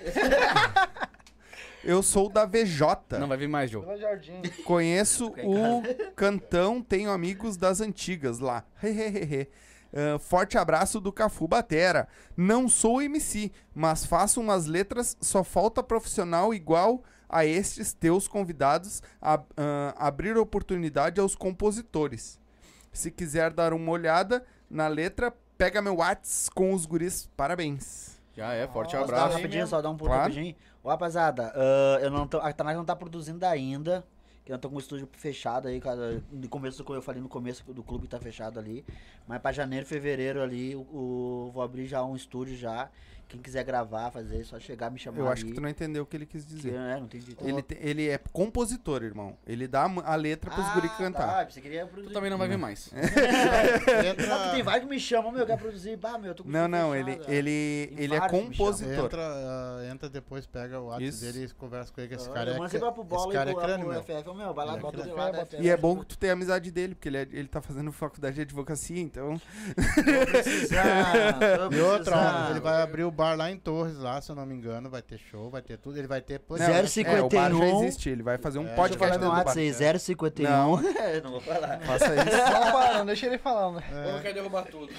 Speaker 1: eu sou da VJ.
Speaker 3: Não vai vir mais, Joe.
Speaker 4: Vila Jardim.
Speaker 1: Conheço o Cantão, tenho amigos das antigas lá. [LAUGHS] Hehehehe. Ah, forte abraço do Cafu Batera. Não sou MC, mas faço umas letras, só falta profissional igual a estes teus convidados a, ah, abrir oportunidade aos compositores. Se quiser dar uma olhada na letra, pega meu Whats com os guris. Parabéns.
Speaker 3: Já é, forte
Speaker 4: Nossa,
Speaker 5: Só
Speaker 3: abraço.
Speaker 4: tá
Speaker 5: rapidinho, só dar um pulo
Speaker 1: Claro.
Speaker 5: rapidinho. Ô, rapaziada, ah, eu não tô, a Tanaka não tá produzindo ainda. Que eu tô com o estúdio fechado aí, cara. No começo, como eu falei no começo do clube tá fechado ali. Mas pra janeiro, fevereiro ali, o, o- vou abrir já um estúdio já. Quem quiser gravar, fazer, é só chegar, me chamar
Speaker 1: Eu
Speaker 5: ali.
Speaker 1: acho que tu não entendeu o que ele quis
Speaker 5: Que,
Speaker 1: dizer.
Speaker 5: é, não entendi.
Speaker 1: Ele, te- ele é compositor, irmão. Ele dá a mu- a letra pros guris cantar.
Speaker 5: Ah, tá, você queria
Speaker 3: Tu
Speaker 5: produzir.
Speaker 3: também não vai vir mais.
Speaker 5: Não, tem
Speaker 2: Entra,
Speaker 5: vários que me chamam, meu, eu quero produzir. Bah, meu, eu tô com o
Speaker 1: Não,
Speaker 5: estúdio
Speaker 1: não, ele,
Speaker 5: fechado, é.
Speaker 1: ele,
Speaker 5: Tem
Speaker 1: ele é
Speaker 5: vários que me
Speaker 1: compositor.
Speaker 2: entra, ah, entra depois, pega o WhatsApp
Speaker 1: Isso.
Speaker 2: dele e conversa com ele. que Esse
Speaker 5: Ah,
Speaker 2: cara
Speaker 5: eu
Speaker 2: é,
Speaker 5: mando sempre lá pro bola
Speaker 2: esse cara
Speaker 5: e
Speaker 2: é
Speaker 5: pro,
Speaker 2: crânio,
Speaker 5: pro
Speaker 2: meu.
Speaker 5: FF. Ô, meu, vai lá,
Speaker 2: Ele é
Speaker 5: bota
Speaker 2: crânio.
Speaker 5: ele lá. da
Speaker 4: E
Speaker 5: FF,
Speaker 1: E é bom que tu tenha amizade dele, porque ele, é- ele tá fazendo faculdade de advocacia, então.
Speaker 5: Precisando,
Speaker 2: E outra, ó,
Speaker 5: precisando.
Speaker 2: ele vai abrir o bar lá em Torres, lá, se eu não me engano, vai ter show, vai ter tudo, ele vai ter...
Speaker 1: Não, É, o bar já
Speaker 5: 051.
Speaker 1: existe, ele vai fazer um
Speaker 2: É,
Speaker 5: Pode
Speaker 2: deixa
Speaker 1: podcast
Speaker 2: eu falar
Speaker 5: falar no
Speaker 1: dentro do bar.
Speaker 5: WhatsApp aí, 051.
Speaker 1: Não.
Speaker 5: É, não vou falar.
Speaker 1: Faça
Speaker 4: [LAUGHS]
Speaker 1: isso.
Speaker 4: Fala, Barão, um deixa ele falando.
Speaker 3: Eu não quero derrubar tudo.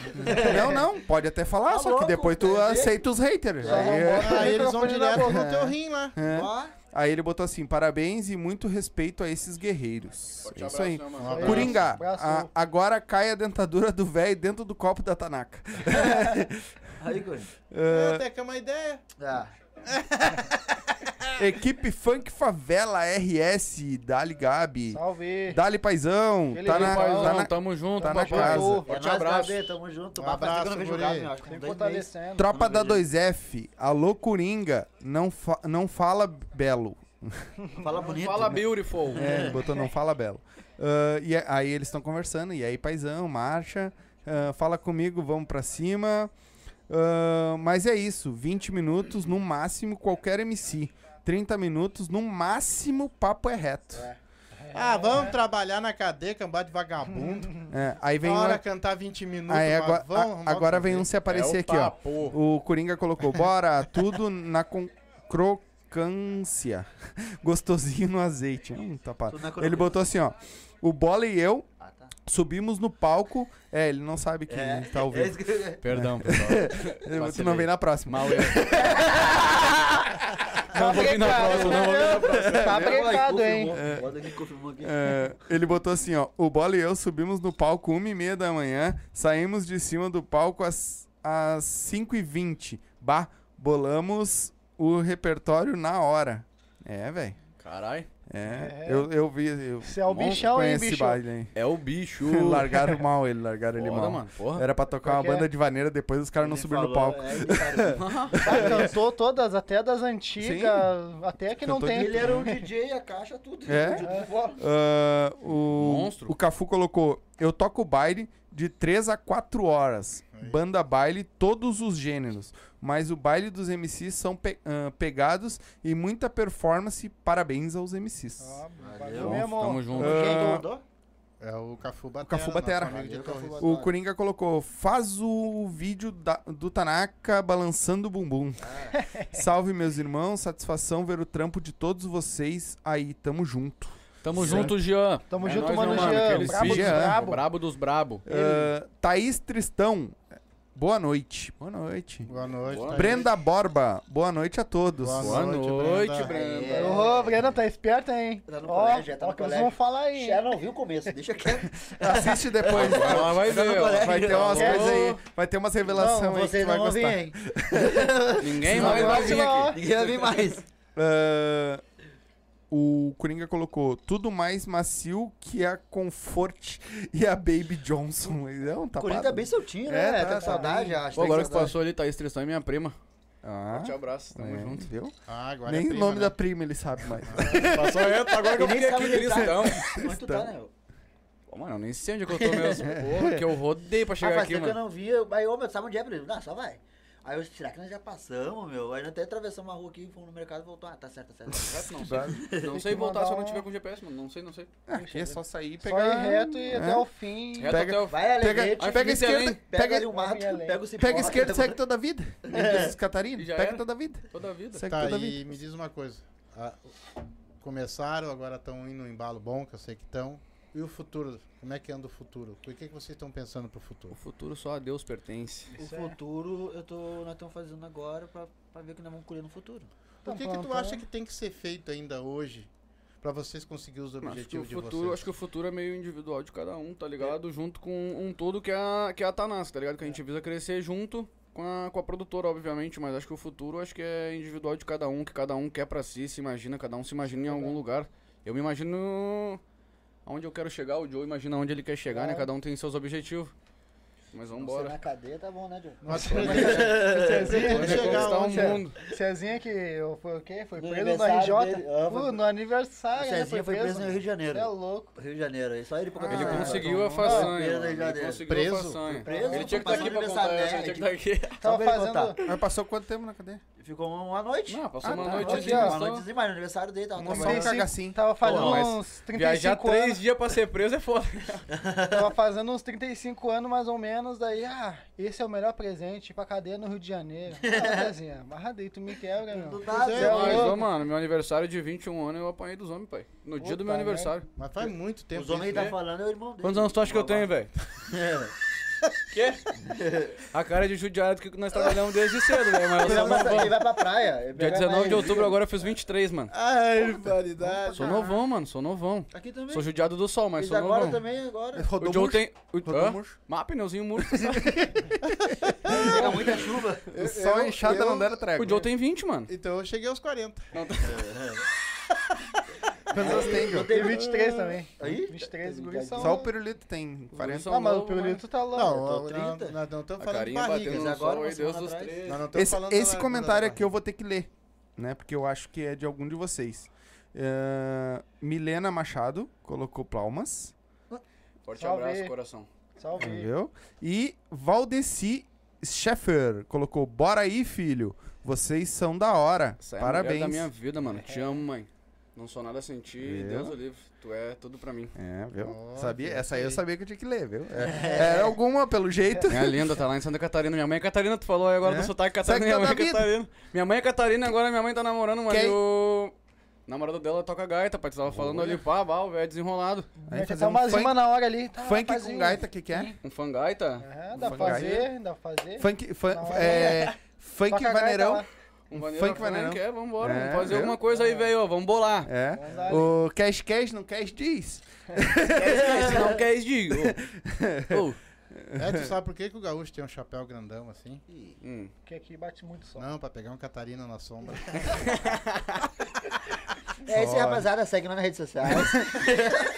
Speaker 1: Não, não, pode até falar,
Speaker 5: Tá
Speaker 1: só que
Speaker 5: louco, Tá
Speaker 1: depois tu
Speaker 5: quer ver?
Speaker 1: aceita os haters.
Speaker 4: Só
Speaker 1: Aí,
Speaker 4: não
Speaker 1: é-
Speaker 4: bota-
Speaker 2: Aí eles vão
Speaker 4: microfone na
Speaker 2: direto
Speaker 4: boca.
Speaker 2: no teu rim lá.
Speaker 1: é.
Speaker 5: Ó,
Speaker 1: Aí ele botou assim: parabéns e muito respeito a esses guerreiros.
Speaker 3: Forte
Speaker 1: É isso
Speaker 3: abraço,
Speaker 1: aí.
Speaker 3: né,
Speaker 2: Um
Speaker 3: mano?
Speaker 2: abraço.
Speaker 1: Coringa,
Speaker 4: Abraço.
Speaker 1: a- agora cai a dentadura do velho dentro do copo da
Speaker 5: [LAUGHS]
Speaker 1: Tanaka.
Speaker 5: Aí, Curi.
Speaker 2: É, Até que é uma ideia.
Speaker 5: Tá.
Speaker 1: Equipe Funk Favela RS, Dali Gabi.
Speaker 4: Salve.
Speaker 1: Dali Paizão,
Speaker 4: Ele
Speaker 1: tá
Speaker 4: é
Speaker 1: na,
Speaker 3: Paizão,
Speaker 1: tá na-
Speaker 3: tamo junto,
Speaker 1: tá na
Speaker 3: papai.
Speaker 1: casa.
Speaker 5: É
Speaker 3: Forte
Speaker 5: nóis,
Speaker 3: abraço.
Speaker 5: Gabi, tamo junto.
Speaker 2: Um
Speaker 5: Bah, faz tempo que eu não
Speaker 2: abraço,
Speaker 5: vejo o
Speaker 2: guri.
Speaker 5: Gabi, meu, acho que
Speaker 4: Tem
Speaker 5: uns dois meses.
Speaker 4: fortalecendo.
Speaker 1: Tropa da
Speaker 5: Vamos ver.
Speaker 1: 2F, alô Coringa, não, fa- não fala belo.
Speaker 5: Fala bonito.
Speaker 3: Fala,
Speaker 5: né?
Speaker 3: beautiful.
Speaker 1: É, botou não fala belo. Ah, e a- aí eles estão conversando, e aí paizão, marcha, ah, fala comigo, vamos pra cima. Ah, mas é isso, 20 minutos no máximo qualquer MC. 30 minutos no máximo papo é reto.
Speaker 2: Ah, vamos trabalhar na cadeia, cambá de vagabundo.
Speaker 1: É, aí vem
Speaker 2: Vem hora
Speaker 1: uma-
Speaker 2: cantar 20 minutos.
Speaker 1: Aí
Speaker 2: mas
Speaker 1: agora,
Speaker 2: vamos arrumar
Speaker 1: a- agora
Speaker 2: outra
Speaker 1: vem um
Speaker 2: vez.
Speaker 1: se aparecer
Speaker 3: É o
Speaker 1: aqui, ó.
Speaker 3: papo.
Speaker 1: O Coringa colocou, bora, tudo na con- crocância. [LAUGHS] Gostosinho no azeite. Hum, tá pá.
Speaker 5: Tudo na
Speaker 1: Ele
Speaker 5: crocância.
Speaker 1: botou assim, ó. O Bola e eu
Speaker 5: Ah, tá.
Speaker 1: subimos no palco. É, ele não sabe que
Speaker 5: É,
Speaker 1: tá
Speaker 5: é [LAUGHS]
Speaker 1: ouvindo.
Speaker 5: isso que-
Speaker 3: Perdão, pessoal.
Speaker 1: tu não
Speaker 3: vacilei.
Speaker 1: vem na próxima.
Speaker 3: Mal eu.
Speaker 5: Tá
Speaker 3: Não vou vir na próxima,
Speaker 5: né?
Speaker 3: não vou vir na próxima.
Speaker 4: Tá
Speaker 5: Olha lá,
Speaker 4: brecado, hein?
Speaker 5: confirmou. Olha aqui, confirmou aqui.
Speaker 1: [LAUGHS] É, ele botou assim, ó. O Bola e eu subimos no palco 1 e meia da manhã, saímos de cima do palco às, às 5 e 20 Bah, bolamos o repertório na hora. É, velho.
Speaker 3: Caralho.
Speaker 1: É,
Speaker 4: É.
Speaker 1: eu, eu vi. Eu
Speaker 4: Você é o
Speaker 1: mon-
Speaker 4: bichão, hein,
Speaker 1: conheço esse
Speaker 4: bicho?
Speaker 1: baile, hein?
Speaker 3: É o bicho.
Speaker 1: [LAUGHS] largaram mal ele, largaram ele
Speaker 3: Foda,
Speaker 1: mal.
Speaker 3: mano. Porra.
Speaker 1: Era pra tocar uma
Speaker 4: Porque-
Speaker 1: banda de vaneira, depois os caras não
Speaker 5: Ele
Speaker 1: subiram no
Speaker 5: falou,
Speaker 1: palco.
Speaker 5: é, ele parou.
Speaker 4: Ah, cantou todas, até das antigas, até que não
Speaker 1: Cantou
Speaker 4: tem.
Speaker 5: Ele era um o DJ, a caixa, tudo.
Speaker 1: É? Ah, o,
Speaker 3: Monstro.
Speaker 1: o Cafu colocou: Eu toco baile de 3 a 4 horas. Banda baile, todos os gêneros. Mas o baile dos MCs são pe- ah, pegados e muita performance. Parabéns aos MCs.
Speaker 4: Ah, valeu
Speaker 5: Valeu.
Speaker 4: mesmo.
Speaker 3: Tamo junto.
Speaker 5: Quem
Speaker 1: Ah,
Speaker 5: mandou?
Speaker 2: É o Cafu Batera.
Speaker 1: Cafu Batera.
Speaker 2: nosso amigo de
Speaker 5: Valeu, Cafu
Speaker 2: Torres.
Speaker 1: O Coringa colocou: faz o vídeo da- do Tanaka balançando o bumbum.
Speaker 2: É.
Speaker 1: [LAUGHS] Salve, meus irmãos. Satisfação ver o trampo de todos vocês aí. Tamo junto.
Speaker 3: Tamo junto, Jean.
Speaker 4: Tamo
Speaker 3: É
Speaker 4: junto,
Speaker 3: nóis,
Speaker 4: mano,
Speaker 3: né,
Speaker 4: Jean.
Speaker 3: Aqueles
Speaker 4: Brabo
Speaker 1: dos
Speaker 3: bichos, né?
Speaker 4: brabo.
Speaker 3: O Brabo dos brabo.
Speaker 1: Ah, Thaís Tristão, boa noite. Boa noite.
Speaker 2: Boa noite.
Speaker 3: Boa
Speaker 2: tá aí.
Speaker 1: Brenda Borba, boa noite a todos.
Speaker 2: Boa
Speaker 3: Boa
Speaker 2: noite,
Speaker 3: noite,
Speaker 2: Brenda.
Speaker 5: É.
Speaker 3: Brenda.
Speaker 4: Ô, Breno, tá esperto, hein?
Speaker 5: Tá no
Speaker 4: ó,
Speaker 5: colégio, já tá
Speaker 4: ó,
Speaker 5: no
Speaker 4: que eles
Speaker 5: colégio.
Speaker 4: vão falar aí. hein?
Speaker 5: Já não viu o começo, deixa quieto.
Speaker 1: Assiste depois.
Speaker 3: Ela vai ver, ó.
Speaker 1: Vai ter umas
Speaker 4: Alô?
Speaker 1: coisas aí, vai ter umas revelações
Speaker 5: Não,
Speaker 1: aí que tu
Speaker 5: vocês
Speaker 1: vai
Speaker 5: não vão vir,
Speaker 1: gostar.
Speaker 5: hein?
Speaker 3: Ninguém
Speaker 4: Não,
Speaker 3: mais vai vir
Speaker 4: não.
Speaker 3: aqui.
Speaker 5: Ninguém vai vir mais.
Speaker 1: Ah, o Coringa colocou tudo mais macio que a Comfort e a Baby Johnson. É um tapado.
Speaker 5: Coringa é bem soltinho, né?
Speaker 1: É, tá,
Speaker 5: tá,
Speaker 1: tá
Speaker 5: com saudade, acho.
Speaker 3: Pô,
Speaker 5: tem
Speaker 3: agora que
Speaker 5: saudade.
Speaker 3: passou ali, Thaís Tristão é minha prima.
Speaker 1: Ah,
Speaker 3: Forte abraço, tamo
Speaker 1: é,
Speaker 3: junto.
Speaker 1: viu?
Speaker 2: Ah, agora
Speaker 1: Nem
Speaker 2: é
Speaker 1: o
Speaker 2: prima,
Speaker 1: nome [LAUGHS]
Speaker 2: né?
Speaker 1: da prima ele sabe mais.
Speaker 3: Passou reto, agora que eu
Speaker 5: Ele
Speaker 3: fiquei aqui
Speaker 5: nem sabe onde ele tá.
Speaker 3: tristão.
Speaker 5: Onde tu tá, né?
Speaker 3: Mano, eu nem sei onde é que eu tô mesmo. Porra, que eu rodei pra
Speaker 5: Ah,
Speaker 3: chegar
Speaker 5: faz
Speaker 3: aqui,
Speaker 5: tempo que eu
Speaker 3: mano.
Speaker 5: não vi. eu- Aí, ô, meu, sabe onde é, Bruno? Não, só vai. Aí eu, será que nós já passamos, meu? Aí nós até atravessamos a rua aqui, fomos no mercado e voltou. Ah, tá certo, tá certo.
Speaker 3: Certo, Não, sei. Não sei
Speaker 4: Tem que
Speaker 3: voltar se eu não
Speaker 4: mandar
Speaker 3: tiver
Speaker 4: um-
Speaker 3: com GPS, mano. Não sei, não sei.
Speaker 1: Ah, aqui é só sair e
Speaker 4: Só
Speaker 1: pegar.
Speaker 4: ir reto e até o fim.
Speaker 3: Reto
Speaker 1: Pega-
Speaker 3: até o
Speaker 5: Vai ali,
Speaker 1: Pega,
Speaker 5: pega,
Speaker 3: Aí
Speaker 1: pega a
Speaker 3: fica
Speaker 1: esquerda,
Speaker 3: além.
Speaker 5: pega ali
Speaker 1: pega,
Speaker 5: o mato,
Speaker 4: Vai ali.
Speaker 5: pega o cipó.
Speaker 1: pega a esquerda e segue toda a vida. Diz Catarina,
Speaker 3: E já
Speaker 1: pega
Speaker 3: era.
Speaker 1: toda a vida.
Speaker 3: toda a vida.
Speaker 1: Segue
Speaker 2: Tá,
Speaker 1: toda a vida.
Speaker 2: e me diz uma coisa. Ah, começaram, agora estão indo no embalo bom, que eu sei que estão. E o futuro? Como é que anda o futuro? O que, que vocês estão pensando pro
Speaker 3: O
Speaker 2: futuro?
Speaker 3: futuro só a Deus pertence.
Speaker 5: O futuro, eu tô, nós estamos fazendo agora pra, pra ver o que nós vamos colher no futuro.
Speaker 2: O
Speaker 1: Então
Speaker 2: que, que tu
Speaker 4: plantando.
Speaker 2: acha
Speaker 1: é.
Speaker 2: que tem que ser feito ainda hoje pra vocês conseguirem os
Speaker 3: Mano, Acho que, o
Speaker 2: objetivos é de
Speaker 3: futuro,
Speaker 2: vocês?
Speaker 3: acho que o futuro é meio individual de cada um, tá ligado? Junto com um todo que é a, que é a Tanasca, tá ligado? Que a gente visa crescer junto com a, com a produtora, obviamente, mas acho que o futuro acho que é individual de cada um, que cada um quer pra si, se imagina, cada um se imagina em algum lugar. Eu me imagino aonde eu quero chegar, o Joe imagina onde ele quer chegar, né?
Speaker 4: Claro.
Speaker 3: Cada um tem seus objetivos. Mas
Speaker 5: Não
Speaker 3: vambora. é-
Speaker 5: ser na cadeia tá bom, né, Diogo?
Speaker 2: Mas pretende-
Speaker 4: Cezinha,
Speaker 3: Onde
Speaker 2: chegar
Speaker 3: conquistar o
Speaker 2: onde
Speaker 3: mundo.
Speaker 4: Cezinha que eu- foi o quê? Foi
Speaker 5: No
Speaker 4: preso no
Speaker 5: aniversário
Speaker 4: RJ?
Speaker 5: dele, ah,
Speaker 4: Pô,
Speaker 5: foi-
Speaker 4: no aniversário, né?
Speaker 5: Cezinha foi preso no Rio de Janeiro.
Speaker 4: Você é louco.
Speaker 5: Rio de Janeiro, aí só ele pra
Speaker 4: Ah,
Speaker 3: Ele
Speaker 4: cara,
Speaker 3: conseguiu a
Speaker 5: fazer.
Speaker 3: façanha. mano, Ele conseguiu
Speaker 2: Preso?
Speaker 3: a façanha.
Speaker 5: Preso?
Speaker 3: Ele tinha que estar aqui pra contar essa, ele tinha que estar aqui.
Speaker 5: Só
Speaker 4: Tava
Speaker 5: pra ele
Speaker 4: fazendo...
Speaker 5: contar.
Speaker 1: Mas passou quanto tempo na cadeia?
Speaker 5: Ficou uma, uma noite.
Speaker 3: Não, passou
Speaker 1: Ah,
Speaker 3: uma
Speaker 1: tá.
Speaker 3: noite
Speaker 4: Olha
Speaker 3: assim,
Speaker 4: aqui, ó,
Speaker 5: uma
Speaker 3: passou-
Speaker 5: noite mais, aniversário dele, tava
Speaker 1: Não só um
Speaker 5: trabalhando.
Speaker 3: assim,
Speaker 1: cagacinho.
Speaker 4: Tava fazendo
Speaker 3: Pô, mas
Speaker 4: uns 35
Speaker 3: Viajar três
Speaker 4: anos.
Speaker 3: dias pra ser preso é foda.
Speaker 4: Tava fazendo uns 35 anos mais ou menos, daí, ah, esse é o melhor presente pra cadeia no Rio de Janeiro. Ah, Cezinha,
Speaker 5: [LAUGHS]
Speaker 4: amarradei, tu me quebra,
Speaker 5: Do
Speaker 4: meu.
Speaker 5: nada, né?
Speaker 2: é,
Speaker 4: Cê é
Speaker 3: [LAUGHS]
Speaker 5: mano.
Speaker 3: Mas, ô,
Speaker 4: louco.
Speaker 3: mano, meu aniversário de 21 anos eu apanhei dos homens, pai. No dia do meu
Speaker 4: Puta
Speaker 3: aniversário.
Speaker 2: Mas faz muito tempo.
Speaker 5: Os homens
Speaker 2: isso,
Speaker 5: tá
Speaker 2: né?
Speaker 5: falando, é o irmão dele.
Speaker 3: Quantos anos tu acha que eu tenho, velho?
Speaker 5: É.
Speaker 3: Quê? [LAUGHS] A cara de judiado que nós trabalhamos desde cedo, velho. Mas
Speaker 5: Ele
Speaker 3: nós
Speaker 5: vai,
Speaker 3: somos
Speaker 5: pra, ele
Speaker 3: novão.
Speaker 5: vai pra praia. ele
Speaker 3: Dia
Speaker 5: pega
Speaker 3: 19 de
Speaker 5: mais-
Speaker 3: outubro agora eu fiz 23, mano.
Speaker 2: Ai, variedade.
Speaker 3: Sou novão, mano. Sou novão.
Speaker 5: Aqui também.
Speaker 3: Sou judiado do sol, mas
Speaker 5: Fiz
Speaker 3: sou
Speaker 5: agora
Speaker 3: novão.
Speaker 5: também, agora.
Speaker 1: Rodou
Speaker 3: O Joe
Speaker 1: murcho?
Speaker 3: tem. O...
Speaker 1: Rodou
Speaker 3: Hã?
Speaker 1: murcho?
Speaker 3: Má, ah,
Speaker 1: [LAUGHS]
Speaker 3: pneuzinho murcho.
Speaker 5: Pega muita chuva.
Speaker 1: Só
Speaker 2: eu-
Speaker 1: enxada
Speaker 2: eu-
Speaker 1: não deram trégua.
Speaker 3: O Joe tem 20, mano.
Speaker 2: Então eu cheguei aos 40.
Speaker 1: Quantos anos tem, Joe?
Speaker 4: Tem 23 também.
Speaker 5: Aí?
Speaker 4: 23 guris são...
Speaker 1: Só o pirulito tem 40.
Speaker 3: são
Speaker 4: Ah, mas o
Speaker 3: novos,
Speaker 4: pirulito tá louco.
Speaker 2: Não,
Speaker 5: eu tô
Speaker 2: nós
Speaker 5: 30.
Speaker 2: nós não estamos
Speaker 3: A
Speaker 2: falando de
Speaker 3: carinha
Speaker 2: barriga.
Speaker 3: batendo
Speaker 5: Mas
Speaker 3: no
Speaker 5: agora,
Speaker 3: sol
Speaker 5: uma
Speaker 3: aí, Deus
Speaker 5: semana
Speaker 3: dos
Speaker 5: atrás.
Speaker 3: três.
Speaker 2: Nós não estamos
Speaker 1: Esse,
Speaker 2: falando
Speaker 1: esse
Speaker 2: da-
Speaker 1: comentário
Speaker 2: da-
Speaker 1: aqui eu vou ter que ler, né? Porque eu acho que é de algum de vocês. Eh, Milena Machado colocou palmas,
Speaker 3: Forte
Speaker 4: Salve.
Speaker 3: abraço, coração.
Speaker 4: Salve.
Speaker 1: entendeu? E Valdeci Scheffer colocou: Bora aí, filho. Vocês são da hora.
Speaker 3: Essa é a mulher
Speaker 1: Parabéns. É.
Speaker 3: da minha vida, mano. Te amo, mãe. Não sou nada sem ti,
Speaker 1: Viu?
Speaker 3: Deus o livre. Tu é tudo pra mim.
Speaker 1: É, viu?
Speaker 2: Ó,
Speaker 1: sabia?
Speaker 2: viu?
Speaker 1: Essa aí eu sabia que eu tinha que ler, viu? É. Era alguma, pelo jeito.
Speaker 4: É
Speaker 3: Minha linda, tá lá em Santa Catarina. Minha mãe é Catarina, tu falou aí agora
Speaker 1: É?
Speaker 3: do sotaque
Speaker 1: Sabe
Speaker 3: Catarina.
Speaker 1: que
Speaker 3: Minha
Speaker 1: tá
Speaker 3: mãe é
Speaker 1: na vida.
Speaker 3: Catarina. Minha mãe é Catarina, agora minha mãe tá namorando, mas
Speaker 1: Quem?
Speaker 3: o namorado dela toca gaita, pai. Tu tava falando ali, pá, pá, o velho é desenrolado.
Speaker 1: Aí
Speaker 4: Mete
Speaker 1: fazer
Speaker 4: até
Speaker 1: um
Speaker 4: umas
Speaker 1: funk,
Speaker 4: rimas na hora ali. Tá,
Speaker 1: funk com
Speaker 4: é rapazinho.
Speaker 1: gaita, o que que é?
Speaker 3: Um fangaita,
Speaker 4: Aham, dá pra
Speaker 1: Funk
Speaker 4: fazer, dá pra fazer.
Speaker 1: Funk, fun,
Speaker 4: Na hora.
Speaker 1: é, funk
Speaker 4: Toca a gaita
Speaker 1: vaneirão.
Speaker 4: lá.
Speaker 3: um
Speaker 1: Um
Speaker 3: vaneiro,
Speaker 1: funk vaneirão.
Speaker 3: quer, vambora,
Speaker 1: É,
Speaker 3: vamos fazer
Speaker 1: viu?
Speaker 3: alguma coisa aí, velho, ó, vamos bolar.
Speaker 1: É.
Speaker 4: Vamos lá,
Speaker 1: O cash cash não cash diz. É.
Speaker 3: Se não quer,
Speaker 1: [LAUGHS]
Speaker 3: isso digo. Ô, ô,
Speaker 2: É, tu sabe por que, que o gaúcho tem um chapéu grandão assim?
Speaker 3: hum.
Speaker 4: Porque aqui bate muito sol.
Speaker 2: Não, pra pegar um Catarina na sombra.
Speaker 5: É isso aí, rapaziada. Segue lá nas redes [LAUGHS] sociais.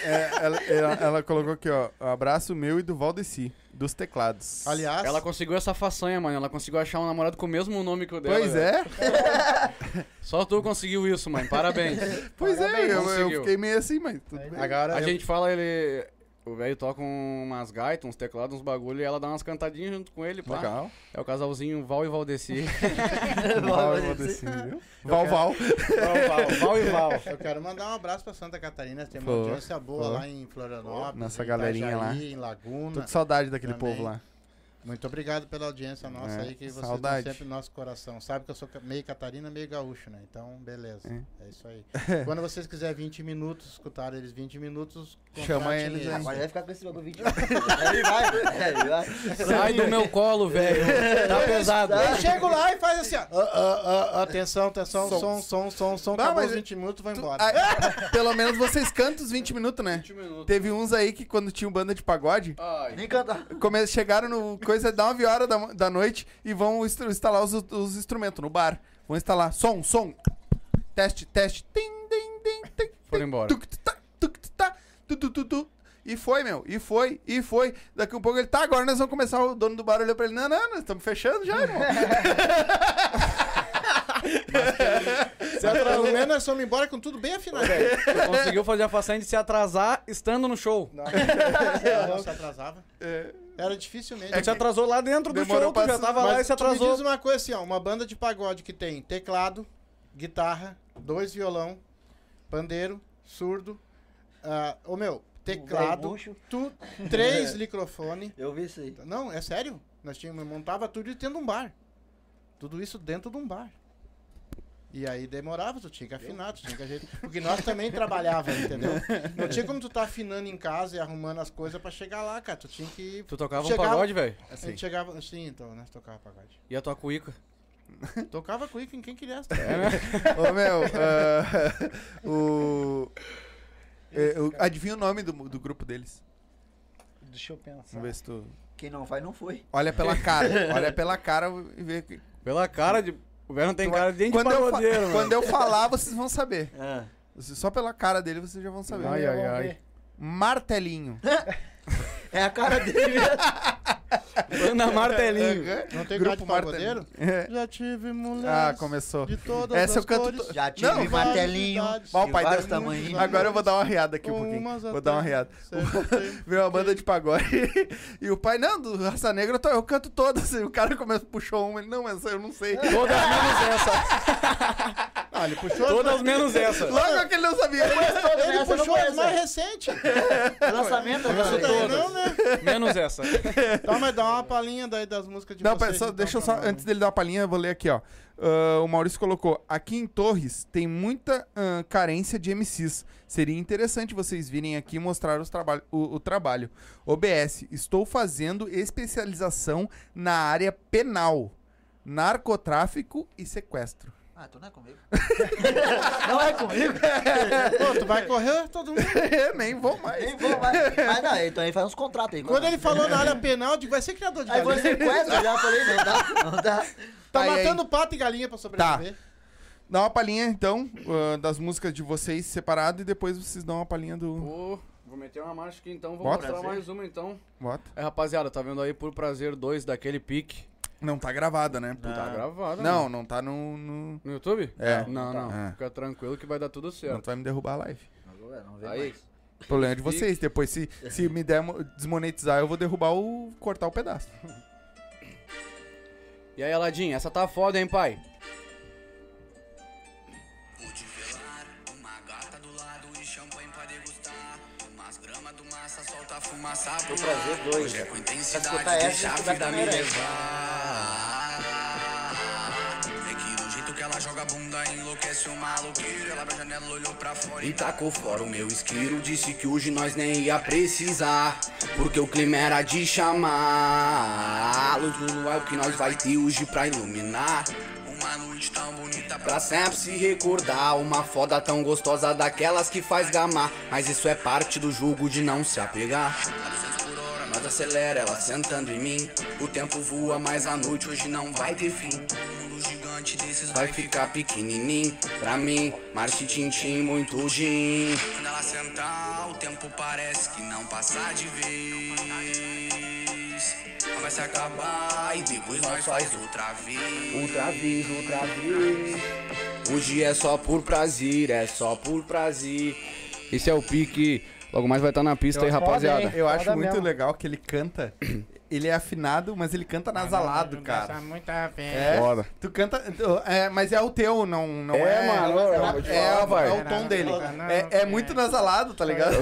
Speaker 1: É, ela, ela- ela colocou aqui, ó. "Um Abraço meu e do Valdeci, dos teclados.
Speaker 2: Aliás,
Speaker 3: Ela conseguiu essa façanha, mano. Ela conseguiu achar um namorado com o mesmo nome que o dela.
Speaker 1: Pois
Speaker 3: velho.
Speaker 1: é,
Speaker 3: Só tu conseguiu isso, mãe. Parabéns.
Speaker 1: pois é, eu, eu
Speaker 3: conseguiu.
Speaker 1: fiquei meio assim, mas tudo bem.
Speaker 2: agora
Speaker 3: A
Speaker 2: eu-
Speaker 3: gente fala, ele. O velho toca umas gaitas, uns teclados, uns bagulho, e ela dá umas cantadinhas junto com
Speaker 2: um
Speaker 3: ele, pá.
Speaker 1: Legal.
Speaker 3: É o casalzinho Val e Valdeci.
Speaker 1: Val e
Speaker 3: assim.
Speaker 1: Valdeci, viu? Val, Val.
Speaker 3: um Val, Val e Val.
Speaker 2: [LAUGHS] Eu quero mandar um abraço pra Santa Catarina, tem uma
Speaker 1: Pô,
Speaker 2: audiência boa
Speaker 1: pô.
Speaker 2: lá em Florianópolis,
Speaker 1: Nossa
Speaker 2: em
Speaker 1: galerinha lá.
Speaker 2: Itajaí, em
Speaker 1: Tô
Speaker 2: Laguna.
Speaker 1: de saudade daquele
Speaker 2: Também.
Speaker 1: povo lá.
Speaker 2: Muito obrigado pela audiência nossa
Speaker 1: É,
Speaker 2: aí, que vocês
Speaker 1: saudade.
Speaker 2: estão sempre no nosso coração. Sabe que eu sou ca- meio catarina, meio gaúcho, né? Então, beleza. É, isso aí. [LAUGHS] Quando vocês quiserem 20 minutos, escutar eles 20 minutos,
Speaker 1: Chama
Speaker 2: contratem
Speaker 1: eles aí.
Speaker 5: Agora É, vai ficar com esse
Speaker 3: [LAUGHS]
Speaker 5: bagulho 20 Aí vai. é, Aí vai.
Speaker 3: Sai do meu colo, velho. Tá pesado.
Speaker 2: Eu chego lá e faz assim, ó. Ah, ah, ah, atenção, atenção, som, som, som, som, som.
Speaker 1: Não,
Speaker 2: acabou
Speaker 1: mas
Speaker 2: os 20 minutos, vou
Speaker 1: Tu-
Speaker 2: embora.
Speaker 1: ah, pelo menos vocês cantam os 20 minutos, né?
Speaker 3: 20 minutos.
Speaker 1: Teve uns aí que quando tinha um banda de pagode,
Speaker 3: Ai.
Speaker 5: Nem cantar.
Speaker 1: come- chegaram no coisa 9 horas da, da noite e vão instru- instalar os, os instrumentos no bar. Vão instalar som, som, teste, teste, tim, tim, tim, tim,
Speaker 3: Foram embora.
Speaker 1: Tuc, tuc, tac, tuc, tuc, tac, tu, tu, tu, tu. E foi, meu. E foi, e foi. Daqui a pouco ele tá, agora nós vamos começar. O dono do bar olhou pra ele: Não,
Speaker 3: [LAUGHS]
Speaker 1: não, nós estamos fechando já, irmão.
Speaker 2: Pelo menos nós fomos embora com tudo bem
Speaker 1: [LAUGHS]
Speaker 2: afinado.
Speaker 3: Tu Conseguiu fazer a façanha de se atrasar estando no show.
Speaker 4: Não,
Speaker 1: É.
Speaker 2: Ela não se atrasava. Era dificilmente.
Speaker 3: Tu se atrasou lá dentro do
Speaker 1: Demorou
Speaker 3: show, tu
Speaker 1: pra
Speaker 3: já
Speaker 1: se-
Speaker 3: tava
Speaker 2: Mas
Speaker 3: lá e se
Speaker 2: tu me
Speaker 3: atrasou.
Speaker 2: diz uma coisa assim, ó, uma banda de pagode que tem teclado, guitarra, dois violão, pandeiro, surdo, ah, ô meu, teclado,
Speaker 5: gaúcho.
Speaker 2: tu,
Speaker 3: [LAUGHS]
Speaker 2: três microfones.
Speaker 5: Eu vi isso aí.
Speaker 2: Não, é sério? Nós tínhamos, montava tudo dentro de um bar. Tudo isso dentro de um bar. E aí demorava, tu tinha que afinar, tu tinha que ajeitar. Porque nós também trabalhávamos, entendeu? Não tinha como tu tá afinando em casa e arrumando as coisas pra chegar lá, cara. Tu tinha que.
Speaker 3: Tu tocava um
Speaker 2: Chegava-
Speaker 3: pagode, velho.
Speaker 2: A gente chegava. Sim, então, nós tocava pagode.
Speaker 3: E a tua cuíca.
Speaker 2: Tocava cuica em quem tá? queria.
Speaker 3: É.
Speaker 1: Ô, meu, ah, [LAUGHS] o... é, eu- adivinha o nome do, do grupo deles.
Speaker 4: deixa eu pensar.
Speaker 1: Vamos ver se tu...
Speaker 5: Quem não vai, não foi.
Speaker 1: Olha pela cara. Olha pela cara e vê... que-
Speaker 3: Pela cara de. O velho não tem
Speaker 1: Tu
Speaker 3: cara nem de
Speaker 1: Quando eu, fa- [LAUGHS]
Speaker 3: pagodeiro, mano.
Speaker 1: quando eu falar, vocês vão
Speaker 5: [LAUGHS]
Speaker 1: saber.
Speaker 5: Ah,
Speaker 1: Vocês- Só pela cara dele, vocês já vão saber.
Speaker 3: Ai, ai,
Speaker 4: Vamos
Speaker 3: ai.
Speaker 4: ver.
Speaker 1: Martelinho.
Speaker 5: É a cara
Speaker 3: [LAUGHS]
Speaker 5: dele.
Speaker 3: Ana
Speaker 1: É,
Speaker 3: Martelinho.
Speaker 2: Não
Speaker 1: [LAUGHS]
Speaker 2: tem
Speaker 1: Grupo
Speaker 2: grupo pagodeiro?
Speaker 1: É.
Speaker 2: Já
Speaker 1: [LAUGHS]
Speaker 2: tive
Speaker 1: Ah,
Speaker 2: mulher.
Speaker 1: começou.
Speaker 2: De todas
Speaker 1: Essa eu
Speaker 2: as
Speaker 1: canto
Speaker 2: cores,
Speaker 1: to-
Speaker 5: Já tive
Speaker 1: Não,
Speaker 5: martelinho.
Speaker 2: vários
Speaker 1: Ó,
Speaker 5: de
Speaker 1: pai,
Speaker 5: vários
Speaker 1: Deus-
Speaker 5: tamanhinhos.
Speaker 1: Agora eu vou dar uma riada aqui um pouquinho.
Speaker 2: Umas
Speaker 1: Vou
Speaker 2: até
Speaker 1: dar uma riada. [LAUGHS]
Speaker 2: certo tempo.
Speaker 1: Veio uma banda de pagode [LAUGHS] e o pai, não, do Raça Negra eu, tô- eu canto todas. E o cara começa, puxou uma, ele, não, mas eu não sei.
Speaker 3: Todas menos essa.
Speaker 2: Ah, ele puxou as
Speaker 3: Todas menos essa.
Speaker 1: [LAUGHS] Logo aquele não sabia.
Speaker 2: mais- Ele
Speaker 5: Essa eu não
Speaker 2: puxou as
Speaker 5: conheço.
Speaker 2: é
Speaker 1: [LAUGHS]
Speaker 2: mais recentes.
Speaker 5: Lançamento,
Speaker 2: Essa daí não, né?
Speaker 3: Menos essa.
Speaker 2: Tá, mas dá uma palhinha daí das músicas de
Speaker 1: Não,
Speaker 2: vocês,
Speaker 1: pera, só,
Speaker 2: então,
Speaker 1: deixa eu
Speaker 2: pra
Speaker 1: só,
Speaker 2: nós.
Speaker 1: antes dele dar uma palhinha, eu vou ler aqui, ó. Ah, o Maurício colocou, aqui em Torres tem muita ah, carência de MCs. Seria interessante vocês virem aqui mostrar os traba o, o trabalho. OBS, estou fazendo especialização na área penal, narcotráfico e sequestro.
Speaker 5: Ah, tu não é comigo. não é comigo.
Speaker 2: Pô, tu vai correr todo mundo.
Speaker 1: [LAUGHS] Nem vou mais.
Speaker 5: Nem vou mais. Mas não, então ele faz uns contratos aí.
Speaker 2: Quando ele falou na área penal, eu digo, vai ser criador de
Speaker 5: Aí foi
Speaker 2: galinha.
Speaker 5: sequestro, eu já falei, não dá, não dá.
Speaker 2: Tá
Speaker 1: Ai, ai.
Speaker 2: matando pato e galinha
Speaker 1: Tá.
Speaker 2: pra sobreviver.
Speaker 1: Dá uma palhinha, então, ah, das músicas de vocês separado e depois vocês dão uma palhinha do...
Speaker 3: Vou, vou meter uma marcha aqui então, vou
Speaker 1: Bota.
Speaker 3: mostrar
Speaker 1: Prazer.
Speaker 3: mais uma então.
Speaker 1: Bota.
Speaker 3: É, rapaziada, tá vendo aí por prazer dois daquele pique.
Speaker 1: Não tá gravada, né?
Speaker 3: Tá gravado,
Speaker 1: Não,
Speaker 3: né?
Speaker 1: não tá no... no...
Speaker 3: No YouTube?
Speaker 1: É.
Speaker 3: Não, não.
Speaker 1: É.
Speaker 3: Fica tranquilo que vai dar tudo
Speaker 1: Não,
Speaker 3: certo.
Speaker 1: tu vai me derrubar a live.
Speaker 5: Não vou, é, não vê
Speaker 3: Aí.
Speaker 5: mais.
Speaker 1: O problema é de vocês. Depois, se, se me der mo- desmonetizar, eu vou derrubar o. cortar o pedaço.
Speaker 4: Então
Speaker 3: E aí, Aladim, essa tá foda, hein, pai?
Speaker 6: Pude velar, uma gata do lado e champanhe pra degustar. Umas gramas do massa, solta a fumaça pro prazer dois. Hoje é com intensidade,
Speaker 5: escutar essa,
Speaker 6: deixa a
Speaker 5: escutar
Speaker 6: vida me
Speaker 5: primeiro aí.
Speaker 6: levar. É que o jeito que ela joga a bunda enlouquece o maluqueiro. Ela abre a janela, olhou pra fora e tacou fora o meu isqueiro. Disse que hoje nós nem ia precisar, porque o clima era de chamar. A luz do luar é o que nós vai ter hoje pra iluminar. Uma noite tão bonita pra sempre se recordar. Uma foda tão gostosa daquelas que faz gamar. Mas isso é parte do jogo de não se apegar. A 200 por hora, nós acelera ela sentando em mim. O tempo voa, mas a noite hoje não vai ter fim. O mundo gigante desses vai ficar pequenininho. Pra mim, marche tintim, muito gin. Quando ela sentar, o tempo parece que não passa de vez. Ela Vai se acabar e depois nós faz outra vez. Outra vez, outra vez.
Speaker 3: Hoje é só por prazer, é só por prazer. Esse é o pique. Logo mais vai estar na pista aí,
Speaker 4: foda,
Speaker 3: rapaziada.
Speaker 4: hein?
Speaker 1: Eu acho
Speaker 4: Foda
Speaker 1: muito
Speaker 4: mesmo.
Speaker 1: legal que ele canta. [CLEARS THROAT] Ele é afinado, mas ele
Speaker 4: Ah,
Speaker 1: canta nasalado, cara. É,
Speaker 3: Foda.
Speaker 1: tu canta. tu- é, mas é o teu, não, não é.
Speaker 3: É, mano, eu
Speaker 1: não-
Speaker 3: vou te
Speaker 1: é,
Speaker 3: falar,
Speaker 1: o-
Speaker 3: vai.
Speaker 1: é o tom dele. É, é muito nasalado, tá ligado?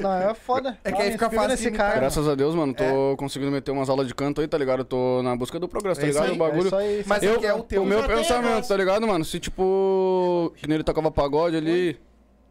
Speaker 4: Não, é foda.
Speaker 1: É que
Speaker 4: Ah,
Speaker 1: aí
Speaker 4: me
Speaker 1: fica fácil
Speaker 4: inspira
Speaker 1: de
Speaker 4: nesse
Speaker 1: imitar.
Speaker 4: cara.
Speaker 3: Graças a Deus, mano, tô conseguindo meter umas aulas de canto aí, tá ligado? Eu tô na busca do progresso, tá
Speaker 1: É isso
Speaker 3: ligado?
Speaker 1: aí,
Speaker 3: o bagulho.
Speaker 4: É isso aí,
Speaker 1: Mas
Speaker 3: eu,
Speaker 1: é que é o teu.
Speaker 3: meu
Speaker 2: Já tem
Speaker 3: pensamento,
Speaker 2: negócio.
Speaker 3: tá ligado, mano? Se tipo. Que nele tocava pagode ali.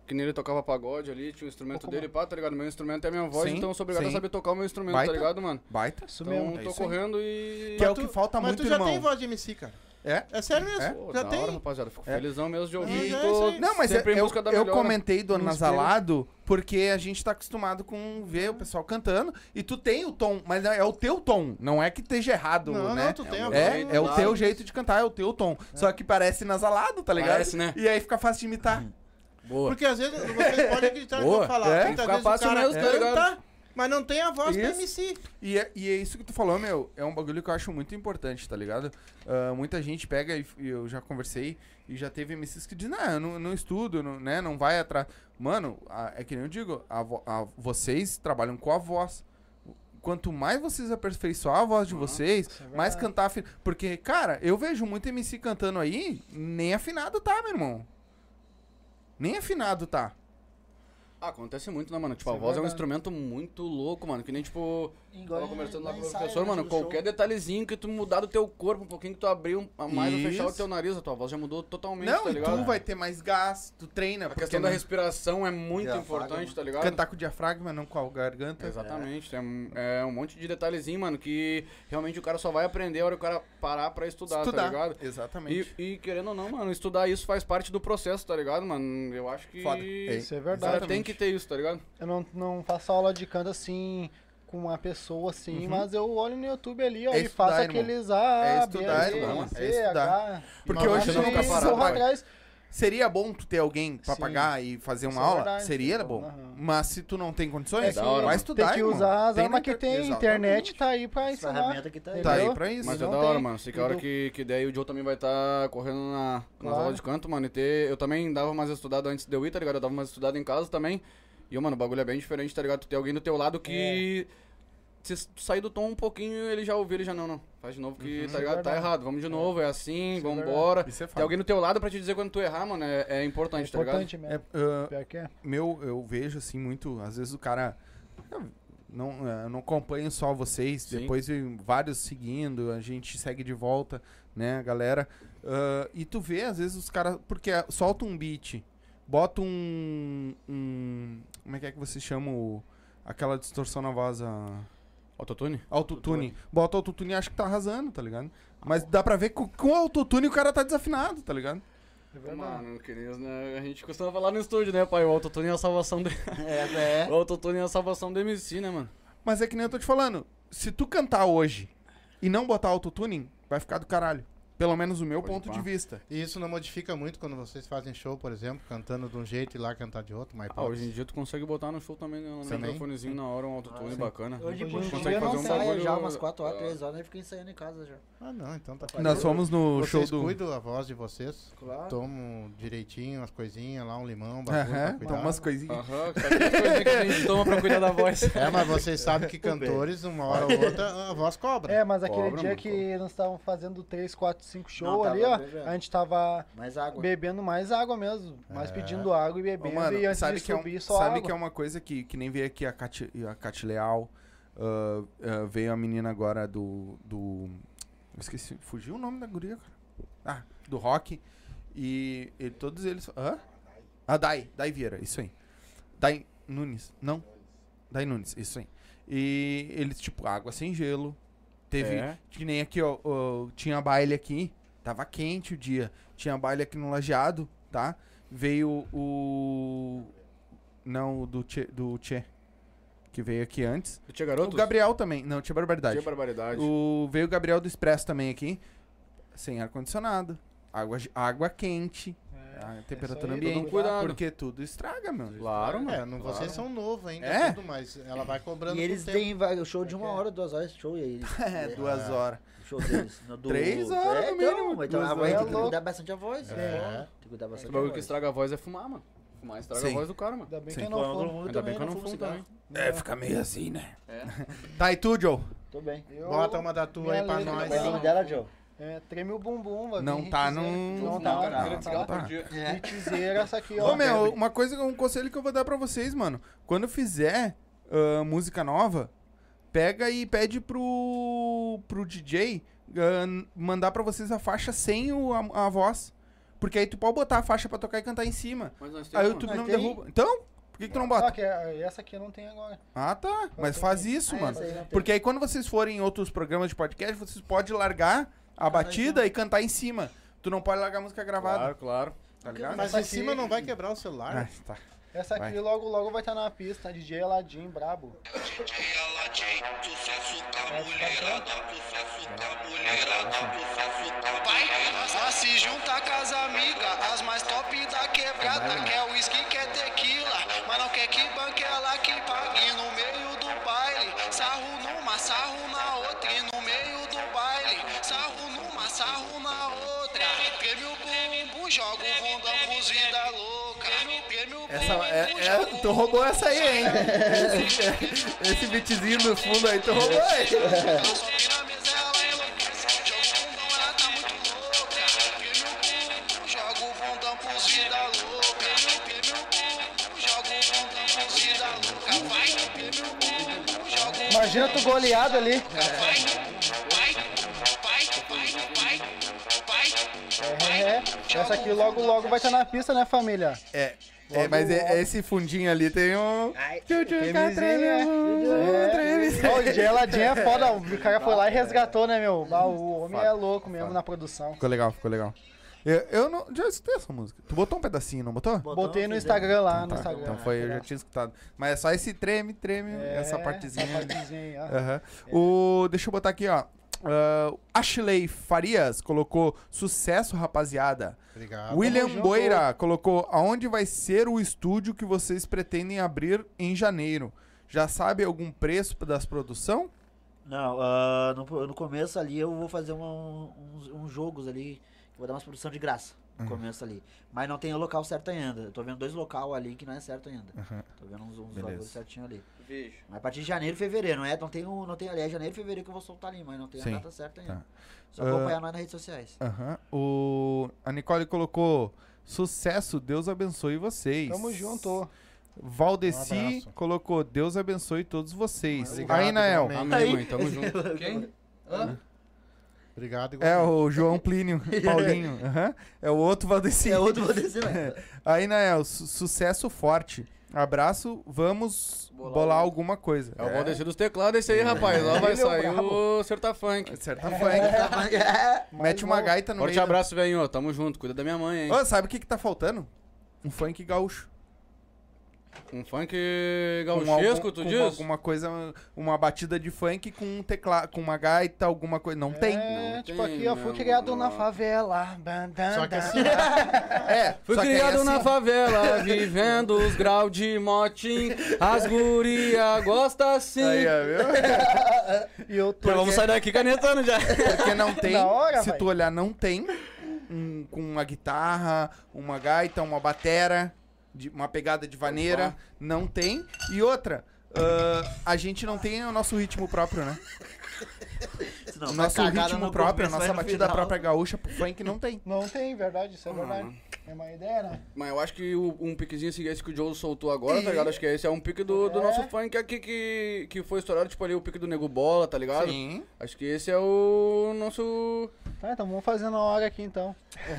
Speaker 3: Que nele tocava pagode ali, tinha o instrumento dele, pá, tá ligado? Meu instrumento é a minha voz,
Speaker 1: Sim,
Speaker 3: então eu sou obrigado
Speaker 1: sim.
Speaker 3: a saber tocar o meu instrumento,
Speaker 1: Baita.
Speaker 3: tá ligado, mano?
Speaker 1: Baita.
Speaker 4: isso mesmo.
Speaker 3: Então
Speaker 1: é
Speaker 3: tô
Speaker 1: isso aí.
Speaker 3: correndo e.
Speaker 1: Que é o
Speaker 2: Tu-
Speaker 1: que falta
Speaker 2: mas
Speaker 1: muito,
Speaker 2: tu já
Speaker 1: irmão.
Speaker 2: tem voz de MC, cara.
Speaker 1: É.
Speaker 2: É sério mesmo?
Speaker 1: É?
Speaker 3: Pô,
Speaker 2: já
Speaker 3: da
Speaker 2: tem.
Speaker 3: hora, rapaziada. Fico
Speaker 1: É.
Speaker 3: felizão mesmo de ouvir.
Speaker 2: É,
Speaker 3: e
Speaker 2: é
Speaker 3: tô
Speaker 2: isso aí.
Speaker 1: Não, mas eu,
Speaker 3: sempre em
Speaker 1: eu,
Speaker 3: busca da
Speaker 1: eu
Speaker 3: melhora.
Speaker 1: comentei do
Speaker 3: Me
Speaker 1: nasalado porque a gente tá acostumado com ver o pessoal cantando e tu tem o tom, mas é o teu tom, não é que esteja errado,
Speaker 2: Não,
Speaker 1: né?
Speaker 2: não, tu tem a voz.
Speaker 1: É, é o
Speaker 3: Claro.
Speaker 1: teu jeito de cantar, é o teu tom. Só que parece nasalado, tá ligado?
Speaker 3: Parece, né?
Speaker 1: E aí fica fácil de imitar.
Speaker 3: Boa. [LAUGHS]
Speaker 2: Porque às vezes vocês podem acreditar no que
Speaker 3: Boa.
Speaker 2: eu falar.
Speaker 1: É?
Speaker 2: Muitas
Speaker 3: Fica
Speaker 2: vezes o
Speaker 3: fácil
Speaker 2: cara
Speaker 3: mesmo, tá ligado?
Speaker 2: canta Mas não tem a voz pra
Speaker 1: Isso.
Speaker 2: MC.
Speaker 1: E é, e é isso que tu falou, meu. É um bagulho que eu acho muito importante, tá ligado? Ah, muita gente pega, e, e eu já conversei, e já teve MCs que dizem, ah, eu não, não estudo, não, né? Não vai atrás. Mano, a- é que nem eu digo, a vo- a- vocês trabalham com a voz. Quanto mais vocês aperfeiçoar a voz de vocês,
Speaker 4: isso é
Speaker 1: mais
Speaker 4: verdade.
Speaker 1: cantar afinado. Porque, cara, eu vejo muito MC cantando aí, nem afinado tá, meu irmão. Nem afinado tá.
Speaker 3: Ah, acontece muito, né, mano? Tipo, a
Speaker 4: Isso é
Speaker 3: voz é um
Speaker 4: verdade.
Speaker 3: instrumento muito louco, mano. Que nem, tipo,
Speaker 4: Igual
Speaker 3: tava
Speaker 4: em-
Speaker 3: conversando
Speaker 4: lá
Speaker 3: lá com
Speaker 4: em
Speaker 3: o
Speaker 4: ensaio,
Speaker 3: professor,
Speaker 4: né,
Speaker 3: mano.
Speaker 4: do
Speaker 3: Qualquer
Speaker 4: show.
Speaker 3: detalhezinho que tu mudar do teu corpo, um pouquinho que tu abrir a mais ou fechar o
Speaker 1: Isso.
Speaker 3: teu nariz, a tua voz já mudou totalmente,
Speaker 1: Não,
Speaker 3: tá
Speaker 1: e
Speaker 3: ligado?
Speaker 1: tu vai ter mais gás, tu treina.
Speaker 3: A
Speaker 1: porque
Speaker 3: questão da
Speaker 1: não-
Speaker 3: respiração é muito
Speaker 2: E a
Speaker 3: importante,
Speaker 2: vaga,
Speaker 3: tá ligado?
Speaker 1: né? Cantar com o diafragma, não com a garganta.
Speaker 3: Exatamente, é. um- é um monte de detalhezinho, mano, que realmente o cara só vai aprender a hora que o cara parar pra estudar, tá ligado? E,
Speaker 1: Exatamente.
Speaker 3: e querendo ou não, mano, estudar isso faz parte do processo, tá ligado, mano? Eu acho que.
Speaker 1: Foda. É.
Speaker 4: Isso é
Speaker 3: O cara
Speaker 4: verdade.
Speaker 3: tem que ter isso, tá ligado?
Speaker 4: Eu não, não faço aula de canto assim com uma pessoa assim, mas eu olho no YouTube ali, ó,
Speaker 1: Uhum. É
Speaker 4: e
Speaker 1: estudar,
Speaker 4: faço
Speaker 1: irmão.
Speaker 4: aqueles A,
Speaker 1: É
Speaker 4: B,
Speaker 1: estudar,
Speaker 4: C,
Speaker 1: irmão,
Speaker 4: C,
Speaker 1: é estudar.
Speaker 4: H.
Speaker 1: Porque
Speaker 4: Mas
Speaker 1: hoje
Speaker 4: eu
Speaker 1: não
Speaker 4: nunca
Speaker 1: nunca
Speaker 4: parava.
Speaker 1: parou.
Speaker 4: Corro atrás.
Speaker 1: Seria bom tu ter alguém pra
Speaker 4: Sim.
Speaker 1: pagar e fazer uma
Speaker 4: Isso é
Speaker 1: aula?
Speaker 4: verdade,
Speaker 1: Seria
Speaker 4: seria
Speaker 1: bom.
Speaker 4: bom, aham.
Speaker 1: Mas se tu não tem
Speaker 4: É
Speaker 1: condições,
Speaker 4: que
Speaker 1: vai estudar,
Speaker 4: tem que
Speaker 1: irmão.
Speaker 4: usar as
Speaker 1: Tem
Speaker 4: armas
Speaker 1: na
Speaker 4: que
Speaker 1: inter-
Speaker 4: tem,
Speaker 1: Exatamente.
Speaker 4: internet tá aí pra
Speaker 5: Essa
Speaker 4: ensinar.
Speaker 5: ferramenta que tá aí.
Speaker 1: Tá aí
Speaker 4: entendeu?
Speaker 1: pra isso.
Speaker 3: Mas é
Speaker 4: não
Speaker 3: da hora,
Speaker 4: tem.
Speaker 3: mano. Sei que a hora que, que der, o Joe também vai estar correndo na, nas
Speaker 4: Claro.
Speaker 3: aulas de canto, mano. E ter, eu também dava umas estudadas antes de eu ir, tá ligado? Eu dava umas estudadas em casa também. E, mano, o bagulho é bem diferente, tá ligado? Tu tem alguém do teu lado que. Se tu sair do tom um pouquinho, ele já ouviu, ele já não, não. Faz de novo que, tá ligado? Tá
Speaker 4: verdade.
Speaker 3: errado. Vamos de novo, é assim,
Speaker 4: Isso é
Speaker 3: vambora.
Speaker 1: Isso é
Speaker 3: Tem
Speaker 1: fato.
Speaker 3: alguém do teu lado pra te dizer quando tu errar, mano, é, é
Speaker 4: É
Speaker 3: importante, tá ligado?
Speaker 4: importante
Speaker 1: É,
Speaker 4: mesmo.
Speaker 1: ah,
Speaker 4: Pior que é.
Speaker 1: meu, eu vejo assim muito, às vezes o cara eu não, é, eu não acompanho só vocês,
Speaker 3: Sim.
Speaker 1: depois vem vários seguindo, a gente segue de volta, né, galera. Ah, e tu vê, às vezes, os caras, porque ah, solta um beat, bota um, um- Como é que é que você chama o- aquela distorção na voz? a-
Speaker 3: Autotune?
Speaker 1: Autotune. Bota autotune e acha que tá arrasando, tá ligado? Mas dá pra ver que com- com o autotune o cara tá desafinado, tá ligado?
Speaker 4: É
Speaker 3: Ô,
Speaker 4: verdade.
Speaker 3: Mano, queridos, né? A gente costuma falar no estúdio, né, pai? O autotune é a salvação do...
Speaker 5: É, é.
Speaker 3: [LAUGHS] O autotune é a salvação do MC, né, mano?
Speaker 1: Mas é que nem eu tô te falando. Se tu cantar hoje e não botar autotuning, vai ficar do caralho. Pelo menos o meu
Speaker 3: Pode
Speaker 1: ponto
Speaker 3: pá.
Speaker 1: de vista.
Speaker 2: E isso não modifica muito quando vocês fazem show, por exemplo, cantando de um jeito e lá cantar de outro, mas
Speaker 3: Ah, hoje em dia tu consegue botar no show também, né? Um
Speaker 2: Também?
Speaker 3: microfonezinho na hora, um
Speaker 1: Ah,
Speaker 3: autotune bacana.
Speaker 5: Hoje
Speaker 3: Tu
Speaker 5: em
Speaker 4: Hoje em
Speaker 5: dia
Speaker 3: consegue
Speaker 5: eu não
Speaker 3: fazer um
Speaker 5: saio
Speaker 3: bagulho...
Speaker 5: já umas 4 horas,
Speaker 3: Ah,
Speaker 5: 3 horas, nem fico ensaiando em casa já.
Speaker 2: Ah, não, então tá
Speaker 1: Nós fomos no show
Speaker 2: Vocês
Speaker 1: do. [LAUGHS]
Speaker 2: cuidam a voz de vocês,
Speaker 5: Claro.
Speaker 2: tomam direitinho as coisinhas lá, um limão, bagulho pra
Speaker 1: Aham,
Speaker 2: cuidar.
Speaker 1: toma umas coisinhas.
Speaker 3: Aham, cara, que coisa que a gente toma pra cuidar
Speaker 1: [LAUGHS]
Speaker 3: da voz.
Speaker 2: É, mas vocês sabem que cantores, uma hora ou outra, a voz cobra.
Speaker 4: É, mas aquele
Speaker 3: Cobra,
Speaker 4: dia
Speaker 3: mano,
Speaker 4: que
Speaker 3: cobra.
Speaker 4: nós estávamos fazendo 3, 4, 5 show
Speaker 5: Não,
Speaker 4: ali,
Speaker 5: tava
Speaker 4: ó,
Speaker 5: bebendo.
Speaker 4: a gente tava
Speaker 5: Mais água.
Speaker 4: bebendo mais água mesmo. Mais pedindo
Speaker 1: É.
Speaker 4: água e
Speaker 1: Ô,
Speaker 4: bebendo.
Speaker 1: mano,
Speaker 4: e antes
Speaker 1: sabe,
Speaker 4: de
Speaker 1: que é, um-
Speaker 4: subir, só
Speaker 1: sabe
Speaker 4: água.
Speaker 1: que é uma coisa que, que nem veio aqui a Cat, a Cat Leal. ah, ah, veio a menina agora do. do. eu Esqueci. Fugiu o nome da guria, cara. Ah, do rock. E, e todos eles. Hã? Ah, Dai, Dai Vieira, isso aí. Dai Nunes. Não? Dai Nunes, isso aí. E eles, tipo, água sem gelo. Teve.
Speaker 3: É.
Speaker 1: Que nem aqui, ó, ó, Tinha baile aqui. Tava quente o dia. Tinha baile aqui no lajeado, tá? Veio o. Não, o do Tchê. Do tchê que veio aqui antes.
Speaker 3: Tu tinha garoto?
Speaker 1: O Gabriel também. Não, tinha barbaridade.
Speaker 3: Tinha barbaridade.
Speaker 1: O, veio o Gabriel do Expresso também aqui. Sem ar-condicionado. Água, ge- água quente.
Speaker 3: É,
Speaker 1: a temperatura
Speaker 4: aí,
Speaker 1: ambiente.
Speaker 3: todo cuidado.
Speaker 1: Porque tudo estraga, meu.
Speaker 3: Claro, mano.
Speaker 2: É, não, vocês são novos ainda,
Speaker 1: É?
Speaker 2: tudo, mas ela vai cobrando
Speaker 5: E eles
Speaker 2: com o tempo.
Speaker 5: têm vai- o show de uma hora, duas horas de show. E aí eles,
Speaker 1: [LAUGHS] É, duas horas.
Speaker 5: O show deles. no- do-
Speaker 1: Três horas,
Speaker 5: é,
Speaker 1: no
Speaker 5: então,
Speaker 1: mínimo,
Speaker 5: Então
Speaker 1: duas
Speaker 5: agora
Speaker 1: horas.
Speaker 5: tem que
Speaker 1: É
Speaker 5: cuidar bastante a voz. né?
Speaker 2: É.
Speaker 5: Tem que cuidar
Speaker 3: O
Speaker 5: bastante a
Speaker 3: bagulho
Speaker 5: voz.
Speaker 3: que estraga a voz é fumar, mano. Fumar estraga a
Speaker 1: Sim.
Speaker 3: voz do cara, mano.
Speaker 4: Ainda bem
Speaker 1: Sim.
Speaker 4: que eu
Speaker 5: Quando
Speaker 4: não
Speaker 5: eu
Speaker 4: fumo.
Speaker 5: fumo
Speaker 3: Ainda bem
Speaker 5: também,
Speaker 3: que eu não
Speaker 5: fumo
Speaker 3: fumo
Speaker 5: cigarro.
Speaker 3: também.
Speaker 1: É, fica meio assim, né?
Speaker 3: É.
Speaker 1: [LAUGHS] Tá, e tu, Joe?
Speaker 5: Tô bem.
Speaker 4: Eu-
Speaker 2: Bota uma da tua aí pra
Speaker 4: Minha
Speaker 5: Qual
Speaker 2: nós.
Speaker 5: é o
Speaker 4: letra-
Speaker 5: nome dela, Joe?
Speaker 4: É, treme o bumbum, vai
Speaker 1: Não
Speaker 4: vir
Speaker 1: tá
Speaker 4: ritizeira.
Speaker 1: num-
Speaker 4: Não
Speaker 1: Não,
Speaker 4: tá,
Speaker 1: cara,
Speaker 4: não
Speaker 1: tá, tá.
Speaker 4: tá. Ritizeira, essa aqui, ó.
Speaker 1: Ô, meu, uma coisa, um conselho que eu vou dar pra vocês, mano. Quando eu fizer ah, música nova, pega e pede pro, pro DJ ah, n- mandar pra vocês a faixa sem o, a, a voz. Porque aí tu pode botar a faixa pra tocar e cantar em cima.
Speaker 3: Mas nós
Speaker 1: Aí o
Speaker 3: temos, mano.
Speaker 1: YouTube
Speaker 4: Mas
Speaker 1: não
Speaker 4: tem-
Speaker 1: derruba. Então, por que, que tu não
Speaker 4: Só
Speaker 1: bota?
Speaker 4: que é, essa aqui eu não tenho agora.
Speaker 1: Ah, tá. Mas faz isso,
Speaker 5: Ah,
Speaker 1: mano.
Speaker 5: essa aí não tem.
Speaker 1: Porque aí quando vocês forem em outros programas de podcast, vocês podem largar a batida e cantar em cima. Tu não pode largar a música gravada,
Speaker 3: Claro, claro.
Speaker 1: tá ligado?
Speaker 2: Mas
Speaker 4: Essa
Speaker 2: em cima
Speaker 4: aqui-
Speaker 2: não vai quebrar o celular.
Speaker 1: Ah, tá.
Speaker 4: Essa aqui
Speaker 1: Vai.
Speaker 4: logo, logo vai estar na pista. DJ Aladim, brabo.
Speaker 7: Vai, lá se junta com as amigas, as mais top da quebrada. Quer uísque, quer tequila, mas não quer que banque ela que pague no meio do bar. sarro numa, sarro na outra e no meio do baile, sarro numa, sarro na outra. Treme o bumbum, joga o rondambus, vida louca. Treme o
Speaker 1: Essa,
Speaker 7: bumbum,
Speaker 1: é,
Speaker 7: joga
Speaker 1: é,
Speaker 7: o
Speaker 1: tu roubou essa aí, hein? Esse, esse beatzinho no fundo aí, tu roubou aí.
Speaker 7: Ela sobe na é mesa, ela enlouquece. Joga o bundão, ela tá muito louca. Prêmio bum, joga o bundão pros vida louca. Prêmio bum, joga o bundão pros vida louca. Vai, prêmio bum, joga o
Speaker 4: Imagina tu goleado ali. É,
Speaker 7: vai, vai, vai, vai, vai, vai.
Speaker 4: É, essa aqui logo logo vai estar na pista, né, família?
Speaker 1: É, é mas é- esse fundinho ali tem um...
Speaker 4: Tremezinho, né? É. Ó, o geladinho é foda. O cara foi lá e resgatou, né, meu? Ah, o homem é louco mesmo na produção.
Speaker 1: Ficou legal, ficou legal. Eu, eu não... Já escutei essa música. Tu botou um pedacinho, não botou?
Speaker 4: Botei no Instagram lá, no
Speaker 1: Tá,
Speaker 4: Instagram. né,
Speaker 1: então foi, eu já tinha escutado. Mas é só esse treme, treme,
Speaker 4: É,
Speaker 1: essa partezinha.
Speaker 4: essa partezinha É. aí, ó.
Speaker 1: Aham. O, deixa eu botar aqui, ó. Ah, Ashley Farias colocou sucesso, rapaziada.
Speaker 2: Obrigado.
Speaker 1: William
Speaker 4: Ah, junto.
Speaker 1: Boeira colocou aonde vai ser o estúdio que vocês pretendem abrir em janeiro. Já sabe algum preço das produção?
Speaker 5: Não, ah, no, no começo ali eu vou fazer uma- uns, uns jogos ali, vou dar umas produção de graça
Speaker 1: Uhum.
Speaker 5: no começo ali. Mas não tem o local certo ainda. Eu tô vendo dois local ali que não é certo ainda. Tô vendo uns, uns
Speaker 1: Uhum. Beleza.
Speaker 5: valores certinho ali.
Speaker 3: Vejo.
Speaker 5: Mas a partir de janeiro, fevereiro, não é? Não tem, o, não tem ali, é janeiro e fevereiro que eu vou soltar ali, mas não tem
Speaker 1: Sim,
Speaker 5: a data certa ainda.
Speaker 1: tá.
Speaker 5: Só acompanhar nós nas redes sociais.
Speaker 1: Aham. O a Nicole colocou sucesso, Deus abençoe vocês.
Speaker 4: Tamo junto.
Speaker 2: Um
Speaker 1: Valdeci
Speaker 2: abraço.
Speaker 1: colocou Deus abençoe todos vocês.
Speaker 2: Obrigado,
Speaker 1: Aí, Nael.
Speaker 2: igualmente.
Speaker 3: Amém, Ah, tamo junto.
Speaker 5: [LAUGHS]
Speaker 2: Obrigado,
Speaker 1: É
Speaker 2: igualmente.
Speaker 1: o João Plínio, Paulinho. Aham. É o outro Valdeci.
Speaker 5: É outro vou descer, né?
Speaker 1: [LAUGHS] Aí, Nael, su- sucesso forte. Abraço, vamos bolar,
Speaker 3: Bolar
Speaker 1: alguma coisa.
Speaker 3: É o Valdeci dos teclados esse aí,
Speaker 1: Hum.
Speaker 3: rapaz. Lá vai
Speaker 4: Ele é o
Speaker 3: sair
Speaker 4: brabo.
Speaker 3: o Certa Funk.
Speaker 1: É, Certa
Speaker 5: Tá
Speaker 1: funk.
Speaker 5: é.
Speaker 1: Mete uma gaita no
Speaker 3: Forte
Speaker 1: meio. da-
Speaker 3: abraço, velhinho. Tamo junto. Cuida da minha mãe, hein.
Speaker 1: Ô, sabe o que, que tá faltando? Um funk gaúcho.
Speaker 3: Um funk
Speaker 1: Com
Speaker 3: gauchesco,
Speaker 1: algum-
Speaker 3: tu
Speaker 1: com
Speaker 3: diz?
Speaker 1: Alguma coisa, uma batida de funk com um teclado, com uma gaita, alguma coisa. Não tem.
Speaker 4: É,
Speaker 3: Não
Speaker 4: tipo
Speaker 3: tem,
Speaker 4: aqui, ó,
Speaker 3: não,
Speaker 4: fui criado
Speaker 3: não.
Speaker 4: na favela. Bandana.
Speaker 2: Só que assim,
Speaker 1: É,
Speaker 3: Fui
Speaker 1: só que aí
Speaker 3: criado
Speaker 1: assim,
Speaker 3: na favela,
Speaker 1: [LAUGHS]
Speaker 3: vivendo os graus de motim. As guria gosta assim, sim.
Speaker 1: Aí, ó, viu?
Speaker 4: E eu tô.
Speaker 3: Já vamos sair daqui canetando já.
Speaker 1: Porque não tem.
Speaker 4: Da hora,
Speaker 1: se
Speaker 4: vai.
Speaker 1: tu olhar, não tem. um- com uma guitarra, uma gaita, uma batera, de- uma pegada de vaneira. Não tem. E outra. ah, a gente não tem o nosso ritmo próprio, né?
Speaker 5: Senão
Speaker 1: O
Speaker 5: tá
Speaker 1: nosso
Speaker 5: cagada
Speaker 1: ritmo
Speaker 5: no
Speaker 1: próprio, a
Speaker 5: começo, mas
Speaker 1: nossa
Speaker 5: no
Speaker 1: batida
Speaker 5: final-
Speaker 1: própria gaúcha pro funk não tem.
Speaker 4: Não tem, verdade, isso é verdade. É uma ideia, né?
Speaker 3: [LAUGHS] Mas eu acho que o- um piquezinho assim, esse que o Joe soltou agora, tá ligado? Acho que esse é um pique do, do nosso funk aqui que, que foi estourado, tipo ali o pique do Nego Bola, tá ligado? [LAUGHS]
Speaker 1: Sim.
Speaker 3: Acho que esse é o nosso.
Speaker 4: Tá, então vamos fazer na hora aqui então.
Speaker 1: [LAUGHS]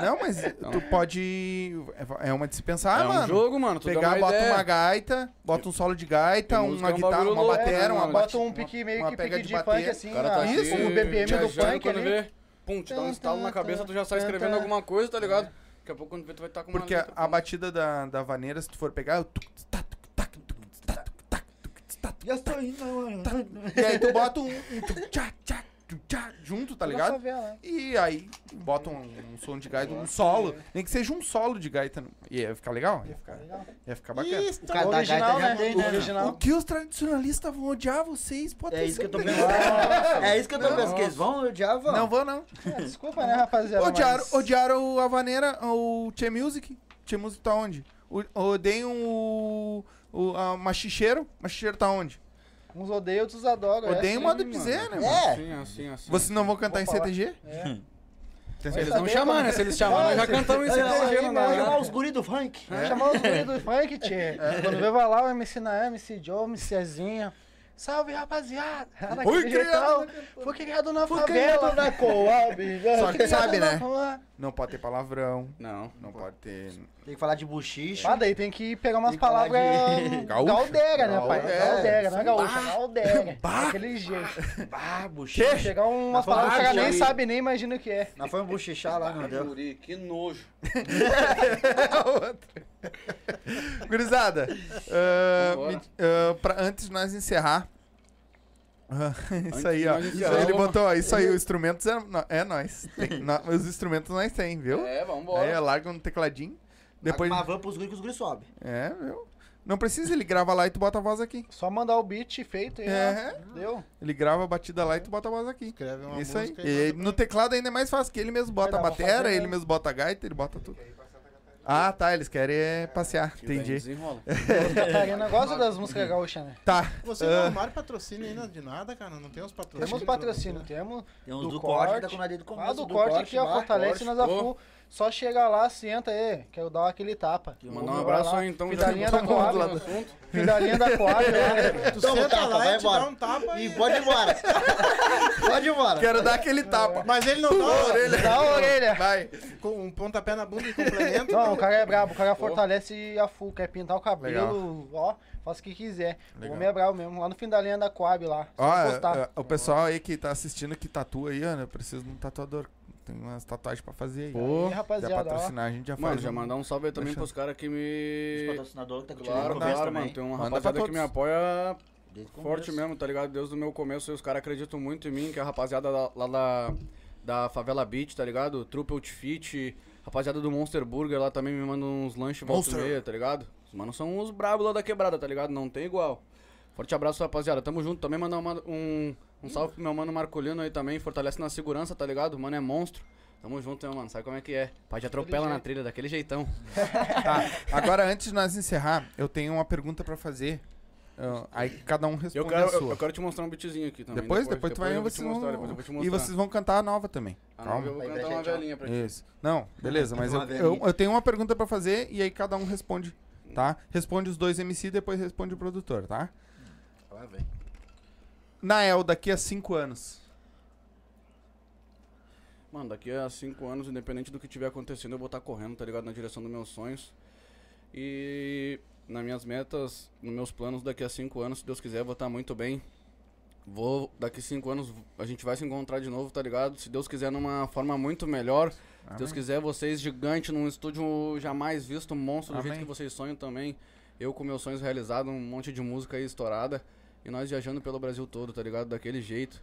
Speaker 1: Não, mas tu pode. É uma dispensar,
Speaker 3: Então. é um
Speaker 1: mano.
Speaker 3: jogo, mano. Tu dá
Speaker 1: Pegar,
Speaker 3: uma
Speaker 1: bota
Speaker 3: ideia.
Speaker 1: uma gaita, bota um solo de gaita,
Speaker 3: Tem música,
Speaker 1: uma
Speaker 3: é um
Speaker 1: guitarra,
Speaker 3: bagulho
Speaker 1: uma
Speaker 3: louco,
Speaker 1: batera,
Speaker 3: né,
Speaker 1: uma
Speaker 3: mano?
Speaker 4: Bota
Speaker 1: batida.
Speaker 4: um pique meio
Speaker 1: uma
Speaker 4: que
Speaker 1: pega
Speaker 4: pique
Speaker 1: de
Speaker 4: de,
Speaker 1: bater.
Speaker 4: funk assim,
Speaker 3: O cara tá
Speaker 4: ah,
Speaker 3: aqui,
Speaker 1: Isso,
Speaker 4: o BPM do
Speaker 3: viajando,
Speaker 4: funk
Speaker 1: né?
Speaker 3: quando
Speaker 4: ali.
Speaker 3: vê, tá pum, te dá um estalo na cabeça, tu já sai escrevendo alguma coisa, tá ligado? Daqui a pouco quando vê, tu vai estar com uma
Speaker 1: É. Porque a,
Speaker 3: letra,
Speaker 1: a batida da, da vaneira, se tu for pegar, é o tuc, tac, tuc, tac, tuc, tac, tuc, tac, tuc, tac,
Speaker 5: Eu estou indo, mano.
Speaker 1: tuc. E aí tu bota um, um tuc, tchá, tchá, tuc, tchá, junto, tá
Speaker 4: Na
Speaker 1: ligado?
Speaker 4: favela, né?
Speaker 1: E aí bota um, um som de gaita, um solo.
Speaker 5: é.
Speaker 1: Nem que seja um solo de gaita. no- E ia ficar legal? Ia ficar, ia ficar bacana.
Speaker 5: O cara da
Speaker 4: Original,
Speaker 5: gaita já
Speaker 4: né?
Speaker 5: tem,
Speaker 4: O
Speaker 5: né?
Speaker 4: original.
Speaker 1: O que os tradicionalistas vão odiar vocês? Pode
Speaker 5: É
Speaker 1: ter
Speaker 5: isso que eu tô
Speaker 1: certeza.
Speaker 5: pensando. É isso que eu tô pensando. que eles vão odiar, vão.
Speaker 1: Não vão, não.
Speaker 4: Ah, Desculpa, né, rapaziada?
Speaker 1: Odiaram,
Speaker 4: mas-
Speaker 1: odiaram a vaneira, o Tchê Music. Tchê Music tá onde? O- Odeiam o. o a Machicheiro. Machicheiro tá onde?
Speaker 4: Uns odeiam, outros adoram. é
Speaker 1: Odeiam
Speaker 4: assim,
Speaker 1: o modo de
Speaker 4: mano.
Speaker 1: dizer, né, mano?
Speaker 5: É.
Speaker 3: Assim, assim, assim.
Speaker 1: Vocês não vão cantar em
Speaker 4: Vou falar.
Speaker 1: CTG? tá
Speaker 3: Se eles
Speaker 4: Vai
Speaker 3: não
Speaker 4: saber,
Speaker 3: chamarem,
Speaker 4: mano.
Speaker 3: né? Se eles chamarem, nós já cantamos né? em
Speaker 5: Olha lá,
Speaker 3: CTG,
Speaker 5: olha
Speaker 3: não
Speaker 5: lá, olha lá
Speaker 3: dá.
Speaker 5: os guri do funk.
Speaker 4: Vamos chamar os guri do funk,
Speaker 1: [LAUGHS]
Speaker 4: tchê.
Speaker 1: É.
Speaker 4: Quando vê, vai lá o MC Naem, MC Joe, MC Zezinha. Salve, rapaziada. Ela
Speaker 1: Fui
Speaker 4: daquele
Speaker 1: criado-
Speaker 4: jeitão. Fui criado na
Speaker 5: Fui
Speaker 4: favela.
Speaker 5: criado
Speaker 4: [LAUGHS]
Speaker 5: na
Speaker 4: Coab.
Speaker 1: Só que sabe, né?
Speaker 4: Coab.
Speaker 1: Não pode ter palavrão.
Speaker 3: Não.
Speaker 1: Não pode ter. [LAUGHS]
Speaker 5: Tem que falar de bochicha.
Speaker 4: Ah, daí tem que pegar umas
Speaker 5: Tem que falar
Speaker 4: palavras [LAUGHS]
Speaker 5: de-
Speaker 1: Gaúcha.
Speaker 4: galdega, né, pai?
Speaker 1: Gaúcha.
Speaker 4: Galdega, não é gaúcha, galdega.
Speaker 1: Bah.
Speaker 4: Daquele jeito.
Speaker 5: Ah, bochicha.
Speaker 4: Chegar umas
Speaker 5: Bah,
Speaker 4: palavras que o cara nem
Speaker 5: gente.
Speaker 4: sabe, nem imagina o que é.
Speaker 5: Nós fomos bochichar lá, meu Deus.
Speaker 3: Guri, que nojo.
Speaker 1: Gurizada, ah,
Speaker 3: Vambora.
Speaker 1: me- ah, pra- antes de nós encerrar. [LAUGHS] ah, isso aí,
Speaker 3: de
Speaker 1: ó.
Speaker 3: nós
Speaker 1: Isso
Speaker 3: encerrar,
Speaker 1: aí, ele
Speaker 3: vamos.
Speaker 1: botou, ó. Isso aí, os instrumentos é, nó- é nós. Tem- nó- os instrumentos nós tem, viu?
Speaker 3: É,
Speaker 1: Aí
Speaker 3: vambora.
Speaker 1: larga no tecladinho. Depois.
Speaker 5: Uma van pros guri que os guri sobem.
Speaker 1: É, viu? Não precisa, ele grava lá e tu bota a voz aqui.
Speaker 4: Só mandar o beat feito e
Speaker 1: É.
Speaker 4: ó, deu.
Speaker 1: Ele grava a batida lá e tu bota a voz aqui.
Speaker 2: Escreve uma
Speaker 1: Isso aí.
Speaker 2: música Hum, e
Speaker 1: E
Speaker 2: manda
Speaker 1: no teclado ainda é mais fácil, que ele mesmo bota a
Speaker 4: dá pra
Speaker 1: batera,
Speaker 4: fazer,
Speaker 1: ele
Speaker 4: né?
Speaker 1: mesmo bota a gaita, ele bota tudo. Ah, tá, eles querem é passear,
Speaker 3: Que daí
Speaker 1: entendi. É.
Speaker 3: Desenrola.
Speaker 4: Catarina gosta um das músicas gaúchas, né?
Speaker 1: Tá,
Speaker 2: Vocês não armaram patrocínio ainda de nada, cara? Não tem uns patrocínios?
Speaker 4: Temos patrocínio, temos.
Speaker 5: Tem uns
Speaker 4: Do
Speaker 5: do, corte,
Speaker 4: corte.
Speaker 5: da Conadinha do começo.
Speaker 4: Ah, do, corte, aqui, ó,
Speaker 5: lá,
Speaker 4: fortalece
Speaker 5: corte.
Speaker 4: nas afu. Só chega lá, senta aí, quero dar aquele tapa.
Speaker 3: Mandar um abraço aí então, já que
Speaker 4: Fidalinha da
Speaker 3: estamos
Speaker 4: Coab,
Speaker 3: falando
Speaker 4: né?
Speaker 3: do assunto.
Speaker 4: Fidalinha da Coab,
Speaker 3: [LAUGHS]
Speaker 4: né?
Speaker 2: Tu
Speaker 5: Toma o
Speaker 2: senta
Speaker 5: tapa,
Speaker 2: lá
Speaker 5: vai
Speaker 2: e te dá
Speaker 5: embora.
Speaker 2: um tapa
Speaker 5: E
Speaker 2: e...
Speaker 5: pode ir embora. pode ir embora.
Speaker 1: quero dar aquele tapa.
Speaker 2: [LAUGHS] Mas ele não dá
Speaker 4: Dá a orelha.
Speaker 1: Vai.
Speaker 2: com um pontapé na bunda e complemento.
Speaker 4: Não, o cara é brabo, o cara fortalece a full, quer pintar o cabelo, ó, faz o que quiser. O homem é brabo mesmo, lá no fim da linha da Coab lá. Só
Speaker 1: Ó,
Speaker 3: é,
Speaker 4: postar.
Speaker 1: ah, o pessoal aí que tá assistindo que tatua aí, ó, né? Precisa de um tatuador. Tem umas tatuagens pra fazer aí.
Speaker 4: Aí,
Speaker 1: já
Speaker 4: rapaziada, ó.
Speaker 1: patrocinar, a gente já faz.
Speaker 3: Mano, já
Speaker 1: um-
Speaker 3: mandar um salve aí também
Speaker 1: Deixa.
Speaker 3: pros caras que
Speaker 5: Os
Speaker 3: me.
Speaker 5: patrocinadores que tá contigo
Speaker 3: Claro,
Speaker 5: no começo
Speaker 3: claro,
Speaker 5: também.
Speaker 3: mano. Tem uma
Speaker 1: um Manda pra
Speaker 3: rapaziada que
Speaker 1: todos.
Speaker 3: me apoia
Speaker 5: Desde o começo.
Speaker 3: forte mesmo, tá ligado? Deus do meu começo. E os caras acreditam muito em mim, que é a rapaziada da- lá da, da Favela Beach, tá ligado? Trupe Outfit, rapaziada do Monster Burger lá também me manda uns lanches volta e
Speaker 1: Monster.
Speaker 3: meia, tá ligado? Os manos são uns brabos lá da quebrada, tá ligado? Não tem igual. Forte abraço, rapaziada. Tamo junto. Também mandar uma- um, um salve pro meu mano Marcolino aí também. Fortalece na segurança, tá ligado? O mano é monstro. Tamo junto, né, mano? Sabe como é que é? Pai te atropela na trilha, daquele jeitão.
Speaker 1: Tá. Agora, antes de nós encerrar, eu tenho uma pergunta pra fazer. Ah, aí cada um
Speaker 3: Eu
Speaker 1: responde
Speaker 3: quero,
Speaker 1: a
Speaker 3: eu,
Speaker 1: sua.
Speaker 3: eu quero te mostrar um beatzinho aqui também.
Speaker 1: Depois, depois, tu vai
Speaker 3: eu vou te
Speaker 1: vocês
Speaker 3: mostrar,
Speaker 1: vão-
Speaker 3: depois eu vou te
Speaker 1: E
Speaker 3: mostrar.
Speaker 1: vocês vão cantar a nova também.
Speaker 3: Ah, não,
Speaker 1: Calma.
Speaker 3: Eu vou
Speaker 5: Vai pra
Speaker 3: cantar uma
Speaker 5: gente, ó.
Speaker 3: velhinha pra ti.
Speaker 1: Isso. Não,
Speaker 3: [LAUGHS]
Speaker 1: beleza, mas eu,
Speaker 5: Uma
Speaker 1: eu,
Speaker 5: velhinha.
Speaker 1: eu tenho uma pergunta pra fazer e aí cada um responde, tá? Responde os dois MC e depois responde o produtor, tá? Nael, daqui a cinco anos.
Speaker 3: Mano, daqui a cinco anos, independente do que tiver acontecendo, eu vou estar correndo, tá ligado? Na direção dos meus sonhos. E nas minhas metas, nos meus planos, daqui a cinco anos, se Deus quiser, eu vou estar muito bem. Vou, daqui cinco anos, a gente vai se encontrar de novo, tá ligado? Se Deus quiser, numa forma muito melhor. Se Deus quiser, vocês gigante, num estúdio jamais visto, um monstro do
Speaker 1: Amém.
Speaker 3: jeito que vocês sonham também. Eu com meus sonhos realizados, um monte de música aí estourada. E nós viajando pelo Brasil todo, tá ligado? Daquele jeito.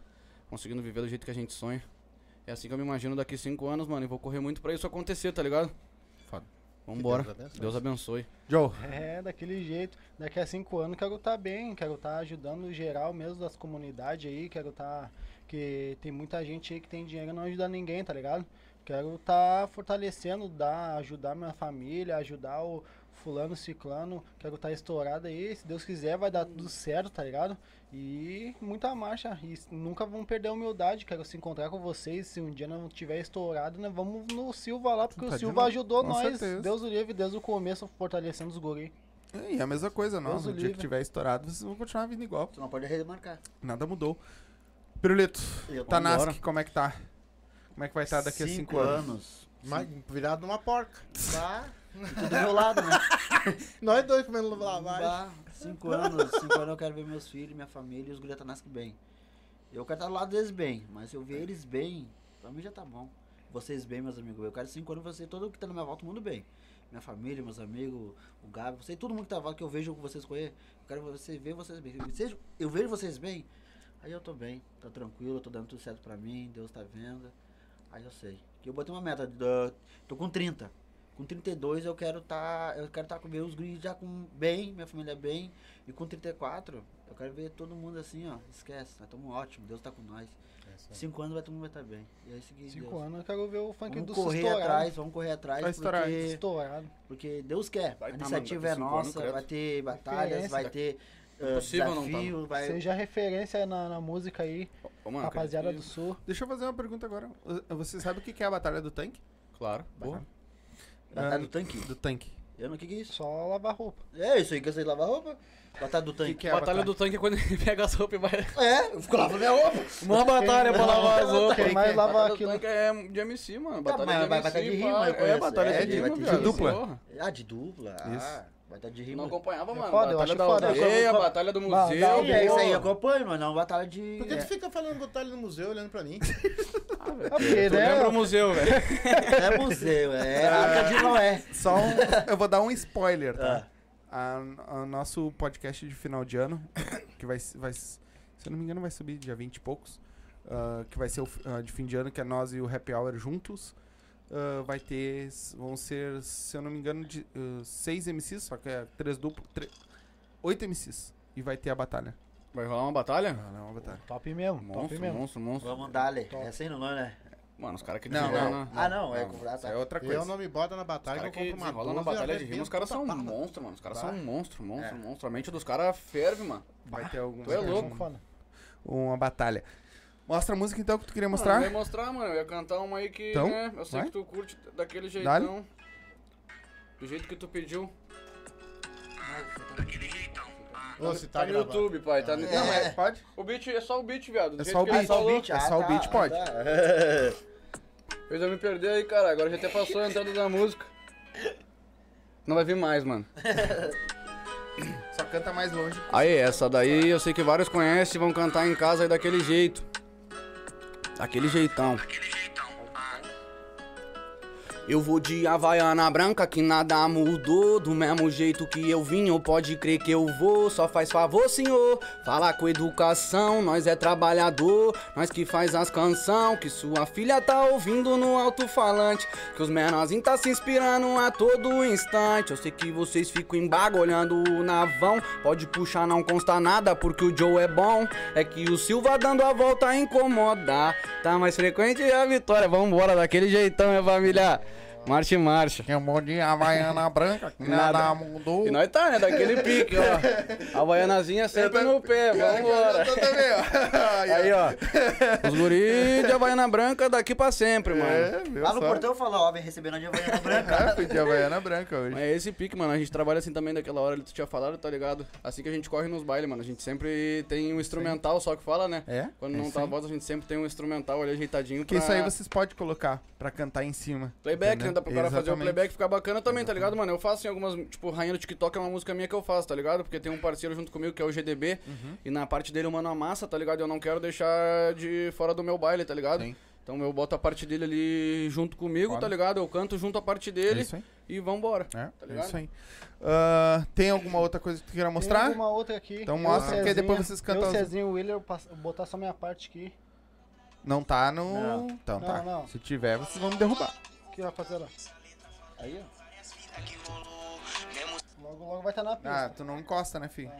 Speaker 3: Conseguindo viver do jeito que a gente sonha. É assim que eu me imagino daqui cinco anos, mano. E vou correr muito pra isso acontecer, tá ligado?
Speaker 1: Foda.
Speaker 3: Vambora.
Speaker 2: Que Deus abençoe.
Speaker 3: Deus abençoe.
Speaker 1: Joe,
Speaker 4: É, daquele jeito. Daqui a cinco anos quero estar bem, quero estar ajudando geral mesmo das comunidades aí, quero estar. que tem muita gente aí que tem dinheiro e não ajuda ninguém, tá ligado? Quero estar fortalecendo, dar, ajudar minha família, ajudar o fulano, ciclano, quero estar estourado aí, se Deus quiser vai dar tudo certo, tá ligado? E muita marcha, e s- nunca vão perder a humildade, quero se encontrar com vocês, se um dia não tiver estourado, né, vamos no Silva lá, porque
Speaker 1: Tá
Speaker 4: o
Speaker 1: de
Speaker 4: Silva
Speaker 1: novo.
Speaker 4: ajudou
Speaker 1: Com
Speaker 4: nós,
Speaker 1: certeza.
Speaker 4: Deus o livre, desde o começo, fortalecendo os guri.
Speaker 1: e é a mesma coisa, não.
Speaker 4: Deus
Speaker 1: No
Speaker 4: o
Speaker 1: dia que
Speaker 4: livre.
Speaker 1: tiver estourado, vocês vão continuar vindo igual.
Speaker 5: Tu não pode remarcar.
Speaker 1: Nada mudou. Pirulito,
Speaker 5: Eu
Speaker 1: Tanaski, como é que tá? Como é que vai estar daqui a cinco, anos?
Speaker 2: Mas virado numa porca.
Speaker 5: Bah, tudo do meu lado, né?
Speaker 2: Nós dois comendo lavagem.
Speaker 5: Bah, cinco anos. Cinco anos eu quero ver meus filhos, minha família e os guria Tanaski bem. Eu quero estar do lado deles bem, mas se eu ver eles bem, pra mim já tá bom. Vocês bem, meus amigos. Eu quero cinco anos você, todo mundo que tá na minha volta, todo mundo bem. Minha família, meus amigos, o Gabi, você, todo mundo que tá na volta, que eu vejo vocês correr. Eu quero você ver vocês bem. Seja, eu vejo vocês bem, aí eu tô bem, tá tranquilo, eu tô dando tudo certo pra mim, Deus tá vendo. Aí eu sei. Que eu botei uma meta, da- tô com 30. Com 32 eu quero tá, eu quero tá com meus gringos já com bem, minha família bem. E com 34, eu quero ver todo mundo assim, ó. Esquece, nós estamos ótimo, Deus tá com nós.
Speaker 3: É
Speaker 5: Cinco anos vai todo mundo vai estar bem. E aí seguir
Speaker 4: Cinco
Speaker 5: Deus.
Speaker 4: anos eu quero ver o funk
Speaker 5: Vamos
Speaker 4: do
Speaker 5: correr
Speaker 4: estourado.
Speaker 5: atrás, vamos correr atrás,
Speaker 1: Vai estourar.
Speaker 5: porque,
Speaker 4: Estourado.
Speaker 5: porque Deus quer.
Speaker 3: Vai
Speaker 5: a
Speaker 3: tá,
Speaker 5: iniciativa
Speaker 3: mano,
Speaker 5: é
Speaker 3: daqui cinco anos,
Speaker 5: nossa,
Speaker 3: credo.
Speaker 5: vai ter batalhas,
Speaker 4: Referência.
Speaker 5: vai ter ah,
Speaker 3: Impossível não tá,
Speaker 5: desafio, vai.
Speaker 4: Seja referência na, na música aí,
Speaker 3: Ô, mano,
Speaker 4: rapaziada do
Speaker 3: acredito
Speaker 4: sul.
Speaker 1: Deixa eu fazer uma pergunta agora. Uh, Você sabe o que que é a Batalha do Tanque?
Speaker 3: que- Claro.
Speaker 1: Boa.
Speaker 5: Batalha do tanque.
Speaker 1: Do Tanque.
Speaker 5: Eu não, o que, que é isso?
Speaker 4: Só lavar roupa.
Speaker 5: É isso aí que eu sei lavar roupa? Batalha do
Speaker 1: O que
Speaker 5: tanque.
Speaker 1: que é a
Speaker 3: batalha do tanque é quando ele [LAUGHS] pega as roupas e vai.
Speaker 5: É, eu fico lavando minha roupa.
Speaker 3: Uma batalha pra lavar as roupas.
Speaker 4: Quem mais lava
Speaker 3: Batalha do
Speaker 5: [LAUGHS]
Speaker 4: aquilo?
Speaker 3: tanque é de MC, mano.
Speaker 5: Tá,
Speaker 3: Batalha
Speaker 5: mas
Speaker 3: de
Speaker 5: vai-
Speaker 3: MC,
Speaker 5: vai de
Speaker 3: pá.
Speaker 5: rima,
Speaker 3: É,
Speaker 5: eu conheço.
Speaker 3: batalha
Speaker 5: É,
Speaker 3: de
Speaker 5: de-
Speaker 3: rima,
Speaker 5: de
Speaker 3: viado.
Speaker 1: dupla.
Speaker 3: Porra.
Speaker 5: Ah, de dupla. Ah, batalha de
Speaker 3: Eu Não
Speaker 5: rima.
Speaker 3: acompanhava, mano.
Speaker 4: foda, eu
Speaker 3: batalha
Speaker 4: acho
Speaker 3: da
Speaker 4: foda.
Speaker 3: aldeia,
Speaker 5: Eu acompanho-
Speaker 3: batalha do
Speaker 4: Bah,
Speaker 3: museu.
Speaker 4: da
Speaker 5: Sim, é isso aí, eu
Speaker 3: porra.
Speaker 5: acompanho, mas não batalha de. é,
Speaker 2: Por que tu fica falando botalha no museu olhando pra mim?
Speaker 4: É porque,
Speaker 3: Tu lembra o
Speaker 4: né?
Speaker 3: museu, velho.
Speaker 5: É museu, é Arca de Noé.
Speaker 1: Só um, eu vou dar um spoiler, tá?
Speaker 5: Ah.
Speaker 1: A, a nosso podcast de final de ano, [COUGHS] que vai, vai se eu não me engano vai subir dia 20 e poucos, ah, que vai ser o fi- ah, de fim de ano que é nós e o Happy Hour juntos. ah, vai ter, s- vão ser, se eu não me engano, de, ah, seis MCs, só que é três duplo, tre- oito MCs. E vai ter a batalha.
Speaker 3: Vai rolar Ah, uma batalha?
Speaker 1: Não, não é uma batalha.
Speaker 4: Top mesmo, top
Speaker 3: Monstro,
Speaker 4: mesmo.
Speaker 3: monstro, monstro.
Speaker 5: Vamos dar-lhe. É assim não é, né?
Speaker 3: Mano, os caras que
Speaker 1: Não,
Speaker 3: desenrolam
Speaker 1: não.
Speaker 3: na-
Speaker 5: Ah, não, é
Speaker 1: Não,
Speaker 5: comprar,
Speaker 1: isso
Speaker 5: tá.
Speaker 1: é outra
Speaker 2: Eu
Speaker 1: coisa.
Speaker 2: não me bota na batalha
Speaker 3: Cara
Speaker 2: que eu
Speaker 3: que
Speaker 2: compro uma
Speaker 3: desenrola
Speaker 2: 12
Speaker 3: na
Speaker 2: e
Speaker 3: batalha é de
Speaker 2: arrebento
Speaker 3: rima, os caras são
Speaker 2: pra parada.
Speaker 3: monstros, mano. Os caras são
Speaker 2: Vai.
Speaker 3: monstro, monstro, monstro. A mente dos caras ferve, mano.
Speaker 1: Vai ter algum,
Speaker 3: Tu é louco.
Speaker 4: Fona.
Speaker 1: uma batalha. Mostra a música então que tu queria
Speaker 3: Mano,
Speaker 1: mostrar.
Speaker 3: eu ia mostrar, mano. Eu ia cantar uma aí que,
Speaker 1: Então,
Speaker 3: né, eu sei
Speaker 1: vai.
Speaker 3: que tu curte daquele jeitão.
Speaker 1: Dá-lhe.
Speaker 3: Do jeito que tu pediu.
Speaker 2: Ô, se tá
Speaker 3: no
Speaker 2: gravando.
Speaker 3: YouTube, pai. Tá no... Não, mas
Speaker 1: pode?
Speaker 3: o beat é só o beat, viado. do
Speaker 1: É
Speaker 3: jeito
Speaker 1: só o
Speaker 3: que ele
Speaker 1: beat.
Speaker 3: falou. Ah, tá,
Speaker 1: É só o beat, pode.
Speaker 3: Fez eu me perder aí, cara. Agora já até passou a entrada da música. Não vai vir mais, mano.
Speaker 1: [LAUGHS] Só canta mais longe.
Speaker 3: Aí, essa daí eu sei que vários conhecem e vão cantar em casa aí daquele jeito. Daquele jeitão. Eu vou de Havaiana branca que nada mudou Do mesmo jeito que eu vim, ou pode crer que eu vou Só faz favor, senhor, fala com educação Nós é trabalhador, nós que faz as canção Que sua filha tá ouvindo no alto-falante Que os menorzinhos tá se inspirando a todo instante Eu sei que vocês ficam em bago olhando o navão Pode puxar, não consta nada, porque o Joe é bom É que o Silva dando a volta incomoda Tá mais frequente a vitória, vambora daquele jeitão, minha família Marcha e marcha.
Speaker 1: Tem um monte de Havaiana branca que
Speaker 3: Nada.
Speaker 1: nada mudou.
Speaker 3: E nós tá, né? Daquele pique, ó. É, A baianazinha sempre no pé, vambora.
Speaker 1: Eu também, ó. Aí,
Speaker 3: Aí, ó. Os guris de Havaiana Branca daqui pra sempre, mano.
Speaker 1: É, meu
Speaker 5: Lá no
Speaker 1: só.
Speaker 5: portão fala, ó, vem recebendo a Giovanna Branca.
Speaker 2: É.
Speaker 1: Ah, fui de Havaiana branca hoje.
Speaker 3: É esse pique, mano. A gente trabalha assim também daquela hora, tu tinha falado, tá ligado? Assim que a gente corre nos bailes, mano. A gente sempre tem um instrumental só que fala, né?
Speaker 1: É,
Speaker 3: Quando
Speaker 1: é
Speaker 3: não tá a
Speaker 1: sim.
Speaker 3: voz, a gente sempre tem um instrumental ali ajeitadinho
Speaker 1: Porque
Speaker 3: pra...
Speaker 1: isso aí vocês podem colocar pra cantar em cima.
Speaker 3: Playback,
Speaker 1: entendeu?
Speaker 3: né? Dá pro cara fazer o
Speaker 1: Exatamente.
Speaker 3: playback ficar bacana também, tá ligado, mano? Eu faço em algumas. Tipo, Rainha do TikTok é uma música minha que eu faço, tá ligado? Porque tem um parceiro junto comigo que é o GDB.
Speaker 1: Uhum.
Speaker 3: E na parte dele eu mando a massa, tá ligado? Eu não quero deixar de fora do meu baile, tá ligado?
Speaker 1: Sim.
Speaker 3: Então eu boto a parte dele ali junto comigo,
Speaker 1: Foda.
Speaker 3: tá ligado? Eu canto junto a parte
Speaker 1: É
Speaker 3: dele
Speaker 1: isso aí.
Speaker 3: e vambora.
Speaker 1: É,
Speaker 3: Tá
Speaker 1: é
Speaker 3: ligado?
Speaker 1: isso aí. Ah, tem alguma outra coisa que tu queira mostrar?
Speaker 4: Tem uma outra aqui.
Speaker 1: Então mostra, porque depois vocês cantam
Speaker 4: Eu,
Speaker 1: as-
Speaker 4: Cezinho, o Willer, pass- botar só minha parte aqui.
Speaker 1: Não tá no.
Speaker 5: Não.
Speaker 1: Então
Speaker 4: Não,
Speaker 1: tá.
Speaker 4: não.
Speaker 1: Se tiver, vocês vão me derrubar.
Speaker 4: Aqui, rapaziada.
Speaker 5: Aí, ó.
Speaker 4: Logo, logo vai estar na pista.
Speaker 1: Ah, tu não encosta, né, filho?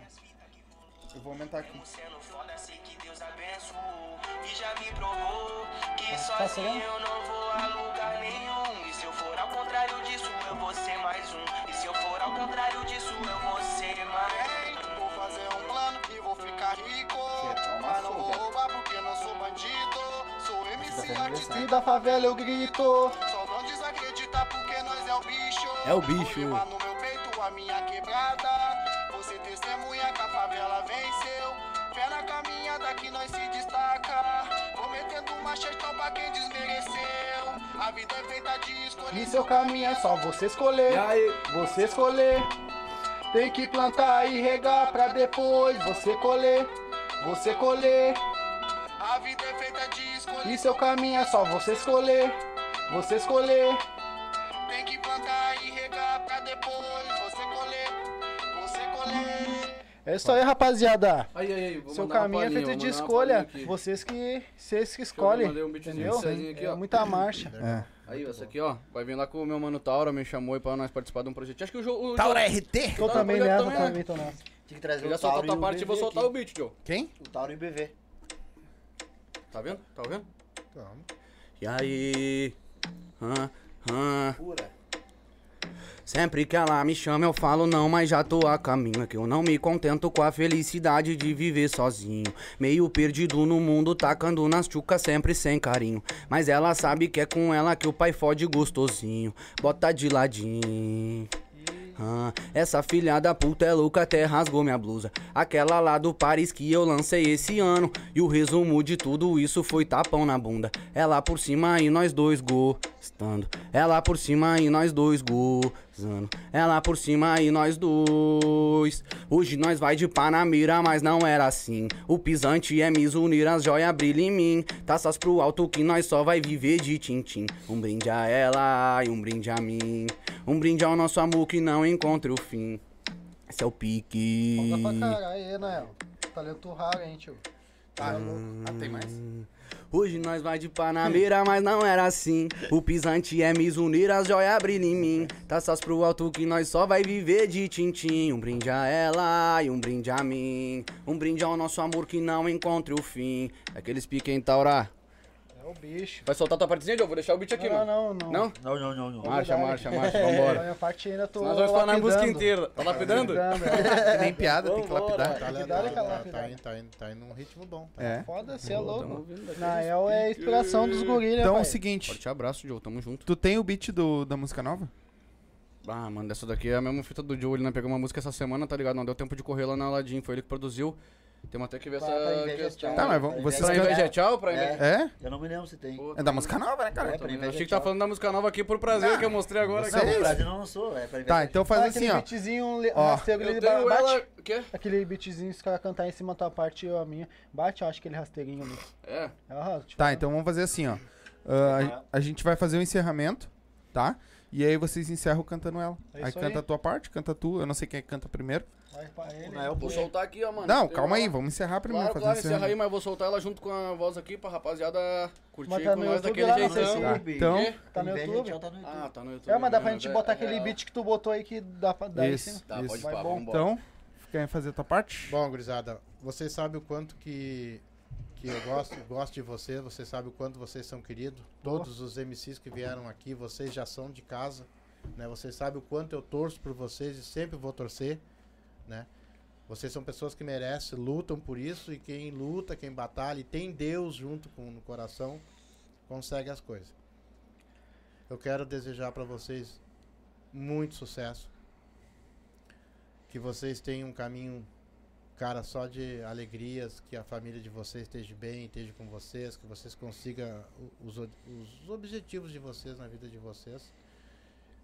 Speaker 1: Eu vou aumentar aqui.
Speaker 7: Sendo foda, sei que Deus abençoou E já me provou que
Speaker 4: tá
Speaker 7: sozinho
Speaker 4: sabendo?
Speaker 7: eu não vou a lugar nenhum E se eu for ao contrário disso, eu vou ser mais um E se eu for ao contrário disso, eu vou ser mais um Vou fazer um plano e vou ficar rico Mas não vou roubar porque não sou bandido Sou
Speaker 4: tá
Speaker 7: MC artista
Speaker 4: E da favela eu grito.
Speaker 7: só não desacredita porque nós é o bicho.
Speaker 3: É o bicho.
Speaker 7: Vou levar no meu peito a minha quebrada. Você testemunha que a favela venceu. Fé na caminhada que nós se destaca. Vou metendo uma chestão pra quem desmereceu. A vida é feita de escolha.
Speaker 4: E seu caminho é só você escolher.
Speaker 3: E aí?
Speaker 4: Você escolher. Tem que plantar e regar pra depois você colher. Você colher.
Speaker 7: A vida é feita de escolha.
Speaker 4: E seu caminho é só você escolher. Você escolher.
Speaker 7: Tem que plantar e regar pra depois você colher. Você colher.
Speaker 4: É isso aí, rapaziada.
Speaker 3: Aí, aí, aí. vou
Speaker 4: Seu
Speaker 3: mandar uma
Speaker 4: caminho é
Speaker 3: palhinha,
Speaker 4: feito
Speaker 3: vou mandar
Speaker 4: de
Speaker 3: uma
Speaker 4: escolha.
Speaker 3: palhinha aqui.
Speaker 4: Vocês que, vocês
Speaker 3: eu
Speaker 4: que escolhem.
Speaker 3: mandei um beatzinho
Speaker 4: entendeu?
Speaker 3: pra vocês aqui,
Speaker 4: é
Speaker 3: ó.
Speaker 4: muita marcha.
Speaker 3: [LAUGHS] Aí, ó, essa aqui, ó. Vai vir lá com o meu mano Taura, me chamou aí pra nós participar de um projeto. Acho que o jogo.
Speaker 5: é
Speaker 1: Taura RT!
Speaker 4: Tô
Speaker 3: Não,
Speaker 4: também
Speaker 3: eu
Speaker 4: nessa,
Speaker 3: também, né?
Speaker 4: também tô nessa.
Speaker 5: Tinha que trazer
Speaker 3: Eu já
Speaker 5: o Tauro
Speaker 3: solto
Speaker 5: e
Speaker 3: a
Speaker 5: o
Speaker 3: parte e
Speaker 5: BV
Speaker 3: vou soltar
Speaker 5: aqui.
Speaker 3: o beat, Joe.
Speaker 1: Quem?
Speaker 5: o Tauro e o BV.
Speaker 3: Tá vendo? Tá vendo?
Speaker 2: Então,
Speaker 3: E aí? Hã? Hã?
Speaker 5: Pura.
Speaker 3: Sempre que ela me chama, eu falo não, mas já tô a caminho. É Que eu não me contento com a felicidade de viver sozinho. Meio perdido no mundo, tacando nas tchucas sempre sem carinho. Mas ela sabe que é com ela que o pai fode gostosinho. Bota de ladinho. Ah, essa filha da puta é louca, até rasgou minha blusa. Aquela lá do Paris que eu lancei esse ano. E o resumo de tudo isso foi tapão na bunda. Ela por cima e nós dois gostando. Ela por cima e nós dois gozando. Ela por cima e nós dois. Hoje nós vai de Panamira, mas não era assim. O pisante é misunir, as joia brilha em mim. Taças pro alto que nós só vai viver de tintim. Um brinde a ela e um brinde a mim. Um brinde ao nosso amor que não encontra o fim. Esse é o pique.
Speaker 4: Dá pra caralho, aí, Nael. Talento raro, hein, tio.
Speaker 3: Tá louco. Ah, tem mais?
Speaker 6: Hoje nós vai de Panameira, mas não era assim. O pisante é misuneira, as joia brilha em mim. Taças pro alto que nós só vai viver de tintim. Um brinde a ela e um brinde a mim. Um brinde ao nosso amor que não encontre o fim. Aqueles piquem Taura.
Speaker 4: É o bicho.
Speaker 3: Vai soltar tua partezinha, Joe? Vou deixar o beat aqui,
Speaker 4: Não,
Speaker 3: mano.
Speaker 4: não, não.
Speaker 3: Não?
Speaker 5: Não, não, não, não.
Speaker 3: Marcha,
Speaker 4: verdade.
Speaker 3: marcha, marcha,
Speaker 4: A [LAUGHS]
Speaker 3: vambora.
Speaker 4: minha parte ainda tô.
Speaker 3: Nós vamos falar na música
Speaker 4: lapidando.
Speaker 3: inteira. Tá lapidando?
Speaker 4: Lapidando, é.
Speaker 1: Que nem piada, tem que
Speaker 3: Vambora.
Speaker 1: lapidar.
Speaker 2: Tá,
Speaker 4: que
Speaker 2: tá,
Speaker 4: dar
Speaker 2: tá,
Speaker 4: aquela
Speaker 2: tá,
Speaker 4: lapidada.
Speaker 2: indo- tá, indo- tá indo num ritmo bom. Tá.
Speaker 1: É.
Speaker 4: Foda, se é
Speaker 3: Tamo
Speaker 4: louco.
Speaker 3: ouvindo aqueles
Speaker 4: Nael é a
Speaker 3: pique.
Speaker 4: inspiração dos guris, né,
Speaker 1: Então é o
Speaker 4: pai?
Speaker 1: seguinte,
Speaker 3: Forte abraço, Joe. Tamo junto.
Speaker 1: tu tem o beat do, da música nova?
Speaker 3: Ah, mano, essa daqui é a mesma fita do Joe. Ele não pegou uma música essa semana, tá ligado? Não deu tempo de correr lá na Aladdin. Foi ele que produziu. Temos até que ver
Speaker 5: Pra- pra
Speaker 3: essa
Speaker 5: inveja,
Speaker 3: questão.
Speaker 5: tchau.
Speaker 1: Tá, mas vamos-
Speaker 5: Pra
Speaker 1: vocês
Speaker 3: Pra
Speaker 5: inveja,
Speaker 3: inveja é
Speaker 5: tchau.
Speaker 3: tchau? Pra inveja...
Speaker 1: É?
Speaker 5: Eu não me lembro se tem.
Speaker 1: É da música nova, né, cara?
Speaker 5: É, pra
Speaker 3: Eu
Speaker 5: inveja,
Speaker 3: achei que tá
Speaker 5: tchau.
Speaker 3: falando da música nova aqui pro prazer que eu mostrei agora.
Speaker 1: você- É
Speaker 3: cara.
Speaker 5: Não,
Speaker 1: isso.
Speaker 5: o Brasil não lançou, é pra inveja.
Speaker 1: Tá, então faz
Speaker 4: Ah,
Speaker 1: assim,
Speaker 4: aquele
Speaker 1: ó.
Speaker 4: beatzinho le-
Speaker 1: Ó.
Speaker 4: rasteiro
Speaker 3: Eu
Speaker 4: ele
Speaker 3: tenho
Speaker 4: ba-
Speaker 3: ela...
Speaker 4: bate.
Speaker 3: O quê?
Speaker 4: Aquele beatzinho que os caras cantar em cima da tua parte e eu a minha. Bate, eu acho, aquele rasteirinho ali.
Speaker 3: É.
Speaker 4: É arraso, tipo,
Speaker 1: Tá, então vamos fazer assim, ó. Ah, a, a gente vai fazer o encerramento, tá? E aí vocês encerram cantando ela.
Speaker 4: É
Speaker 1: aí
Speaker 4: isso
Speaker 1: canta
Speaker 4: aí.
Speaker 1: a tua parte, canta a tua. Eu não sei quem é que canta primeiro.
Speaker 4: vai pra ele.
Speaker 5: Nael
Speaker 3: Vou
Speaker 5: puxou.
Speaker 3: soltar aqui, ó, mano.
Speaker 1: não,
Speaker 3: Tem
Speaker 1: calma aí,
Speaker 3: uma-
Speaker 1: vamos encerrar primeiro.
Speaker 3: Claro,
Speaker 1: fazer
Speaker 3: claro,
Speaker 1: o
Speaker 3: encerra aí,
Speaker 1: encerramento.
Speaker 3: mas vou soltar ela junto com a voz aqui pra rapaziada curtir
Speaker 4: Mas tá
Speaker 3: com
Speaker 4: no
Speaker 3: nós
Speaker 4: YouTube
Speaker 3: daquele
Speaker 4: lá, não sei
Speaker 3: jeitão.
Speaker 4: se-
Speaker 1: Tá, então,
Speaker 3: Quê?
Speaker 4: Tá no
Speaker 5: Inveja,
Speaker 4: YouTube?
Speaker 5: tchau, tá no YouTube.
Speaker 3: Ah, tá no YouTube.
Speaker 4: É, mas dá pra
Speaker 3: mesmo,
Speaker 4: gente
Speaker 3: é-
Speaker 4: botar
Speaker 3: é
Speaker 4: aquele
Speaker 3: real.
Speaker 4: beat que tu botou aí que dá pra dar em
Speaker 1: Isso.
Speaker 4: cima.
Speaker 3: Tá,
Speaker 1: Isso.
Speaker 3: pode
Speaker 4: Vai
Speaker 3: pá,
Speaker 4: bom.
Speaker 3: vambora.
Speaker 1: então, quer fazer a tua parte?
Speaker 2: Bom, gurizada, vocês sabem o quanto que, que eu gosto, gosto de vocês, vocês sabem o quanto vocês são queridos. Todos os MCs que vieram aqui, vocês já são de casa, né? Vocês sabem o quanto eu torço por vocês e sempre vou torcer, né? Vocês são pessoas que merecem, lutam por isso e quem luta, quem batalha e tem Deus junto com no coração, consegue as coisas. Eu quero desejar para vocês muito sucesso. Que vocês tenham um caminho Cara, só de alegrias, que a família de vocês esteja bem, esteja com vocês, que vocês consigam o- os, o- os objetivos de vocês na vida de vocês.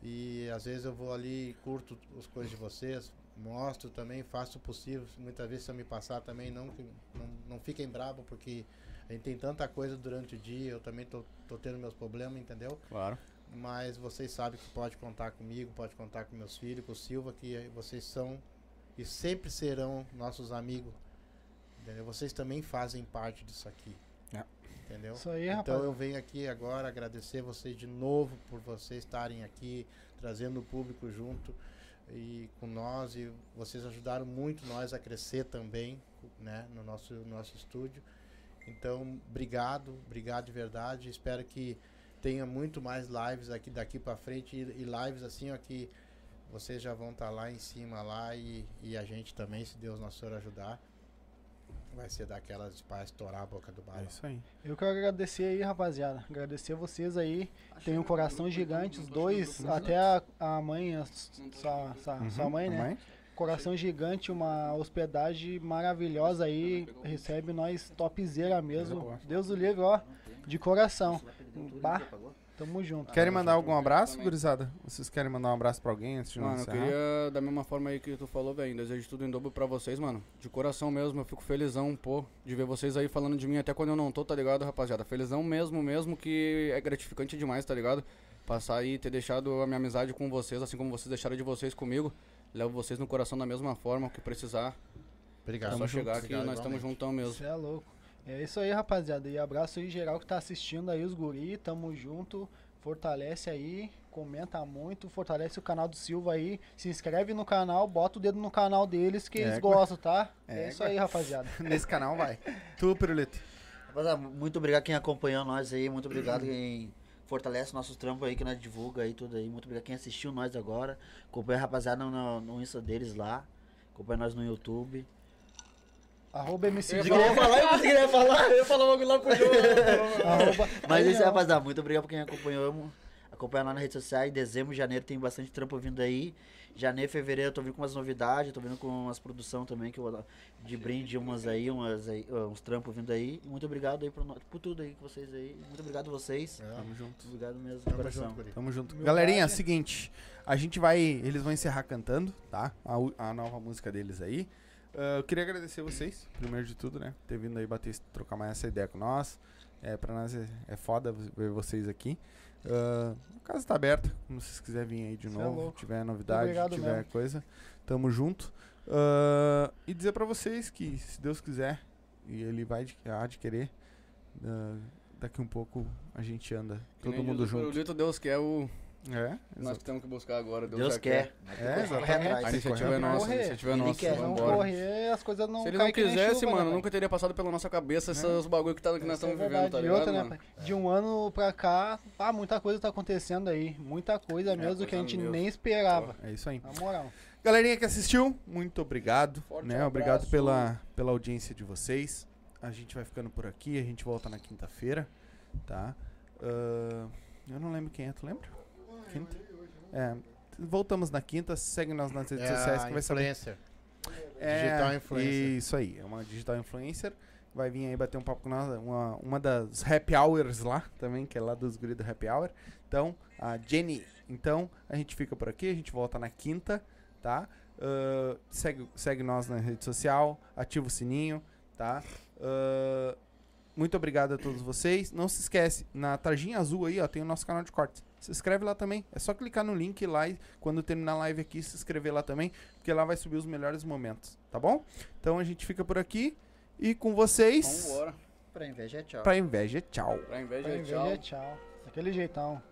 Speaker 2: E às vezes eu vou ali, curto as coisas de vocês, mostro também, faço o possível. Muitas vezes se eu me passar também, não, que- não, não fiquem bravos, porque a gente tem tanta coisa durante o dia, eu também tô, tô tendo meus problemas, entendeu?
Speaker 3: Claro.
Speaker 2: mas vocês sabem que pode contar comigo, pode contar com meus filhos, com o Silva, que vocês são e sempre serão nossos amigos. Entendeu? Vocês também fazem parte disso aqui.
Speaker 1: É.
Speaker 2: Entendeu?
Speaker 4: Isso aí,
Speaker 2: então
Speaker 4: rapaz.
Speaker 2: eu venho aqui agora agradecer vocês de novo por vocês estarem aqui, trazendo o público junto e com nós e vocês ajudaram muito nós a crescer também, né, no nosso nosso estúdio. Então, obrigado, obrigado de verdade. Espero que tenha muito mais lives aqui daqui para frente e, e lives assim ó que vocês já vão estar lá em cima lá e, e a gente também, se Deus nosso Senhor ajudar, vai ser daquelas para estourar a boca do
Speaker 1: É
Speaker 2: bar.
Speaker 1: isso aí.
Speaker 4: Eu quero agradecer aí, rapaziada. Agradecer vocês aí. Tem um coração gigante, os dois, até a, a mãe, a, sua, sua- sua mãe, né?
Speaker 1: Mamãe?
Speaker 3: Tá,
Speaker 4: Coração gigante, uma hospedagem maravilhosa aí. Recebe nós topzera mesmo. Deus o livre, ó. De coração. Bah, tamo junto.
Speaker 1: Querem mandar algum abraço, gurizada? Vocês querem mandar um abraço pra alguém antes de nós
Speaker 3: Mano, eu
Speaker 1: encerrar?
Speaker 3: queria, da mesma forma aí que tu falou, velho, desejo tudo em dobro pra vocês, mano. De coração mesmo, eu fico felizão, pô, de ver vocês aí falando de mim até quando eu não tô, tá ligado, rapaziada? Felizão mesmo, mesmo que é gratificante demais, tá ligado? Passar aí e ter deixado a minha amizade com vocês, assim como vocês deixaram de vocês comigo. Levo vocês no coração da mesma forma, o que precisar. É
Speaker 2: Obrigado.
Speaker 3: só chegar aqui,
Speaker 2: Obrigado,
Speaker 3: nós estamos
Speaker 2: igualmente.
Speaker 3: juntão mesmo.
Speaker 4: Você é louco. É isso aí, rapaziada. E abraço aí geral que tá assistindo aí, os guri. Tamo junto. Fortalece aí, comenta muito, fortalece o canal do Silva aí, se inscreve no canal, bota o dedo no canal deles que eles
Speaker 1: Égua.
Speaker 4: gostam, tá?
Speaker 1: Égua.
Speaker 4: É isso aí, rapaziada.
Speaker 3: [LAUGHS]
Speaker 1: Nesse canal vai. Tu, Pirulito.
Speaker 5: Rapaziada, muito obrigado quem acompanhou nós aí, muito obrigado quem fortalece nossos trampos aí, que nós divulga aí tudo aí. Muito obrigado quem assistiu nós agora. Acompanha a rapaziada no, no Insta deles lá. Acompanha nós no YouTube.
Speaker 4: Arroba MC
Speaker 3: Eu
Speaker 5: Eu ia falar, eu pensei que ele ia
Speaker 3: [LAUGHS]
Speaker 5: falar.
Speaker 3: Eu falo logo lá pro jogo.
Speaker 4: Arroba...
Speaker 5: Mas é isso aí,
Speaker 4: rapaziada.
Speaker 5: rapaziada. Muito obrigado por quem acompanhou. Acompanha lá nas redes sociais. Em dezembro, janeiro tem bastante trampo vindo aí. Janeiro, fevereiro, eu tô vindo com umas novidades, tô vindo com umas produção também que eu, vou dar de brinde, umas aí, umas aí, ó, uns trampos vindo aí. E Muito obrigado aí por, no- por tudo aí que vocês aí. Muito obrigado vocês.
Speaker 2: É,
Speaker 1: Tamo junto.
Speaker 5: Obrigado mesmo, de
Speaker 2: Tamo
Speaker 5: coração.
Speaker 2: junto, guri.
Speaker 1: Tamo junto.
Speaker 4: Meu
Speaker 1: Galerinha, é
Speaker 4: pai.
Speaker 1: seguinte. A gente vai. Eles vão encerrar cantando, tá? A, u- a nova música deles aí. Ah, eu queria agradecer vocês, primeiro de tudo, né? por Ter vindo aí bater, esse- trocar mais essa ideia com nós. É, pra nós é, é foda v- ver vocês aqui. Ah, a casa tá aberta, como vocês quiserem vir aí de
Speaker 4: Cê é
Speaker 1: novo.
Speaker 4: louco.
Speaker 1: tiver novidade,
Speaker 4: Obrigado
Speaker 1: tiver
Speaker 4: mesmo.
Speaker 1: coisa. Tamo junto. Ah, e dizer pra vocês que, se Deus quiser, e ele vai adqu- adquirir. Ah, daqui um pouco a gente anda
Speaker 3: Que
Speaker 1: todo
Speaker 3: nem
Speaker 1: mundo
Speaker 3: diz o
Speaker 1: junto.
Speaker 3: Pirulito, Deus quer o.
Speaker 1: É,
Speaker 3: Nós que temos que buscar agora. Deus,
Speaker 5: Deus
Speaker 3: já
Speaker 5: quer.
Speaker 1: É,
Speaker 5: atrás.
Speaker 3: A
Speaker 1: exatamente.
Speaker 3: iniciativa é
Speaker 1: Correndo.
Speaker 3: nossa, a
Speaker 4: correr.
Speaker 3: iniciativa é
Speaker 5: Ele
Speaker 3: nossa.
Speaker 5: quer,
Speaker 4: não
Speaker 3: vambora.
Speaker 4: correr, as coisas não
Speaker 3: Se ele
Speaker 4: caem
Speaker 3: não
Speaker 4: Um que nem
Speaker 3: quisesse,
Speaker 4: chuva, né,
Speaker 3: mano,
Speaker 4: pai?
Speaker 3: nunca teria passado pela nossa cabeça esses bagulho que, tá, que nós
Speaker 4: Isso é
Speaker 3: estamos vivendo,
Speaker 4: verdade.
Speaker 3: tá
Speaker 4: E
Speaker 3: ligado?
Speaker 4: outra, né,
Speaker 3: mano?
Speaker 4: pai? De um ano pra cá, ah, muita coisa tá acontecendo aí. Muita coisa mesmo que a
Speaker 3: coisa
Speaker 4: gente
Speaker 3: mesmo.
Speaker 4: nem esperava.
Speaker 1: É isso aí.
Speaker 4: Na moral.
Speaker 1: Galerinha que assistiu, muito obrigado.
Speaker 3: Forte
Speaker 1: né?
Speaker 3: abraço.
Speaker 1: Obrigado pela, pela audiência de vocês. A gente vai ficando por aqui, a gente volta na quinta-feira, tá? Ah, eu não lembro quem é, tu lembra? Quinta? É, voltamos na quinta, segue nós nas
Speaker 3: É,
Speaker 1: redes sociais que vai saber
Speaker 2: influencer. Digital influencer.
Speaker 1: É, Isso aí, é uma digital influencer. Vai vir aí bater um papo com nós, uma, uma das happy hours lá também, que é lá dos guri do happy hour. Então, a Jenny. Então, a gente fica por aqui, a gente volta na quinta, tá? Ahn, segue, segue nós na rede social, ativa o sininho, tá? Ahn, muito obrigado a todos vocês. Não se esquece, na tarjinha azul aí, ó, tem o nosso canal de cortes. Se inscreve lá também. É só clicar no link lá e quando terminar a live aqui, se inscrever lá também, porque lá vai subir os melhores momentos, tá bom? Então a gente fica por aqui e com vocês.
Speaker 3: Vambora.
Speaker 5: Pra inveja é tchau.
Speaker 1: Pra inveja, tchau.
Speaker 3: Pra inveja,
Speaker 4: Pra
Speaker 3: tchau.
Speaker 4: inveja, tchau. Daquele jeitão.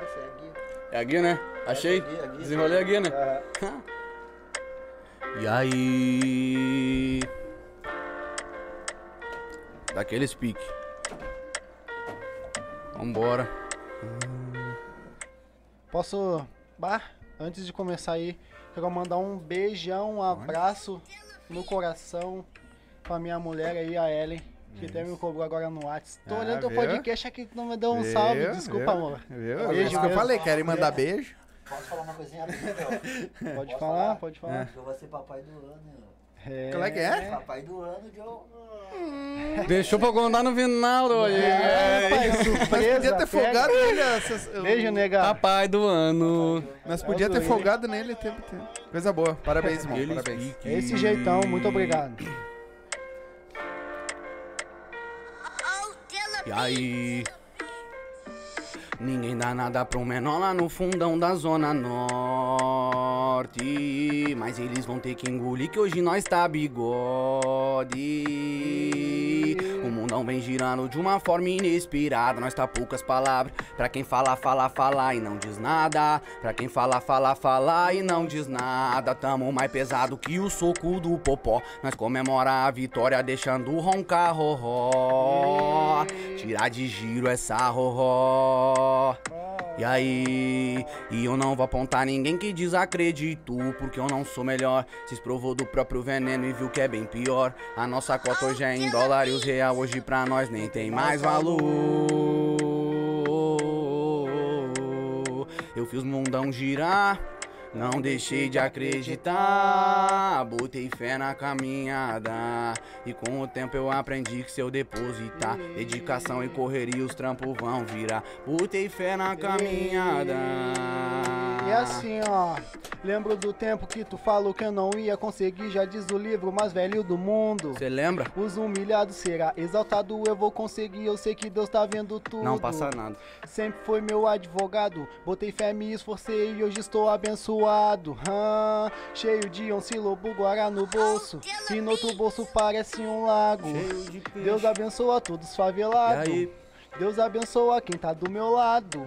Speaker 5: Nossa, é aqui.
Speaker 3: É a guia, né? Achei.
Speaker 5: É a guia, a guia.
Speaker 3: Desenrolei a guia, né?
Speaker 5: Ah.
Speaker 3: [LAUGHS]
Speaker 6: E aí? Daquele speak.
Speaker 3: Vambora.
Speaker 4: Posso. Bah, antes de começar aí, quero mandar um beijão, um abraço no coração pra minha mulher aí, a Ellen. Que até me cobrou agora no WhatsApp. Tô
Speaker 1: Ah,
Speaker 4: olhando teu
Speaker 1: viu?
Speaker 4: podcast aqui, tu não me deu um salve.
Speaker 1: Viu?
Speaker 4: Desculpa,
Speaker 1: Viu?
Speaker 4: amor.
Speaker 1: Viu?
Speaker 4: Beijo É.
Speaker 1: Beijo que eu
Speaker 4: mesmo.
Speaker 1: falei, querem mandar beijo?
Speaker 5: Posso falar uma coisinha [LAUGHS] rápida, meu?
Speaker 4: Pode falar,
Speaker 5: Posso falar?
Speaker 4: pode falar.
Speaker 5: Eu vou ser papai do ano, meu.
Speaker 4: É.
Speaker 1: Como é que é?
Speaker 5: Papai do ano, Joe.
Speaker 3: Deixou pra contar no final, né? olha.
Speaker 4: É, pai,
Speaker 1: Mas
Speaker 4: surpresa,
Speaker 1: podia ter
Speaker 4: pega.
Speaker 1: folgado Tá. nele. essas-
Speaker 4: Beijo, né? É nega.
Speaker 3: Papai do ano.
Speaker 1: Nós podia ter folgado nele o tempo inteiro. Coisa boa. Parabéns, irmão. Parabéns.
Speaker 4: É Esse jeitão, muito obrigado.
Speaker 6: E aí? Ninguém dá nada pra um menor lá no fundão da zona norte Mas eles vão ter que engolir que hoje nós tá bigode O mundão vem girando de uma forma inesperada Nós tá poucas palavras Pra quem fala, fala, fala e não diz nada Pra quem fala, fala, fala e não diz nada Tamo mais pesado que o soco do popó Nós comemora a vitória deixando roncar roró Tirar de giro essa roró e aí, e eu não vou apontar ninguém que desacreditou, porque eu não sou melhor. Se esprovou do próprio veneno e viu que é bem pior. A nossa cota hoje é em dólar e os real hoje pra nós nem tem mais valor. Eu fiz o mundão girar, não deixei de acreditar. Botei fé na caminhada. E com o tempo eu aprendi que se eu depositar dedicação e correria, os trampos vão virar. Botei fé na caminhada.
Speaker 4: E
Speaker 1: Ah.
Speaker 4: assim, ó. Lembro do tempo que tu falou que eu não ia conseguir, já diz o livro mais velho do mundo.
Speaker 6: Você lembra?
Speaker 4: Os humilhados será exaltado, eu vou conseguir, eu sei que Deus tá vendo tudo.
Speaker 6: Não passa nada.
Speaker 4: Sempre foi meu advogado, botei fé, me esforcei e hoje estou abençoado. Hã? Cheio de onça e lobo guará no bolso, e no outro bolso parece um lago. Deus abençoa todos favelados. Deus abençoa quem tá do meu lado.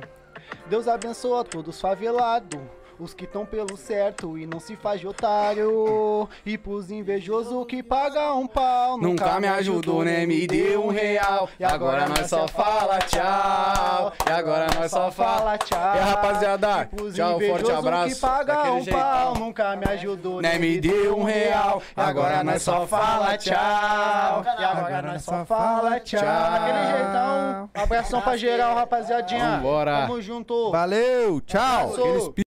Speaker 4: Deus abençoa todos favelados. Os que estão pelo certo e não se faz de otário. E pros invejosos que paga um pau.
Speaker 6: Nunca me ajudou, nem me deu um real. E agora nós só fala tchau. E agora nós só fala
Speaker 4: tchau.
Speaker 6: E, rapaziada,
Speaker 4: E pros
Speaker 6: tá. tchau,
Speaker 4: Ah,
Speaker 6: forte
Speaker 4: Tipo invejosos
Speaker 6: abraço.
Speaker 4: Que paga
Speaker 6: Daquele
Speaker 4: um
Speaker 6: jeitão.
Speaker 4: pau. Nunca me ajudou,
Speaker 6: Nem me deu um real. Agora
Speaker 4: é
Speaker 6: nós só fala tchau.
Speaker 4: E agora nós só fala tchau. Daquele jeitão. Abração pra geral, rapaziadinha.
Speaker 3: Vambora.
Speaker 4: Tamo junto.
Speaker 1: Valeu, tchau.
Speaker 4: Abraço.